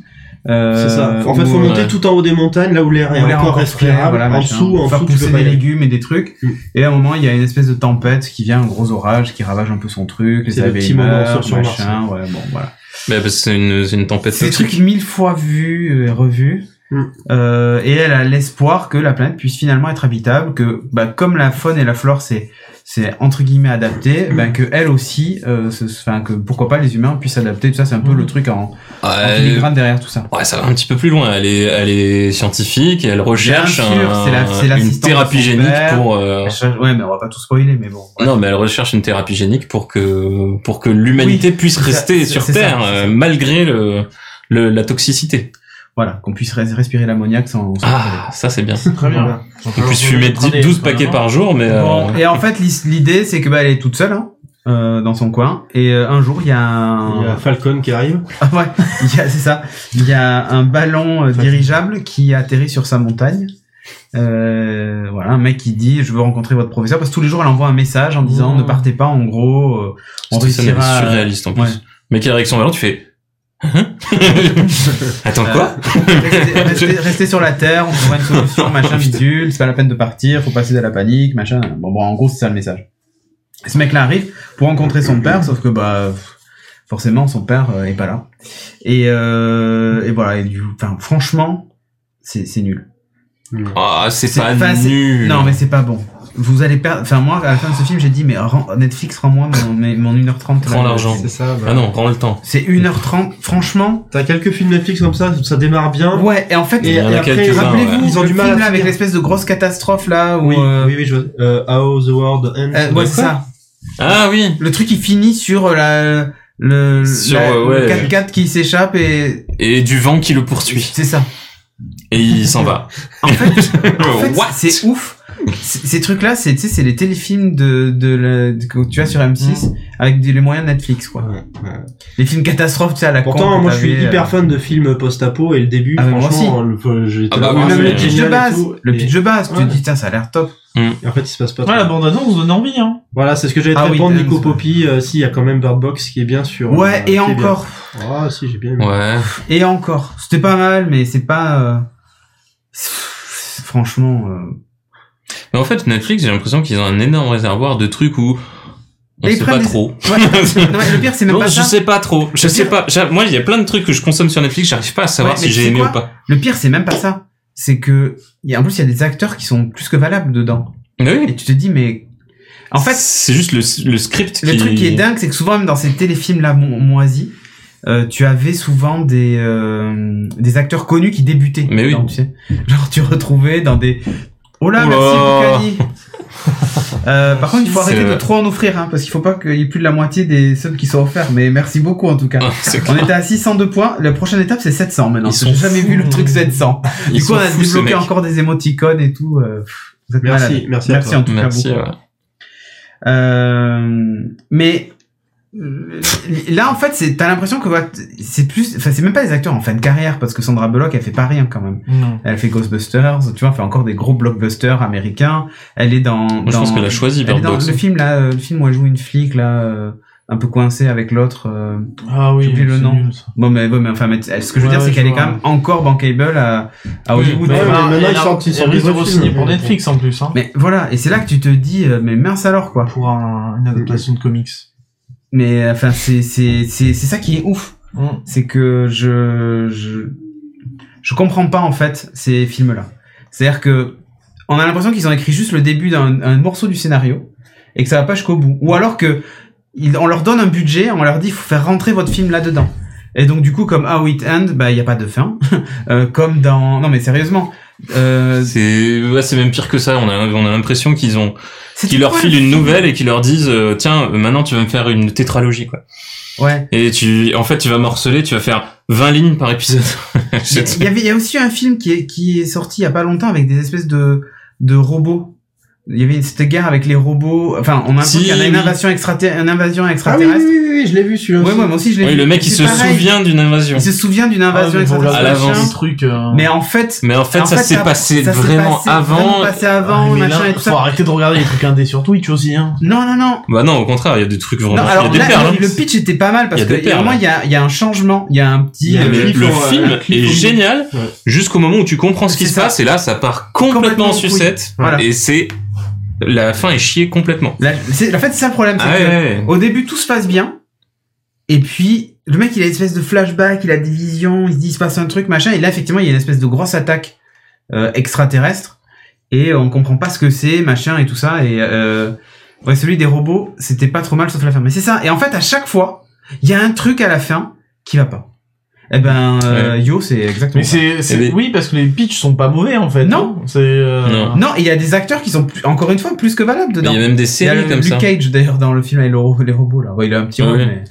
Speaker 1: Euh,
Speaker 5: C'est ça. En fait,
Speaker 1: où,
Speaker 5: faut monter
Speaker 3: ouais.
Speaker 5: tout en haut des montagnes, là où l'air
Speaker 1: où
Speaker 5: est
Speaker 1: l'air
Speaker 5: encore
Speaker 1: encore frais,
Speaker 5: respirable.
Speaker 1: voilà,
Speaker 5: en
Speaker 1: machin.
Speaker 5: dessous, en
Speaker 1: Faut faire
Speaker 5: dessous, tu
Speaker 1: pousser
Speaker 5: peux pas
Speaker 1: des
Speaker 5: y aller.
Speaker 1: légumes et des trucs.
Speaker 5: Mm.
Speaker 1: Et à un moment, il y a une espèce de tempête qui vient, un gros orage qui ravage un peu son truc, les
Speaker 5: C'est le
Speaker 1: abeilles
Speaker 5: petit moment
Speaker 1: meurent,
Speaker 5: sur- sur Mars,
Speaker 1: machin, ouais, bon, voilà.
Speaker 3: Bah, parce que c'est une, c'est une tempête
Speaker 1: C'est des
Speaker 3: toxique.
Speaker 1: trucs mille fois vus et revus.
Speaker 5: Mm.
Speaker 1: Euh, et elle a l'espoir que la planète puisse finalement être habitable, que bah, comme la faune et la flore c'est c'est entre guillemets
Speaker 5: Mm.
Speaker 1: adapté, bah, que elle aussi, euh, se- enfin que pourquoi pas les humains puissent s'adapter. Tout ça c'est un peu
Speaker 5: Mm.
Speaker 1: le truc en, en
Speaker 3: Ouais,
Speaker 1: filigrane derrière tout ça.
Speaker 3: ouais, ça va un petit peu plus loin. Elle est, elle est scientifique et elle recherche
Speaker 1: Ah, Bien sûr,
Speaker 3: un-
Speaker 1: c'est la- c'est
Speaker 3: une
Speaker 1: l'assistante
Speaker 3: thérapie
Speaker 1: de son
Speaker 3: génique
Speaker 1: père.
Speaker 3: pour. euh,
Speaker 1: Ouais, mais on va pas tout spoiler, mais bon.
Speaker 3: Non, mais elle recherche une thérapie génique pour que pour que l'humanité puisse
Speaker 1: c'est ça,
Speaker 3: rester
Speaker 1: c'est-
Speaker 3: sur
Speaker 1: c'est ça,
Speaker 3: Terre
Speaker 1: c'est
Speaker 3: euh,
Speaker 1: ça.
Speaker 3: malgré le, le la toxicité.
Speaker 1: Voilà, qu'on puisse res- respirer l'ammoniac sans. sans
Speaker 3: Ah, ça c'est bien.
Speaker 2: <laughs> Très bien.
Speaker 1: Voilà.
Speaker 3: On puisse fumer 10 12 paquets par jour, mais euh,
Speaker 1: Bon, et en fait, l'is- l'idée, c'est que bah, elle est toute seule hein, euh, dans son coin. Et euh, un jour, il y a
Speaker 5: Il y
Speaker 1: un.
Speaker 5: a Falcon qui arrive.
Speaker 1: Ah ouais, il y a- c'est ça. Il y a un ballon euh, dirigeable qui atterrit sur sa montagne. Euh, voilà, un mec qui dit Je veux rencontrer votre professeur. Parce que tous les jours, elle envoie un message en disant
Speaker 5: Mmh.
Speaker 1: Ne partez pas, en gros, euh, on
Speaker 3: c'est
Speaker 1: réussira. à-
Speaker 3: surréaliste en plus.
Speaker 1: ouais.
Speaker 3: Mais quelle réaction Valent tu fais hein
Speaker 1: <laughs>
Speaker 3: Attends
Speaker 1: Euh,
Speaker 3: quoi
Speaker 1: restez, restez- restez sur la terre, on trouvera une solution, machin, bidule, c'est pas la peine de partir, faut passer de la panique, machin. Bon, bon en gros, c'est ça le message. Et ce mec-là arrive pour rencontrer son père, sauf que, bah, forcément, son père euh, est pas là. Et, euh, et voilà, et du, enfin, franchement, c'est c'est nul.
Speaker 3: Ah, c'est
Speaker 1: C'est
Speaker 3: pas
Speaker 1: pas- c'est-
Speaker 3: nul.
Speaker 1: Non, mais c'est pas bon. Vous allez perdre, enfin, moi, à la fin de ce film, j'ai dit, mais rends- Netflix, rends-moi mon, mes- mon 1h30.
Speaker 3: Prends l'argent.
Speaker 5: C'est ça. bah.
Speaker 3: Ah non, rends le temps.
Speaker 1: C'est 1h30, franchement.
Speaker 5: T'as quelques films Netflix comme ça, ça démarre bien.
Speaker 1: Ouais, et en fait,
Speaker 5: Et,
Speaker 3: Il y en a
Speaker 5: et après,
Speaker 3: quelques-uns,
Speaker 5: rappelez-vous,
Speaker 1: Rappelez-vous,
Speaker 5: ils ont
Speaker 1: le
Speaker 5: du mal
Speaker 1: film,
Speaker 5: à
Speaker 1: là, avec
Speaker 5: finir.
Speaker 1: l'espèce de grosse catastrophe là où.
Speaker 5: Oui,
Speaker 1: euh,
Speaker 5: oui, oui, je vois. Euh, How the World Ends.
Speaker 3: Bah,
Speaker 1: euh, ouais, c'est ça.
Speaker 3: Ah oui.
Speaker 1: Le truc qui finit sur euh, la le
Speaker 3: Sur,
Speaker 1: la-
Speaker 3: euh, ouais.
Speaker 1: le 4x4 qui s'échappe et
Speaker 3: Et du vent qui le poursuit
Speaker 1: c'est
Speaker 3: <laughs>
Speaker 1: ça.
Speaker 3: et il s'en va.
Speaker 1: En fait, <laughs> en fait,
Speaker 3: What
Speaker 1: c'est ouf. C- Ces trucs-là, c'est tu sais, c'est les téléfilms de, de, la- de- que tu as sur
Speaker 5: Mm.
Speaker 1: M6 avec des- les moyens de Netflix quoi.
Speaker 5: Ouais, ouais.
Speaker 1: Les films catastrophes, tu sais, à la con
Speaker 5: Pourtant,
Speaker 1: que
Speaker 5: moi, je suis
Speaker 1: t'avais, euh,
Speaker 5: hyper fan de films post-apo et le début,
Speaker 1: Ah, mais moi
Speaker 5: franchement, le- j'étais
Speaker 3: Ah bah
Speaker 5: là,
Speaker 3: oui,
Speaker 5: même
Speaker 3: mais-
Speaker 5: le
Speaker 1: le pitch de
Speaker 5: génial et
Speaker 1: base,
Speaker 5: tout,
Speaker 1: le
Speaker 5: et-
Speaker 1: pitch de base, tu
Speaker 5: Ouais.
Speaker 1: te dis tiens, ça a l'air top.
Speaker 5: et en fait, il se passe pas.
Speaker 2: Ouais, la
Speaker 5: trop.
Speaker 2: bande annonce donne envie, hein.
Speaker 5: Voilà, c'est ce que j'allais te
Speaker 1: Ah oui,
Speaker 5: répondre,
Speaker 1: Dance,
Speaker 5: Nico
Speaker 1: ouais.
Speaker 5: Poppy. euh, si, il y a quand même Bird Box qui est bien sur.
Speaker 1: Ouais,
Speaker 5: euh, qui
Speaker 1: et
Speaker 5: est bien.
Speaker 1: encore,
Speaker 5: Ah, si, j'ai bien aimé.
Speaker 3: Ouais.
Speaker 1: Et encore, c'était pas mal, mais c'est pas. euh, c'est- Franchement. euh,
Speaker 3: Mais en fait, Netflix, j'ai l'impression qu'ils ont un énorme réservoir de trucs où on
Speaker 1: Et ils
Speaker 3: sait
Speaker 1: prennent
Speaker 3: pas
Speaker 1: des-
Speaker 3: trop.
Speaker 1: ouais, non, mais le pire, c'est même
Speaker 3: Non,
Speaker 1: pas
Speaker 3: je
Speaker 1: ça.
Speaker 3: sais pas trop. Je sais pas. J'a- Moi, il y a plein de trucs que je consomme sur Netflix, j'arrive pas à savoir
Speaker 1: Ouais, mais
Speaker 3: si
Speaker 1: tu
Speaker 3: j'ai
Speaker 1: sais
Speaker 3: aimé
Speaker 1: quoi
Speaker 3: ou pas.
Speaker 1: Le pire, c'est même pas ça. C'est que. il Y a, en plus, il y a des acteurs qui sont plus que valables dedans.
Speaker 3: Mais oui.
Speaker 1: Et tu te dis, mais. En fait,
Speaker 3: c'est juste le, le script
Speaker 1: le
Speaker 3: qui...
Speaker 1: truc qui
Speaker 3: <laughs>
Speaker 1: est dingue, c'est que souvent, même dans ces téléfilms-là mo- moisis, euh, tu avais souvent des, euh, des acteurs connus qui débutaient.
Speaker 3: Mais oui.
Speaker 1: dedans, tu sais. Genre, tu retrouvais dans des. Oh là,
Speaker 3: Oula.
Speaker 1: merci Boukani.
Speaker 3: <laughs>
Speaker 1: Euh, par contre, il faut
Speaker 3: C'est
Speaker 1: arrêter de
Speaker 3: vrai.
Speaker 1: trop en offrir, hein, parce qu'il faut pas qu'il y ait plus de la moitié des sommes qui soient offertes. Mais merci beaucoup en tout cas.
Speaker 3: Ah, c'est clair.
Speaker 1: On était à 602 points. La prochaine étape, c'est 700 maintenant.
Speaker 3: Ils
Speaker 1: J'ai
Speaker 3: sont
Speaker 1: jamais
Speaker 3: fous. hein.
Speaker 1: vu le truc 700.
Speaker 3: Ils
Speaker 1: du coup,
Speaker 3: sont
Speaker 1: on a
Speaker 3: fous, ces
Speaker 1: débloqué
Speaker 3: mecs.
Speaker 1: encore des émoticônes et tout. euh, pff, vous êtes
Speaker 5: Merci,
Speaker 1: malades.
Speaker 5: merci à
Speaker 1: Merci
Speaker 5: toi. Ah
Speaker 1: en tout
Speaker 3: Merci.
Speaker 1: cas beaucoup.
Speaker 3: ouais.
Speaker 1: Euh, mais euh, là, en fait, c'est t'as l'impression que voilà, c'est plus, enfin, c'est même pas des acteurs en fin de carrière parce que Sandra Bullock, elle fait pas rien quand même.
Speaker 2: Non.
Speaker 1: Elle fait Ghostbusters, tu vois, elle fait encore des gros blockbusters américains. Elle est dans.
Speaker 3: Moi, je pense qu'elle a choisi
Speaker 1: elle est
Speaker 3: Bird
Speaker 1: dans
Speaker 3: Box.
Speaker 1: le film là, euh, le film où elle joue une flic là, euh, un peu coincée avec l'autre. euh,
Speaker 2: Ah oui.
Speaker 1: J'ai oublié le
Speaker 2: c'est
Speaker 1: nom.
Speaker 2: nul, ça.
Speaker 1: Bon, mais, bon, mais enfin, mais, ce que je veux
Speaker 2: Ouais,
Speaker 1: dire, c'est
Speaker 2: ouais,
Speaker 1: qu'elle
Speaker 2: je
Speaker 1: est quand
Speaker 2: vois.
Speaker 1: même encore bankable à, à
Speaker 3: Oui,
Speaker 1: Hollywood.
Speaker 5: mais
Speaker 1: tu
Speaker 5: ouais,
Speaker 1: vois.
Speaker 5: mais maintenant,
Speaker 2: et
Speaker 5: ils
Speaker 2: là,
Speaker 5: sortent- ils
Speaker 2: et
Speaker 5: sortent
Speaker 2: risque
Speaker 5: des
Speaker 2: de
Speaker 5: vrais
Speaker 2: re-signer
Speaker 5: films.
Speaker 2: pour Netflix en plus, hein.
Speaker 1: Mais voilà, et c'est là que tu te dis, euh, mais mince alors quoi.
Speaker 2: Pour un- une adaptation de comics.
Speaker 1: Mais euh, enfin, c'est c'est c'est c'est ça qui est ouf,
Speaker 2: Mm.
Speaker 1: c'est que je je je comprends pas en fait ces films là. C'est-à-dire que on a l'impression qu'ils ont écrit juste le début d'un un morceau du scénario et que ça va pas jusqu'au bout. Ou alors que ils- on leur donne un budget, on leur dit faut faire rentrer votre film là dedans. Et donc du coup comme How It End, bah il y a pas de fin. <laughs> Euh, comme dans non mais sérieusement. Euh,
Speaker 3: C'est ouais, c'est même pire que ça. On a, on a l'impression qu'ils ont,
Speaker 1: c'était
Speaker 3: qu'ils leur
Speaker 1: quoi,
Speaker 3: filent
Speaker 1: le
Speaker 3: une
Speaker 1: film
Speaker 3: nouvelle et qu'ils leur disent, euh, tiens, euh, maintenant tu vas me faire une tétralogie, quoi.
Speaker 1: Ouais.
Speaker 3: Et tu, en fait, tu vas morceler, tu vas faire 20 lignes par épisode. <laughs>
Speaker 1: Il
Speaker 3: C'est
Speaker 1: y- il y avait, il y a aussi un film qui est, qui est sorti il y a pas longtemps avec des espèces de, de robots. Il y avait cette guerre avec les robots. Enfin, on a l'impression
Speaker 3: Si,
Speaker 1: qu'il y en a une
Speaker 3: oui.
Speaker 1: invasion, extraterrestre une invasion
Speaker 5: Ah oui, oui,
Speaker 1: extraterrestre.
Speaker 5: oui, oui, je l'ai vu celui-là.
Speaker 1: Ouais,
Speaker 5: aussi.
Speaker 1: ouais, moi aussi, je l'ai
Speaker 3: Oui,
Speaker 1: vu.
Speaker 3: le mec, il
Speaker 1: C'est
Speaker 3: se
Speaker 1: pareil.
Speaker 3: souvient d'une invasion.
Speaker 1: Il se souvient d'une invasion
Speaker 2: Ah, mais bon, là,
Speaker 1: extraterrestre.
Speaker 3: à l'avance.
Speaker 2: des trucs, euh,
Speaker 1: Mais en fait,
Speaker 3: Mais en fait,
Speaker 1: en
Speaker 3: ça
Speaker 1: fait,
Speaker 3: s'est passé
Speaker 1: ça s'est
Speaker 3: vraiment
Speaker 1: passé-
Speaker 3: avant. Ah,
Speaker 1: vraiment passé avant,
Speaker 2: Ah, mais
Speaker 1: machin
Speaker 2: là,
Speaker 1: et tout
Speaker 2: faut
Speaker 1: ça.
Speaker 2: arrêter de regarder les trucs indés sur Twitch aussi, hein.
Speaker 1: Non, non, non.
Speaker 3: Bah non, au contraire, il y a des trucs vraiment.
Speaker 1: Non,
Speaker 3: il y a
Speaker 1: alors
Speaker 3: des
Speaker 1: là,
Speaker 3: perles. hein.
Speaker 1: le pitch était pas mal parce
Speaker 3: Il y a
Speaker 1: que
Speaker 3: des perles.
Speaker 1: vraiment il y a, il y a un changement, il y a un petit.
Speaker 5: Il y a
Speaker 1: euh,
Speaker 3: Mais
Speaker 5: cliff
Speaker 3: le
Speaker 5: en-
Speaker 3: film
Speaker 5: euh, cliff
Speaker 3: est
Speaker 5: en-
Speaker 3: génial
Speaker 5: Ouais.
Speaker 3: jusqu'au moment où tu comprends ce qui
Speaker 1: C'est
Speaker 3: se
Speaker 1: ça.
Speaker 3: passe et là ça part complètement,
Speaker 1: Complètement
Speaker 3: en
Speaker 1: en couille.
Speaker 3: sucette
Speaker 1: Voilà.
Speaker 3: et c'est la fin est chiée complètement.
Speaker 1: la- c'est- en fait, c'est ça le problème. c'est
Speaker 3: Ah
Speaker 1: que
Speaker 3: ouais, ouais.
Speaker 1: Au début, tout se passe bien. Et puis, le mec, il a une espèce de flashback, il a des visions, il se dit, il se passe un truc, machin. Et là, effectivement, il y a une espèce de grosse attaque euh, extraterrestre. Et on comprend pas ce que c'est, machin, et tout ça. Et euh, ouais, celui des robots, c'était pas trop mal, sauf la fin. Mais c'est ça. Et en fait, à chaque fois, il y a un truc à la fin qui va pas. Eh ben, euh, Yo, c'est exactement
Speaker 2: Mais
Speaker 1: ça.
Speaker 2: c'est, c'est-
Speaker 3: mais-
Speaker 2: oui, parce que les pitchs sont pas mauvais, en fait.
Speaker 1: Non.
Speaker 2: C'est, euh,
Speaker 3: Non.
Speaker 1: Non, et il y a des acteurs qui sont, plus- encore une fois, plus que valables
Speaker 3: Mais
Speaker 1: dedans.
Speaker 3: il y a même des
Speaker 1: Il y a le-
Speaker 3: séries comme
Speaker 1: Luke
Speaker 3: ça.
Speaker 1: Cage d'ailleurs dans le film avec le ro- les robots là. Ouais, il a un petit
Speaker 3: Ouais,
Speaker 1: rôle,
Speaker 3: ouais.
Speaker 1: mais-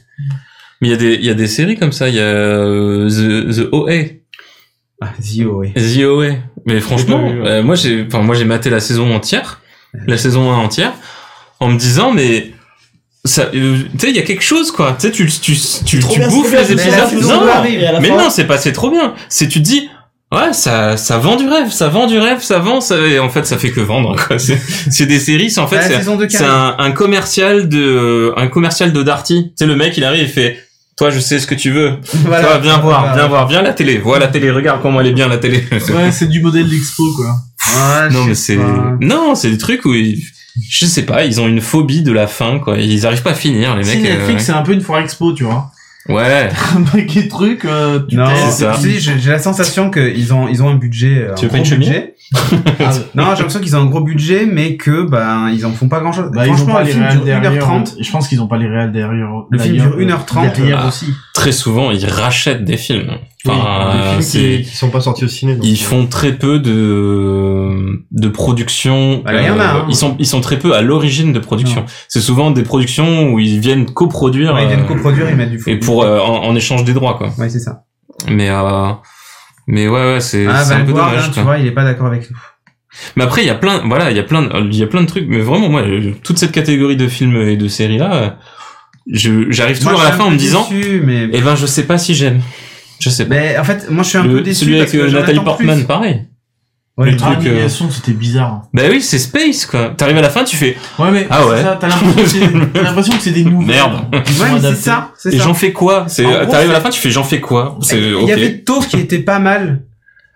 Speaker 3: Mais il y a des, il y a des séries comme ça. Il y a euh, The, The OA,
Speaker 1: Ah, Zio, oui.
Speaker 3: The OA. Mais franchement,
Speaker 4: Oui, oui, oui.
Speaker 3: euh, moi j'ai, enfin moi j'ai maté la saison entière, la saison 1 entière, en me disant mais ça, euh, tu sais, il y a quelque chose quoi. Tu sais, tu, tu, tu,
Speaker 6: Trop
Speaker 3: tu
Speaker 6: bien,
Speaker 3: bouffes
Speaker 6: trop bien,
Speaker 3: les
Speaker 6: mais la
Speaker 3: épisodes.
Speaker 6: saison
Speaker 3: Non,
Speaker 6: deux arrive, et à la
Speaker 3: mais
Speaker 6: fin-
Speaker 3: non, c'est pas, c'est trop bien. C'est tu te dis. Ouais, ça, ça vend du rêve, ça vend du rêve, ça vend, ça, et en fait, ça fait que vendre, quoi. C'est, c'est des séries, c'est en fait,
Speaker 1: la
Speaker 3: c'est,
Speaker 1: saison 2
Speaker 3: C'est un, un commercial de un commercial de Darty. Tu sais le mec, il arrive, il fait "Toi, je sais ce que tu veux. Toi, viens voir, viens voir, viens à la télé. Vois la télé, regarde comment elle est bien la télé."
Speaker 2: Ouais, c'est du modèle d'expo, quoi.
Speaker 1: Ouais,
Speaker 3: <laughs> non
Speaker 1: Ah, je
Speaker 3: mais
Speaker 1: sais
Speaker 3: c'est
Speaker 1: pas.
Speaker 3: non, c'est des trucs où ils- je sais pas, ils ont une phobie de la fin quoi. Ils arrivent pas à finir les
Speaker 2: Si
Speaker 3: mecs. euh,
Speaker 2: Netflix, c'est un peu une foire expo, tu vois.
Speaker 3: ouais.
Speaker 2: <laughs> Un paquet de trucs, euh, tu
Speaker 1: Non,
Speaker 2: t'es-
Speaker 3: c'est ça.
Speaker 1: tu sais, j'ai j'ai la sensation qu'ils ont, ils ont un budget. euh,
Speaker 3: Tu
Speaker 1: un
Speaker 3: veux pas une
Speaker 1: gros
Speaker 3: chemise
Speaker 1: budget. Ah, Non, j'ai l'impression qu'ils ont un gros budget, mais que ben ils en font pas grand chose.
Speaker 2: Bah, ils ont
Speaker 1: Franchement,
Speaker 2: pas
Speaker 1: le
Speaker 2: les
Speaker 1: film
Speaker 2: réels
Speaker 1: dure
Speaker 2: derrière.
Speaker 1: 1h30.
Speaker 2: Je pense qu'ils ont pas les réels derrière.
Speaker 1: Le film
Speaker 2: d'ailleurs,
Speaker 1: dure 1h30.
Speaker 2: Derrière
Speaker 3: Ah.
Speaker 2: aussi.
Speaker 3: Très souvent, ils rachètent des films.
Speaker 1: Ah,
Speaker 3: Enfin, euh,
Speaker 5: des
Speaker 3: c'est
Speaker 5: films qui, qui sont pas sortis au ciné. donc,
Speaker 3: ils
Speaker 5: euh,
Speaker 3: font très peu de de production. euh,
Speaker 1: Bah, il y en a, hein.
Speaker 3: Ils sont ils sont très peu à l'origine de production. C'est souvent des productions où ils viennent coproduire.
Speaker 1: Ouais, Ils viennent
Speaker 3: euh,
Speaker 1: coproduire, ils mettent du fou.
Speaker 3: et pour euh, en, en échange des droits quoi.
Speaker 1: Ouais, c'est ça.
Speaker 3: Mais euh, mais ouais ouais c'est
Speaker 1: Ah,
Speaker 3: c'est un
Speaker 1: Van
Speaker 3: peu
Speaker 1: Ward,
Speaker 3: dommage.
Speaker 1: hein, tu
Speaker 3: quoi.
Speaker 1: vois, il est pas d'accord avec nous.
Speaker 3: Mais après il y a plein voilà il y a plein de- il y a plein de trucs mais vraiment moi euh, toute cette catégorie de films et de séries là euh, je j'arrive toujours
Speaker 1: Moi,
Speaker 3: à
Speaker 1: je
Speaker 3: la
Speaker 1: suis
Speaker 3: fin
Speaker 1: un
Speaker 3: en me
Speaker 1: peu
Speaker 3: disant
Speaker 1: déçu, mais...
Speaker 3: eh ben je sais pas si j'aime. Je sais pas.
Speaker 1: mais en fait, moi je suis un
Speaker 3: Le-
Speaker 1: peu déçu.
Speaker 3: celui
Speaker 1: parce
Speaker 3: avec
Speaker 1: que
Speaker 3: euh,
Speaker 1: j'en
Speaker 3: Nathalie
Speaker 1: attends plus.
Speaker 3: Portman pareil.
Speaker 1: Ouais,
Speaker 2: Les
Speaker 3: truc, euh,
Speaker 2: animations, c'était bizarre.
Speaker 3: Bah oui, c'est Space quoi. T'arrives à la fin, tu fais
Speaker 2: Ouais, mais
Speaker 3: Ah ouais.
Speaker 2: c'est ça, t'as l'impression
Speaker 3: <laughs>
Speaker 2: que c'est- t'as l'impression que c'est des nouveaux.
Speaker 3: Merde.
Speaker 1: Ouais, mais c'est ça, c'est
Speaker 3: Et
Speaker 1: ça.
Speaker 3: j'en fais quoi C'est
Speaker 1: En gros,
Speaker 3: t'arrives à la
Speaker 1: c'est-
Speaker 3: fin, tu fais j'en fais quoi C'est
Speaker 1: Il
Speaker 3: euh, ok.
Speaker 1: y avait Tau qui était pas mal.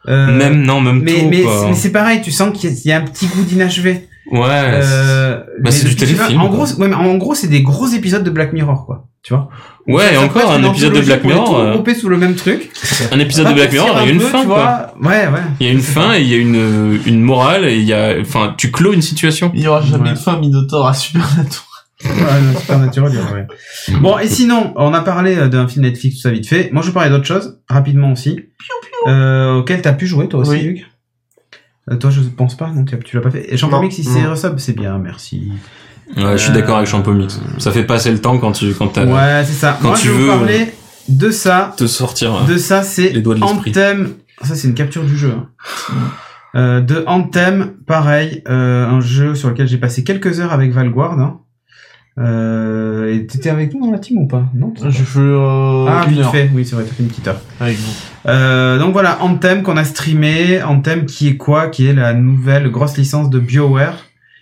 Speaker 1: Euh,
Speaker 3: Même non, même
Speaker 1: mais
Speaker 3: tout
Speaker 1: mais,
Speaker 3: quoi.
Speaker 1: mais c'est pareil, tu sens qu'il y a- il y a un petit goût d'inachevé.
Speaker 3: Ouais.
Speaker 1: Euh, mais
Speaker 3: Ah, bah, c'est
Speaker 1: le
Speaker 3: du
Speaker 1: petit-
Speaker 3: téléfilm,
Speaker 1: En
Speaker 3: quoi.
Speaker 1: gros, c'est- ouais, mais en gros, c'est des gros épisodes de Black Mirror, quoi. Tu vois.
Speaker 3: c'est- ouais, et
Speaker 1: Ça peut
Speaker 3: encore
Speaker 1: être
Speaker 3: un
Speaker 1: une
Speaker 3: épisode de
Speaker 1: anthologie
Speaker 3: Black
Speaker 1: pour les tout
Speaker 3: Mirror. euh,
Speaker 1: regrouper sous le même truc.
Speaker 3: Un épisode de
Speaker 1: Pas
Speaker 3: Black Mirror,
Speaker 1: partir
Speaker 3: il y a
Speaker 1: un
Speaker 3: une
Speaker 1: peu,
Speaker 3: fin
Speaker 1: tu
Speaker 3: quoi.
Speaker 1: vois. Ouais, ouais.
Speaker 3: Il y a une fin et il y a une une morale et il y a enfin tu clôt une situation.
Speaker 2: Il y aura jamais
Speaker 1: Ouais.
Speaker 2: de fin Minotaur à <laughs> Supernatural.
Speaker 1: Ouais, non, super naturel,
Speaker 3: <laughs>
Speaker 1: ouais. Bon, et sinon, on a parlé euh, d'un film Netflix, tout ça vite fait. Moi, je vais parler d'autre chose, rapidement aussi. Euh, auquel t'as pu jouer, toi aussi,
Speaker 2: Oui.
Speaker 1: Luc Euh, Toi, je pense pas, non, tu l'as- tu l'as pas fait. Et jean
Speaker 5: Non.
Speaker 1: Mix, si c'est resub, c'est bien, merci.
Speaker 3: Ouais, je suis
Speaker 1: Euh,
Speaker 3: d'accord avec Champomix. Ça fait passer le temps quand tu quand t'as
Speaker 1: Ouais, c'est ça.
Speaker 3: quand
Speaker 1: Moi,
Speaker 3: tu
Speaker 1: je vais vous
Speaker 3: veux,
Speaker 1: parler de ça.
Speaker 3: te sortir. euh,
Speaker 1: De ça, c'est
Speaker 3: Les doigts de l'esprit.
Speaker 1: Anthem. Ça, c'est une capture du jeu. hein. Euh, de Anthem, pareil, euh, un jeu sur lequel j'ai passé quelques heures avec Valguard. Hein. Euh, et t'étais avec nous dans la team ou pas Non. t'étais pas.
Speaker 2: Je fais euh,
Speaker 1: Ah,
Speaker 2: une
Speaker 1: vite
Speaker 2: heure
Speaker 1: fait. Oui, c'est vrai, t'as fait une petite heure.
Speaker 2: avec vous.
Speaker 1: Euh, donc voilà, Anthem qu'on a streamé. Anthem qui est quoi Qui est la nouvelle grosse licence de BioWare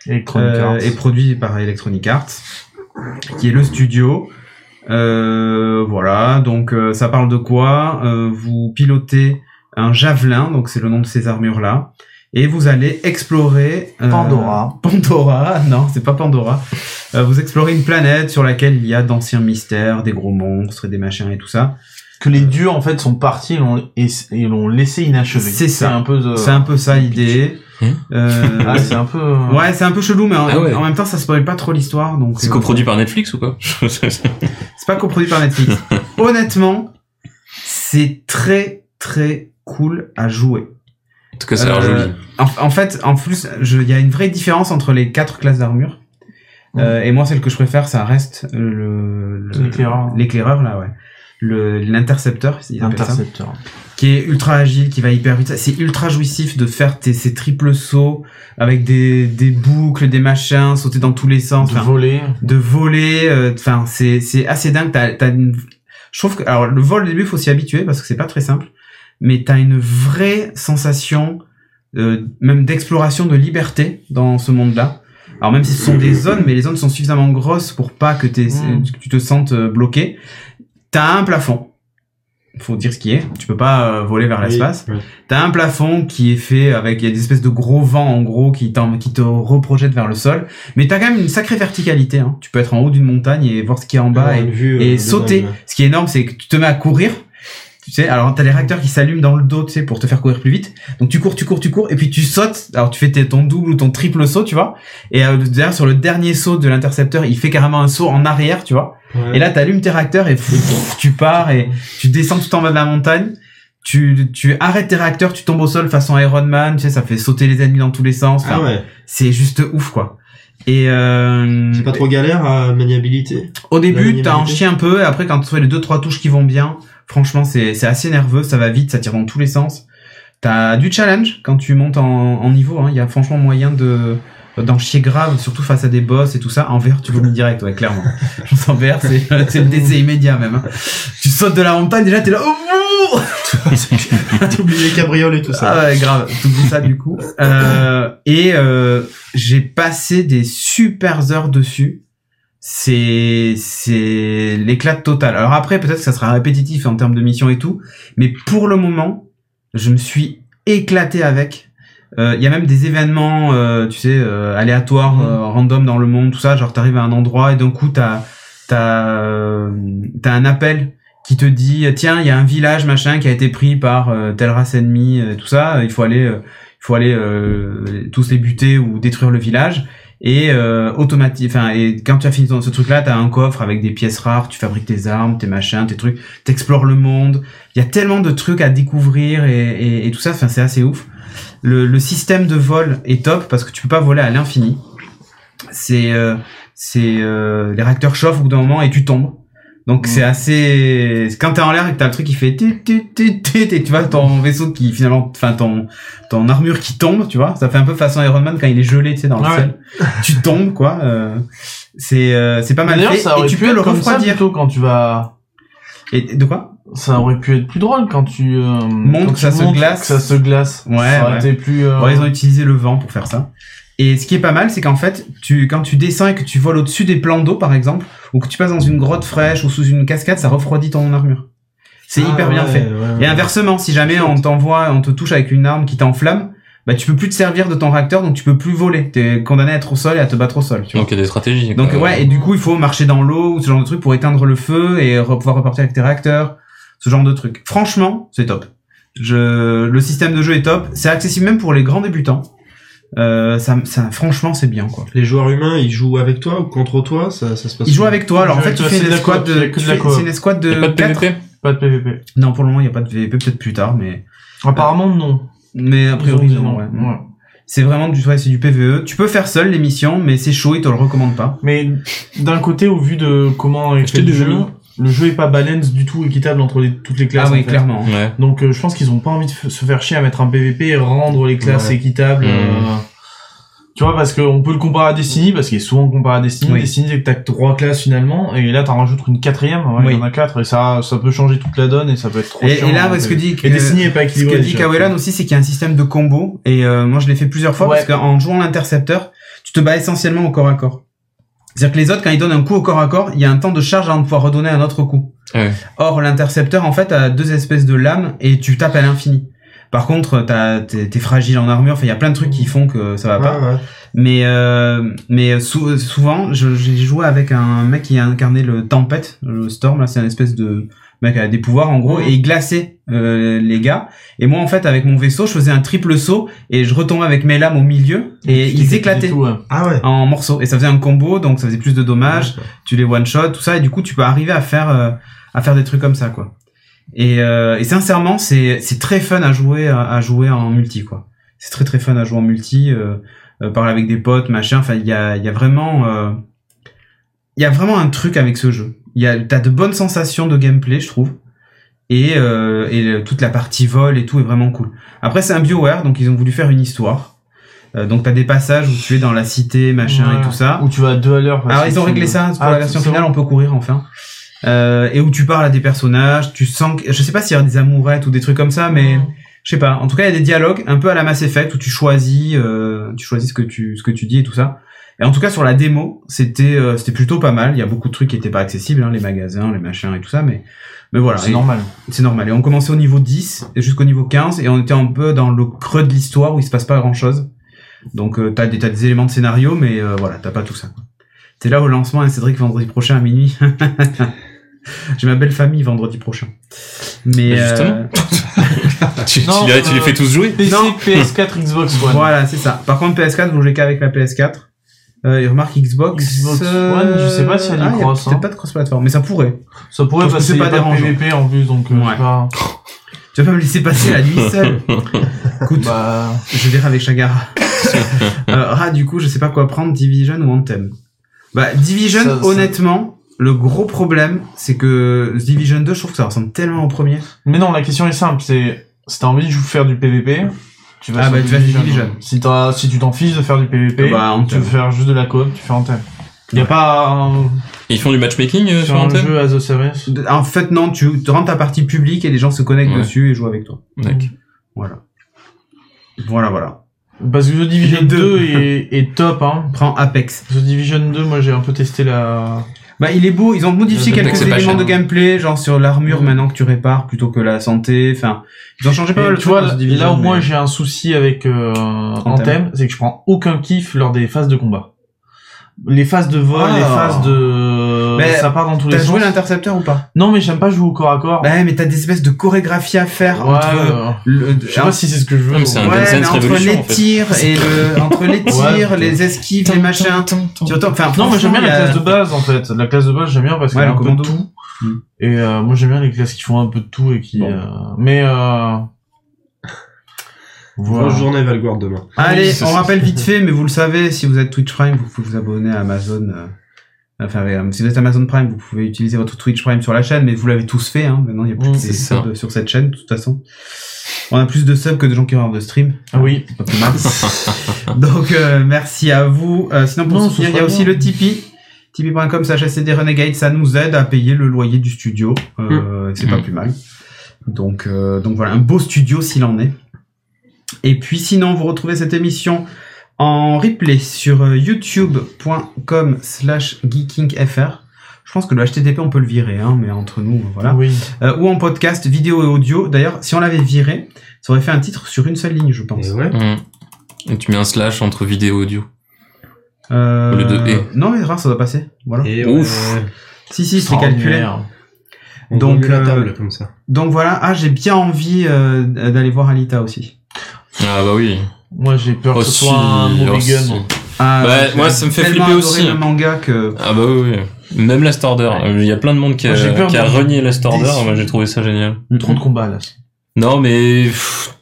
Speaker 2: Electronic
Speaker 1: euh,
Speaker 2: Arts.
Speaker 1: est produit par Electronic Arts, qui est le studio. Euh, voilà, donc euh, ça parle de quoi Euh, Vous pilotez un javelin, donc c'est le nom de ces armures là, et vous allez explorer euh,
Speaker 2: Pandora.
Speaker 1: Pandora, <laughs> non, c'est pas Pandora. Euh, vous explorez une planète sur laquelle il y a d'anciens mystères, des gros monstres, et des machins et tout ça.
Speaker 2: Que les dieux, en fait, sont partis et l'ont- et et l'ont laissé inachevé.
Speaker 1: C'est ça.
Speaker 2: un peu... euh,
Speaker 1: C'est un peu ça l'idée.
Speaker 3: Hein
Speaker 1: Euh,
Speaker 2: Ah, c'est un peu... euh,
Speaker 1: ouais, c'est un peu chelou, mais en,
Speaker 3: Ah ouais.
Speaker 1: en même temps, ça spoil pas trop l'histoire, donc.
Speaker 3: C'est
Speaker 1: euh,
Speaker 3: coproduit par Netflix ou quoi <laughs>
Speaker 1: C'est pas coproduit par Netflix. Honnêtement, c'est très très cool à jouer.
Speaker 3: En tout cas, ça a l'air
Speaker 1: Euh, <laughs>
Speaker 3: joli.
Speaker 1: En, en fait, en plus, je- il y a une vraie différence entre les quatre classes d'armure. Euh, et moi, celle que je préfère, ça reste le le-
Speaker 2: L'éclaireur.
Speaker 1: L'éclaireur là, ouais. Le l'intercepteur, ils appellent ça
Speaker 2: Intercepteur.
Speaker 1: qui est ultra agile, qui va hyper vite. C'est ultra jouissif de faire tes, ces triples sauts avec des, des boucles, des machins, sauter dans tous les sens,
Speaker 2: De
Speaker 1: enfin,
Speaker 2: voler.
Speaker 1: de voler. euh, Enfin, c'est c'est assez dingue. T'as t'as une... Je trouve que alors le vol au début faut s'y habituer parce que c'est pas très simple, mais t'as une vraie sensation euh, même d'exploration de liberté dans ce monde-là. Alors même si ce sont des zones, mais les zones sont suffisamment grosses pour pas que, t'aies-
Speaker 2: Mm.
Speaker 1: que tu te sentes euh, bloqué. T'as un plafond. faut dire ce qui est. Tu peux pas euh, voler vers
Speaker 5: Oui,
Speaker 1: l'espace.
Speaker 4: oui.
Speaker 1: T'as un plafond qui est fait avec il y a des espèces de gros vents en gros qui t'en- qui te reprojettent vers le sol. Mais t'as quand même une sacrée verticalité. Hein. Tu peux être en haut d'une montagne et voir ce qu'il y a en bas et
Speaker 5: euh,
Speaker 1: et sauter. Ce qui est énorme, c'est que tu te mets à courir. Tu sais, alors t'as les réacteurs qui s'allument dans le dos, tu sais, pour te faire courir plus vite. Donc tu cours, tu cours, tu cours, et puis tu sautes. Alors tu fais tes- ton double ou ton triple saut, tu vois. Et euh, derrière, sur le dernier saut de l'intercepteur, il fait carrément un saut en arrière, tu vois. Et là, t'allumes tes réacteurs et pff, tu pars et
Speaker 5: Ah
Speaker 1: tu descends tout en bas de la montagne. Tu, tu arrêtes tes réacteurs, tu tombes au sol façon Iron Man, tu sais, ça fait sauter les ennemis dans tous les sens.
Speaker 5: Ah
Speaker 1: Enfin,
Speaker 5: ouais,
Speaker 1: C'est juste ouf, quoi. Et euh,
Speaker 5: c'est pas trop galère
Speaker 1: <laughs>
Speaker 5: à maniabilité.
Speaker 1: au début,
Speaker 5: minimalité.
Speaker 1: t'as un chien un peu, et après, quand tu fais les deux trois touches qui vont bien, franchement, c'est c'est assez nerveux, ça va vite, ça tire dans tous les sens. T'as du challenge quand tu montes en, en niveau, hein. il y a franchement moyen de d'en chier grave, surtout face à des boss et tout ça. En VR, tu vomis direct, ouais, clairement. <laughs> Je pense en VR, c'est c'est le décès immédiat même. hein. Tu sautes de la montagne, déjà, t'es là, oh, wouh
Speaker 5: T'oublies les cabrioles et tout ça.
Speaker 1: ah ouais, grave, t'oublies ça du
Speaker 5: <laughs>
Speaker 1: coup. Euh, et euh, j'ai passé des super heures dessus. C'est c'est l'éclat total. Alors après, peut-être que ça sera répétitif en termes de mission et tout, mais pour le moment, je me suis éclaté avec. Euh, Il y a même des événements, euh, tu sais, euh, aléatoires,
Speaker 5: Mm.
Speaker 1: euh, random dans le monde, tout ça. Genre, t'arrives à un endroit et d'un coup, t'as t'as euh, t'as un appel qui te dit tiens, il y a un village machin qui a été pris par euh, telle race ennemie, euh, tout ça. Il faut aller, euh, il faut aller euh, tous les buter ou détruire le village. Et euh, automati- enfin, et quand tu as fini ton- ce truc-là, t'as un coffre avec des pièces rares. Tu fabriques tes armes, tes machins, tes trucs. T'explores le monde il y a tellement de trucs à découvrir et, et- et tout ça, enfin, c'est assez ouf. Le, le système de vol est top parce que tu peux pas voler à l'infini. C'est euh, c'est euh, les réacteurs chauffent au bout d'un moment et tu tombes. Donc c'est assez quand t'es en l'air et que t'as le truc qui fait tut, tut, tut, tut, et tu vois ton vaisseau qui finalement enfin ton ton armure qui tombe, tu vois, ça fait un peu façon Iron Man quand il est gelé, tu sais dans le
Speaker 2: Ah ouais.
Speaker 1: ciel. tu tombes quoi. euh, c'est euh, c'est pas mal
Speaker 2: D'ailleurs,
Speaker 1: fait
Speaker 2: ça
Speaker 1: et
Speaker 2: aurait
Speaker 1: tu
Speaker 2: pu
Speaker 1: peux
Speaker 2: être
Speaker 1: le
Speaker 2: comme ça
Speaker 1: refroidir.
Speaker 2: plutôt quand tu vas.
Speaker 1: et de quoi
Speaker 2: Ça aurait pu être plus drôle quand tu euh, quand
Speaker 1: que ça
Speaker 2: tu
Speaker 1: se
Speaker 2: montres
Speaker 1: glace.
Speaker 2: Que ça se glace.
Speaker 1: Ouais,
Speaker 2: Ça aurait
Speaker 1: ouais.
Speaker 2: été plus. euh,
Speaker 1: Ouais, ils ont utilisé le vent pour faire ça. Et ce qui est pas mal, c'est qu'en fait, tu, quand tu descends et que tu voles au-dessus des plans d'eau, par exemple, ou que tu passes dans une grotte fraîche ou sous une cascade, ça refroidit ton armure. C'est
Speaker 5: Ah,
Speaker 1: hyper bien
Speaker 5: ouais,
Speaker 1: fait.
Speaker 5: ouais, ouais.
Speaker 1: Et inversement, si jamais on t'envoie, on te touche avec une arme qui t'enflamme, bah tu peux plus te servir de ton réacteur, donc tu peux plus voler. T'es condamné à être au sol et à te battre au sol. Tu vois.
Speaker 3: Donc il y a des stratégies.
Speaker 1: Donc
Speaker 2: Euh,
Speaker 3: quoi.
Speaker 1: ouais, et du coup, il faut marcher dans l'eau ou ce genre de truc pour éteindre le feu et re- pouvoir repartir avec tes réacteurs, ce genre de truc. Franchement, c'est top. Je, le système de jeu est top. C'est accessible même pour les grands débutants. Euh, ça, ça, franchement, c'est bien quoi.
Speaker 5: Les joueurs humains, ils jouent avec toi ou contre toi Ça, ça se passe
Speaker 1: Ils jouent
Speaker 5: comment
Speaker 1: avec toi. Alors en
Speaker 2: Ils jouent
Speaker 1: fait, tu
Speaker 2: avec toi,
Speaker 1: fais
Speaker 2: c'est
Speaker 1: une
Speaker 2: de la
Speaker 1: escouade
Speaker 2: coop, c'est
Speaker 1: de,
Speaker 2: de la- que
Speaker 1: tu
Speaker 2: de la
Speaker 1: fais-
Speaker 2: coop.
Speaker 1: c'est une escouade
Speaker 3: Il y a
Speaker 1: de
Speaker 3: pas de
Speaker 1: 4
Speaker 3: PVP
Speaker 2: Pas de PVP.
Speaker 1: Non, pour le moment, il y a pas de VP. Peut-être plus tard, mais
Speaker 2: Apparemment non.
Speaker 1: mais a priori
Speaker 2: Ils ont dit
Speaker 1: non. Ouais. C'est vraiment du, ouais, c'est du PVE. Tu peux faire seul les missions, mais c'est chaud. Ils te le recommandent pas.
Speaker 2: Mais d'un côté, au vu de comment est
Speaker 3: Acheter
Speaker 2: fait le
Speaker 3: des
Speaker 2: jeu,
Speaker 3: jeux.
Speaker 2: le jeu est pas balance du tout équitable entre les, toutes les classes.
Speaker 1: ah oui,
Speaker 2: en fait.
Speaker 1: clairement.
Speaker 3: Ouais.
Speaker 2: Donc euh, je pense qu'ils ont pas envie de f- se faire chier à mettre un PVP et rendre les classes
Speaker 5: Ouais.
Speaker 2: équitables.
Speaker 3: Mmh.
Speaker 2: euh, tu vois, parce qu'on peut le comparer à Destiny, parce qu'il est souvent comparé à Destiny.
Speaker 1: Oui.
Speaker 2: Destiny, c'est que t'as que trois classes finalement, et là t'en rajoutes une quatrième, ouais,
Speaker 1: Oui.
Speaker 2: il y en a quatre, et ça, ça peut changer toute la donne, et ça peut être trop
Speaker 1: Et,
Speaker 2: chiant.
Speaker 1: et là,
Speaker 2: hein,
Speaker 1: ce que
Speaker 2: mais-
Speaker 1: dit
Speaker 2: Et Destiny est pas
Speaker 1: Ce que
Speaker 2: équilibré.
Speaker 1: dit
Speaker 2: déjà.
Speaker 1: Kawelan aussi, c'est qu'il y a un système de combo. Et euh, moi, je l'ai fait plusieurs fois
Speaker 2: Ouais.
Speaker 1: parce qu'en jouant l'intercepteur, tu te bats essentiellement au corps à corps. C'est-à-dire que les autres, quand ils donnent un coup au corps à corps, il y a un temps de charge avant de pouvoir redonner un autre coup.
Speaker 3: Ouais.
Speaker 1: Or, l'intercepteur, en fait, a deux espèces de lames et tu tapes à l'infini. Par contre, t'as- t'es t'es fragile en armure. Enfin, il y a plein de trucs qui font que ça va pas.
Speaker 5: Ah, ouais.
Speaker 1: Mais euh, mais sou- souvent, je- j'ai joué avec un mec qui a incarné le Tempête, le Storm. Là, c'est un espèce de mec qui a des pouvoirs en gros et il glaçait euh, les gars. Et moi, en fait, avec mon vaisseau, je faisais un triple saut et je retombais avec mes lames au milieu et
Speaker 2: Tu
Speaker 1: ils
Speaker 2: t'éclates
Speaker 1: éclataient
Speaker 2: et tout, hein. ouais.
Speaker 5: Ah ouais.
Speaker 1: en morceaux. Et ça faisait un combo, donc ça faisait plus de dommages. Tu les one shot, tout ça. Et du coup, tu peux arriver à faire euh, à faire des trucs comme ça, quoi. Et, euh, et sincèrement, c'est c'est très fun à jouer à, à jouer en multi, quoi. C'est très très fun à jouer en multi, euh, euh, parler avec des potes, machin. Enfin, il y a il y a vraiment euh, il y a vraiment un truc avec ce jeu. Il y a t'as de bonnes sensations de gameplay, je trouve. Et, euh, et le- toute la partie vol et tout est vraiment cool. Après, c'est un Bioware, donc ils ont voulu faire une histoire. Euh, donc t'as des passages où tu es dans la cité, machin
Speaker 2: Ouais.
Speaker 1: et tout ça.
Speaker 2: Ou tu vas à deux à l'heure. parce
Speaker 1: Alors
Speaker 2: que
Speaker 1: Ah. ils ont
Speaker 2: tu-
Speaker 1: réglé ça pour
Speaker 2: Ah,
Speaker 1: la version
Speaker 2: c'est
Speaker 1: finale,
Speaker 2: bon.
Speaker 1: on peut courir enfin. Euh, et où tu parles à des personnages, tu sens que je sais pas s'il y a des amourettes ou des trucs comme ça, mais je sais pas. En tout cas, il y a des dialogues un peu à la Mass Effect où tu choisis, euh, tu choisis ce que tu ce que tu dis et tout ça. Et en tout cas sur la démo, c'était euh, c'était plutôt pas mal. Il y a beaucoup de trucs qui étaient pas accessibles, hein, les magasins, les machins et tout ça, mais mais voilà.
Speaker 2: C'est
Speaker 1: Et-
Speaker 2: normal.
Speaker 1: c'est normal. Et on commençait au niveau 10 et jusqu'au niveau 15 et on était un peu dans le creux de l'histoire où il se passe pas grand chose. Donc euh, t'as des, t'as des éléments de scénario, mais euh, voilà, t'as pas tout ça. quoi. C'est là au lancement, hein, Cédric, vendredi prochain à minuit. <laughs> J'ai ma belle famille vendredi prochain. Mais
Speaker 3: Mais
Speaker 2: Bah,
Speaker 1: euh,
Speaker 3: justement. tu,
Speaker 2: Non,
Speaker 3: tu, les- tu les
Speaker 2: euh,
Speaker 3: fais tous jouer
Speaker 2: PC,
Speaker 1: Non.
Speaker 2: PS4, Xbox One.
Speaker 1: voilà, c'est ça. Par contre, PS4, vous jouez qu'avec la PS4. Euh, et remarque Xbox, euh,
Speaker 2: Xbox One, je sais pas si elle y
Speaker 1: ah, il y a
Speaker 2: cross,
Speaker 1: peut-être
Speaker 2: hein.
Speaker 1: pas de cross-platform, mais ça pourrait.
Speaker 2: Ça pourrait
Speaker 1: Parce que
Speaker 2: passer
Speaker 1: c'est pas
Speaker 2: pas, pas
Speaker 1: dérangeant.
Speaker 2: PVP en plus, donc euh,
Speaker 1: Ouais.
Speaker 2: c'est pas...
Speaker 1: Tu vas pas me laisser passer la nuit
Speaker 2: <laughs>
Speaker 1: seule. Écoute, <laughs>
Speaker 2: Bah...
Speaker 1: Je verrai avec
Speaker 2: <laughs>
Speaker 1: Chagara. euh, Ra, du coup, je sais pas quoi prendre, Division ou Anthem. Bah, Division,
Speaker 2: Ça, ça-
Speaker 1: honnêtement, le gros problème, c'est que Division 2, je trouve que ça ressemble tellement au premier.
Speaker 2: Mais non, la question est simple, c'est... Si t'as envie de faire du PVP, tu vas
Speaker 1: Ah,
Speaker 2: sur
Speaker 1: bah, tu vas sur Division.
Speaker 2: Si, t'as- si tu t'en fiches de faire du PVP,
Speaker 1: bah,
Speaker 2: tu veux
Speaker 1: Anthem.
Speaker 2: faire juste de la coop, tu fais Anthem. Y a
Speaker 1: Ouais.
Speaker 2: pas un,
Speaker 3: Ils font du matchmaking euh,
Speaker 2: sur
Speaker 3: sur
Speaker 2: un
Speaker 3: Anthem
Speaker 2: jeu as a service
Speaker 1: En fait, non, tu tu rends ta partie publique et les gens se connectent
Speaker 3: Ouais.
Speaker 1: dessus et jouent avec toi.
Speaker 3: D'accord.
Speaker 1: Voilà. Voilà, voilà.
Speaker 2: Parce que The Division
Speaker 1: Les
Speaker 2: 2
Speaker 1: deux. <laughs>
Speaker 2: est, est top, hein.
Speaker 1: Prends Apex.
Speaker 2: The Division 2, moi j'ai un peu testé la...
Speaker 1: Bah, il est beau, ils ont modifié
Speaker 2: Le
Speaker 1: quelques
Speaker 3: Apex est pas
Speaker 1: éléments
Speaker 3: cher,
Speaker 1: de
Speaker 3: hein.
Speaker 1: gameplay, genre sur l'armure
Speaker 2: Ouais.
Speaker 1: maintenant que tu répares plutôt que la santé. Enfin, ils ont changé pas
Speaker 2: Mais
Speaker 1: mal de
Speaker 2: tu vois,
Speaker 1: trucs dans
Speaker 2: là,
Speaker 1: The Division,
Speaker 2: là, au moins
Speaker 1: mais-
Speaker 2: j'ai un souci avec euh, Anthem, c'est que je prends aucun kiff lors des phases de combat. Les phases de vol,
Speaker 1: Ah.
Speaker 2: les phases de...
Speaker 1: Mais
Speaker 2: ça part dans tous les
Speaker 1: T'as
Speaker 2: sens.
Speaker 1: joué l'intercepteur ou pas
Speaker 2: Non mais j'aime pas jouer au corps à corps.
Speaker 1: Bah, mais t'as des espèces de chorégraphies à faire
Speaker 2: Ouais,
Speaker 1: entre
Speaker 2: euh,
Speaker 1: Le-
Speaker 2: je sais pas si c'est ce que je veux.
Speaker 3: Non, mais c'est un
Speaker 2: bon.
Speaker 1: ouais,
Speaker 3: Dance
Speaker 1: mais
Speaker 3: Dance
Speaker 1: entre
Speaker 3: Revolution,
Speaker 1: les
Speaker 3: en fait.
Speaker 1: tirs et le, entre les tirs,
Speaker 2: Ouais.
Speaker 1: les esquives, les machins. Tu entends enfin,
Speaker 2: Non, moi j'aime
Speaker 1: franchement,
Speaker 2: bien la
Speaker 1: il y a-
Speaker 2: classe de base en fait. La classe de base j'aime bien parce
Speaker 1: Ouais,
Speaker 2: qu'elle a
Speaker 1: le
Speaker 2: un peu de
Speaker 1: commando.
Speaker 2: tout.
Speaker 1: Mm.
Speaker 2: Et euh, moi j'aime bien les classes qui font un peu de tout et qui.
Speaker 5: Bon.
Speaker 2: euh, Mais euh... voilà.
Speaker 5: Grosse journée Valguard demain.
Speaker 1: Allez,
Speaker 3: Oui,
Speaker 1: on
Speaker 3: c'est-
Speaker 1: rappelle vite fait, mais vous le savez, si vous êtes Twitch Prime, vous pouvez vous abonner à Amazon. euh, Enfin, avec- euh, si vous êtes Amazon Prime, vous pouvez utiliser votre Twitch Prime sur la chaîne, mais vous l'avez tous fait. Hein. Maintenant, il y a plus
Speaker 2: Mm,
Speaker 1: de
Speaker 3: c'est ça.
Speaker 1: subs sur cette chaîne, de toute façon. On a plus de subs que de gens qui regardent de stream.
Speaker 2: Ah oui.
Speaker 1: C'est pas plus
Speaker 2: <laughs>
Speaker 1: mal. Donc, euh, merci à vous. Euh, sinon, pour
Speaker 2: Non,
Speaker 1: soutenir,
Speaker 2: ce
Speaker 1: il y a
Speaker 2: sera
Speaker 1: aussi
Speaker 2: bien.
Speaker 1: le Tipeee. Tipeee.com, HSCD Renegade, ça nous aide à payer le loyer du studio. Euh, C'est pas
Speaker 3: Mm.
Speaker 1: plus mal. Donc, euh, donc voilà, un beau studio s'il en est. Et puis sinon, vous retrouvez cette émission en replay sur euh, youtube.com slash geekingfr. Je pense que le HTTP, on peut le virer, hein, mais entre nous, voilà.
Speaker 2: Oui.
Speaker 1: Euh, ou en podcast, vidéo et audio. D'ailleurs, si on l'avait viré, ça aurait fait un titre sur une seule ligne, je pense.
Speaker 5: Et ouais.
Speaker 3: Mm. Et tu mets un slash entre vidéo et audio.
Speaker 1: Euh,
Speaker 3: Au lieu de et.
Speaker 1: Non, mais rare, ça doit passer. Voilà.
Speaker 5: Et
Speaker 3: Ouf.
Speaker 5: ouais.
Speaker 1: Si, si, je l'ai calculé.
Speaker 2: Extraordinaire.
Speaker 5: On
Speaker 1: Donc,
Speaker 5: Donc la
Speaker 1: euh,
Speaker 5: table comme ça.
Speaker 1: Donc voilà. Ah, j'ai bien envie euh, d'aller voir Alita aussi.
Speaker 3: Ah bah oui.
Speaker 2: Moi j'ai peur que ce
Speaker 3: Aussi,
Speaker 2: soit un mauvais
Speaker 3: aussi.
Speaker 2: gun. moi.
Speaker 1: Ah,
Speaker 3: Ouais,
Speaker 1: j'ai
Speaker 3: Bah, moi, ça me fait
Speaker 1: tellement
Speaker 3: flipper
Speaker 1: adoré
Speaker 3: aussi.
Speaker 1: le manga que.
Speaker 3: Ah bah oui, oui. Même Last Order.
Speaker 1: Ouais.
Speaker 3: Euh, Il y a plein de monde qui a,
Speaker 2: Moi, j'ai peur
Speaker 3: qui a
Speaker 2: d'être
Speaker 3: renié Last Order.
Speaker 2: déçu.
Speaker 3: Moi j'ai trouvé ça génial.
Speaker 2: Trop de combats là.
Speaker 3: Non mais pff,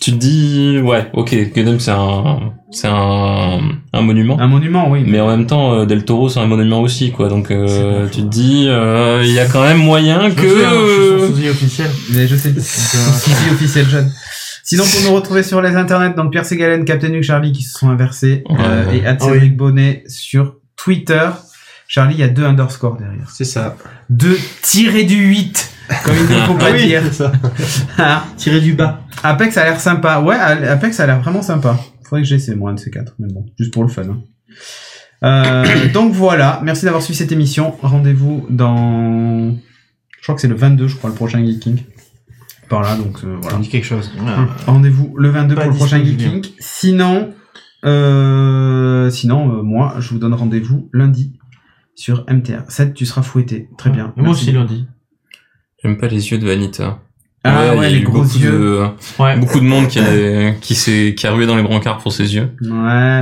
Speaker 3: tu te dis ouais ok Gundam c'est un c'est un, un monument.
Speaker 1: Un monument, oui.
Speaker 3: Mais en même temps, euh, Del Toro, c'est un monument aussi, quoi. Donc, euh, tu te dis, euh, il y a quand même moyen
Speaker 2: Je sais, hein, je suis
Speaker 3: que...
Speaker 2: son sosie officiel.
Speaker 1: Mais je sais.
Speaker 3: <laughs>
Speaker 1: Sisi officiel jeune. Sinon, pour nous retrouver sur les internets, donc Pierre Segalen, Captain Luke, Charlie qui se sont inversés, euh,
Speaker 3: Ouais.
Speaker 1: et Ad
Speaker 2: Ah oui.
Speaker 1: Cédric Bonnet sur Twitter. Charlie, il y a deux underscores derrière.
Speaker 5: C'est ça.
Speaker 1: Deux tirés du 8, comme
Speaker 3: <laughs>
Speaker 1: il ne faut
Speaker 3: Ah
Speaker 1: pas
Speaker 5: oui,
Speaker 1: dire.
Speaker 5: c'est ça.
Speaker 1: Ah.
Speaker 5: Tirer du bas.
Speaker 1: Apex a l'air sympa. Ouais, Apex a l'air vraiment sympa. Faudrait que j'essaie moi un de ces quatre, mais bon, juste pour le fun. hein. Euh, <coughs> donc voilà, merci d'avoir suivi cette émission. Rendez-vous dans. Je crois que c'est le 22, je crois, le prochain Geeking. Par là, donc euh,
Speaker 5: On
Speaker 1: voilà.
Speaker 5: dit quelque chose.
Speaker 1: Hmm.
Speaker 2: Ouais.
Speaker 1: Rendez-vous le 22
Speaker 2: Euh, Pas
Speaker 1: pour le prochain
Speaker 2: disponible.
Speaker 1: Geeking. Sinon, euh, sinon euh, moi, je vous donne rendez-vous lundi sur MTR7. Tu seras fouetté. Très bien.
Speaker 2: Moi
Speaker 1: Merci.
Speaker 2: aussi lundi.
Speaker 3: J'aime pas les yeux de Vanita.
Speaker 1: Ah ouais,
Speaker 3: il y a
Speaker 1: les
Speaker 3: eu
Speaker 1: gros
Speaker 3: beaucoup
Speaker 1: yeux.
Speaker 3: de-
Speaker 2: Ouais.
Speaker 3: beaucoup de monde
Speaker 1: <laughs>
Speaker 3: qui a, qui s'est, qui a rué dans les brancards pour ses yeux.
Speaker 1: Ouais,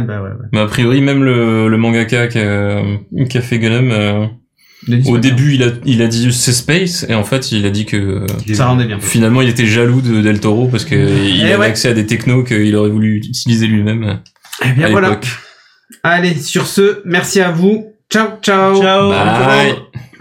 Speaker 1: bah ouais. ouais.
Speaker 3: Mais a priori, même le, le mangaka qui a, qui a fait Gundam, euh,
Speaker 1: Il a dit
Speaker 3: au
Speaker 1: c'est bien.
Speaker 3: début, il a, il a dit c'est Space, et en fait, il a dit que euh,
Speaker 1: ça rendait bien.
Speaker 3: finalement, il était jaloux de Del Toro parce que il
Speaker 1: Eh
Speaker 3: avait
Speaker 1: ouais.
Speaker 3: accès à des technos qu'il aurait voulu utiliser lui-même
Speaker 1: Eh bien
Speaker 3: à
Speaker 1: voilà.
Speaker 3: l'époque.
Speaker 1: Allez, sur ce, merci à vous. Ciao, ciao.
Speaker 2: Ciao.
Speaker 1: Oh,
Speaker 3: Bye.
Speaker 2: bonne commande.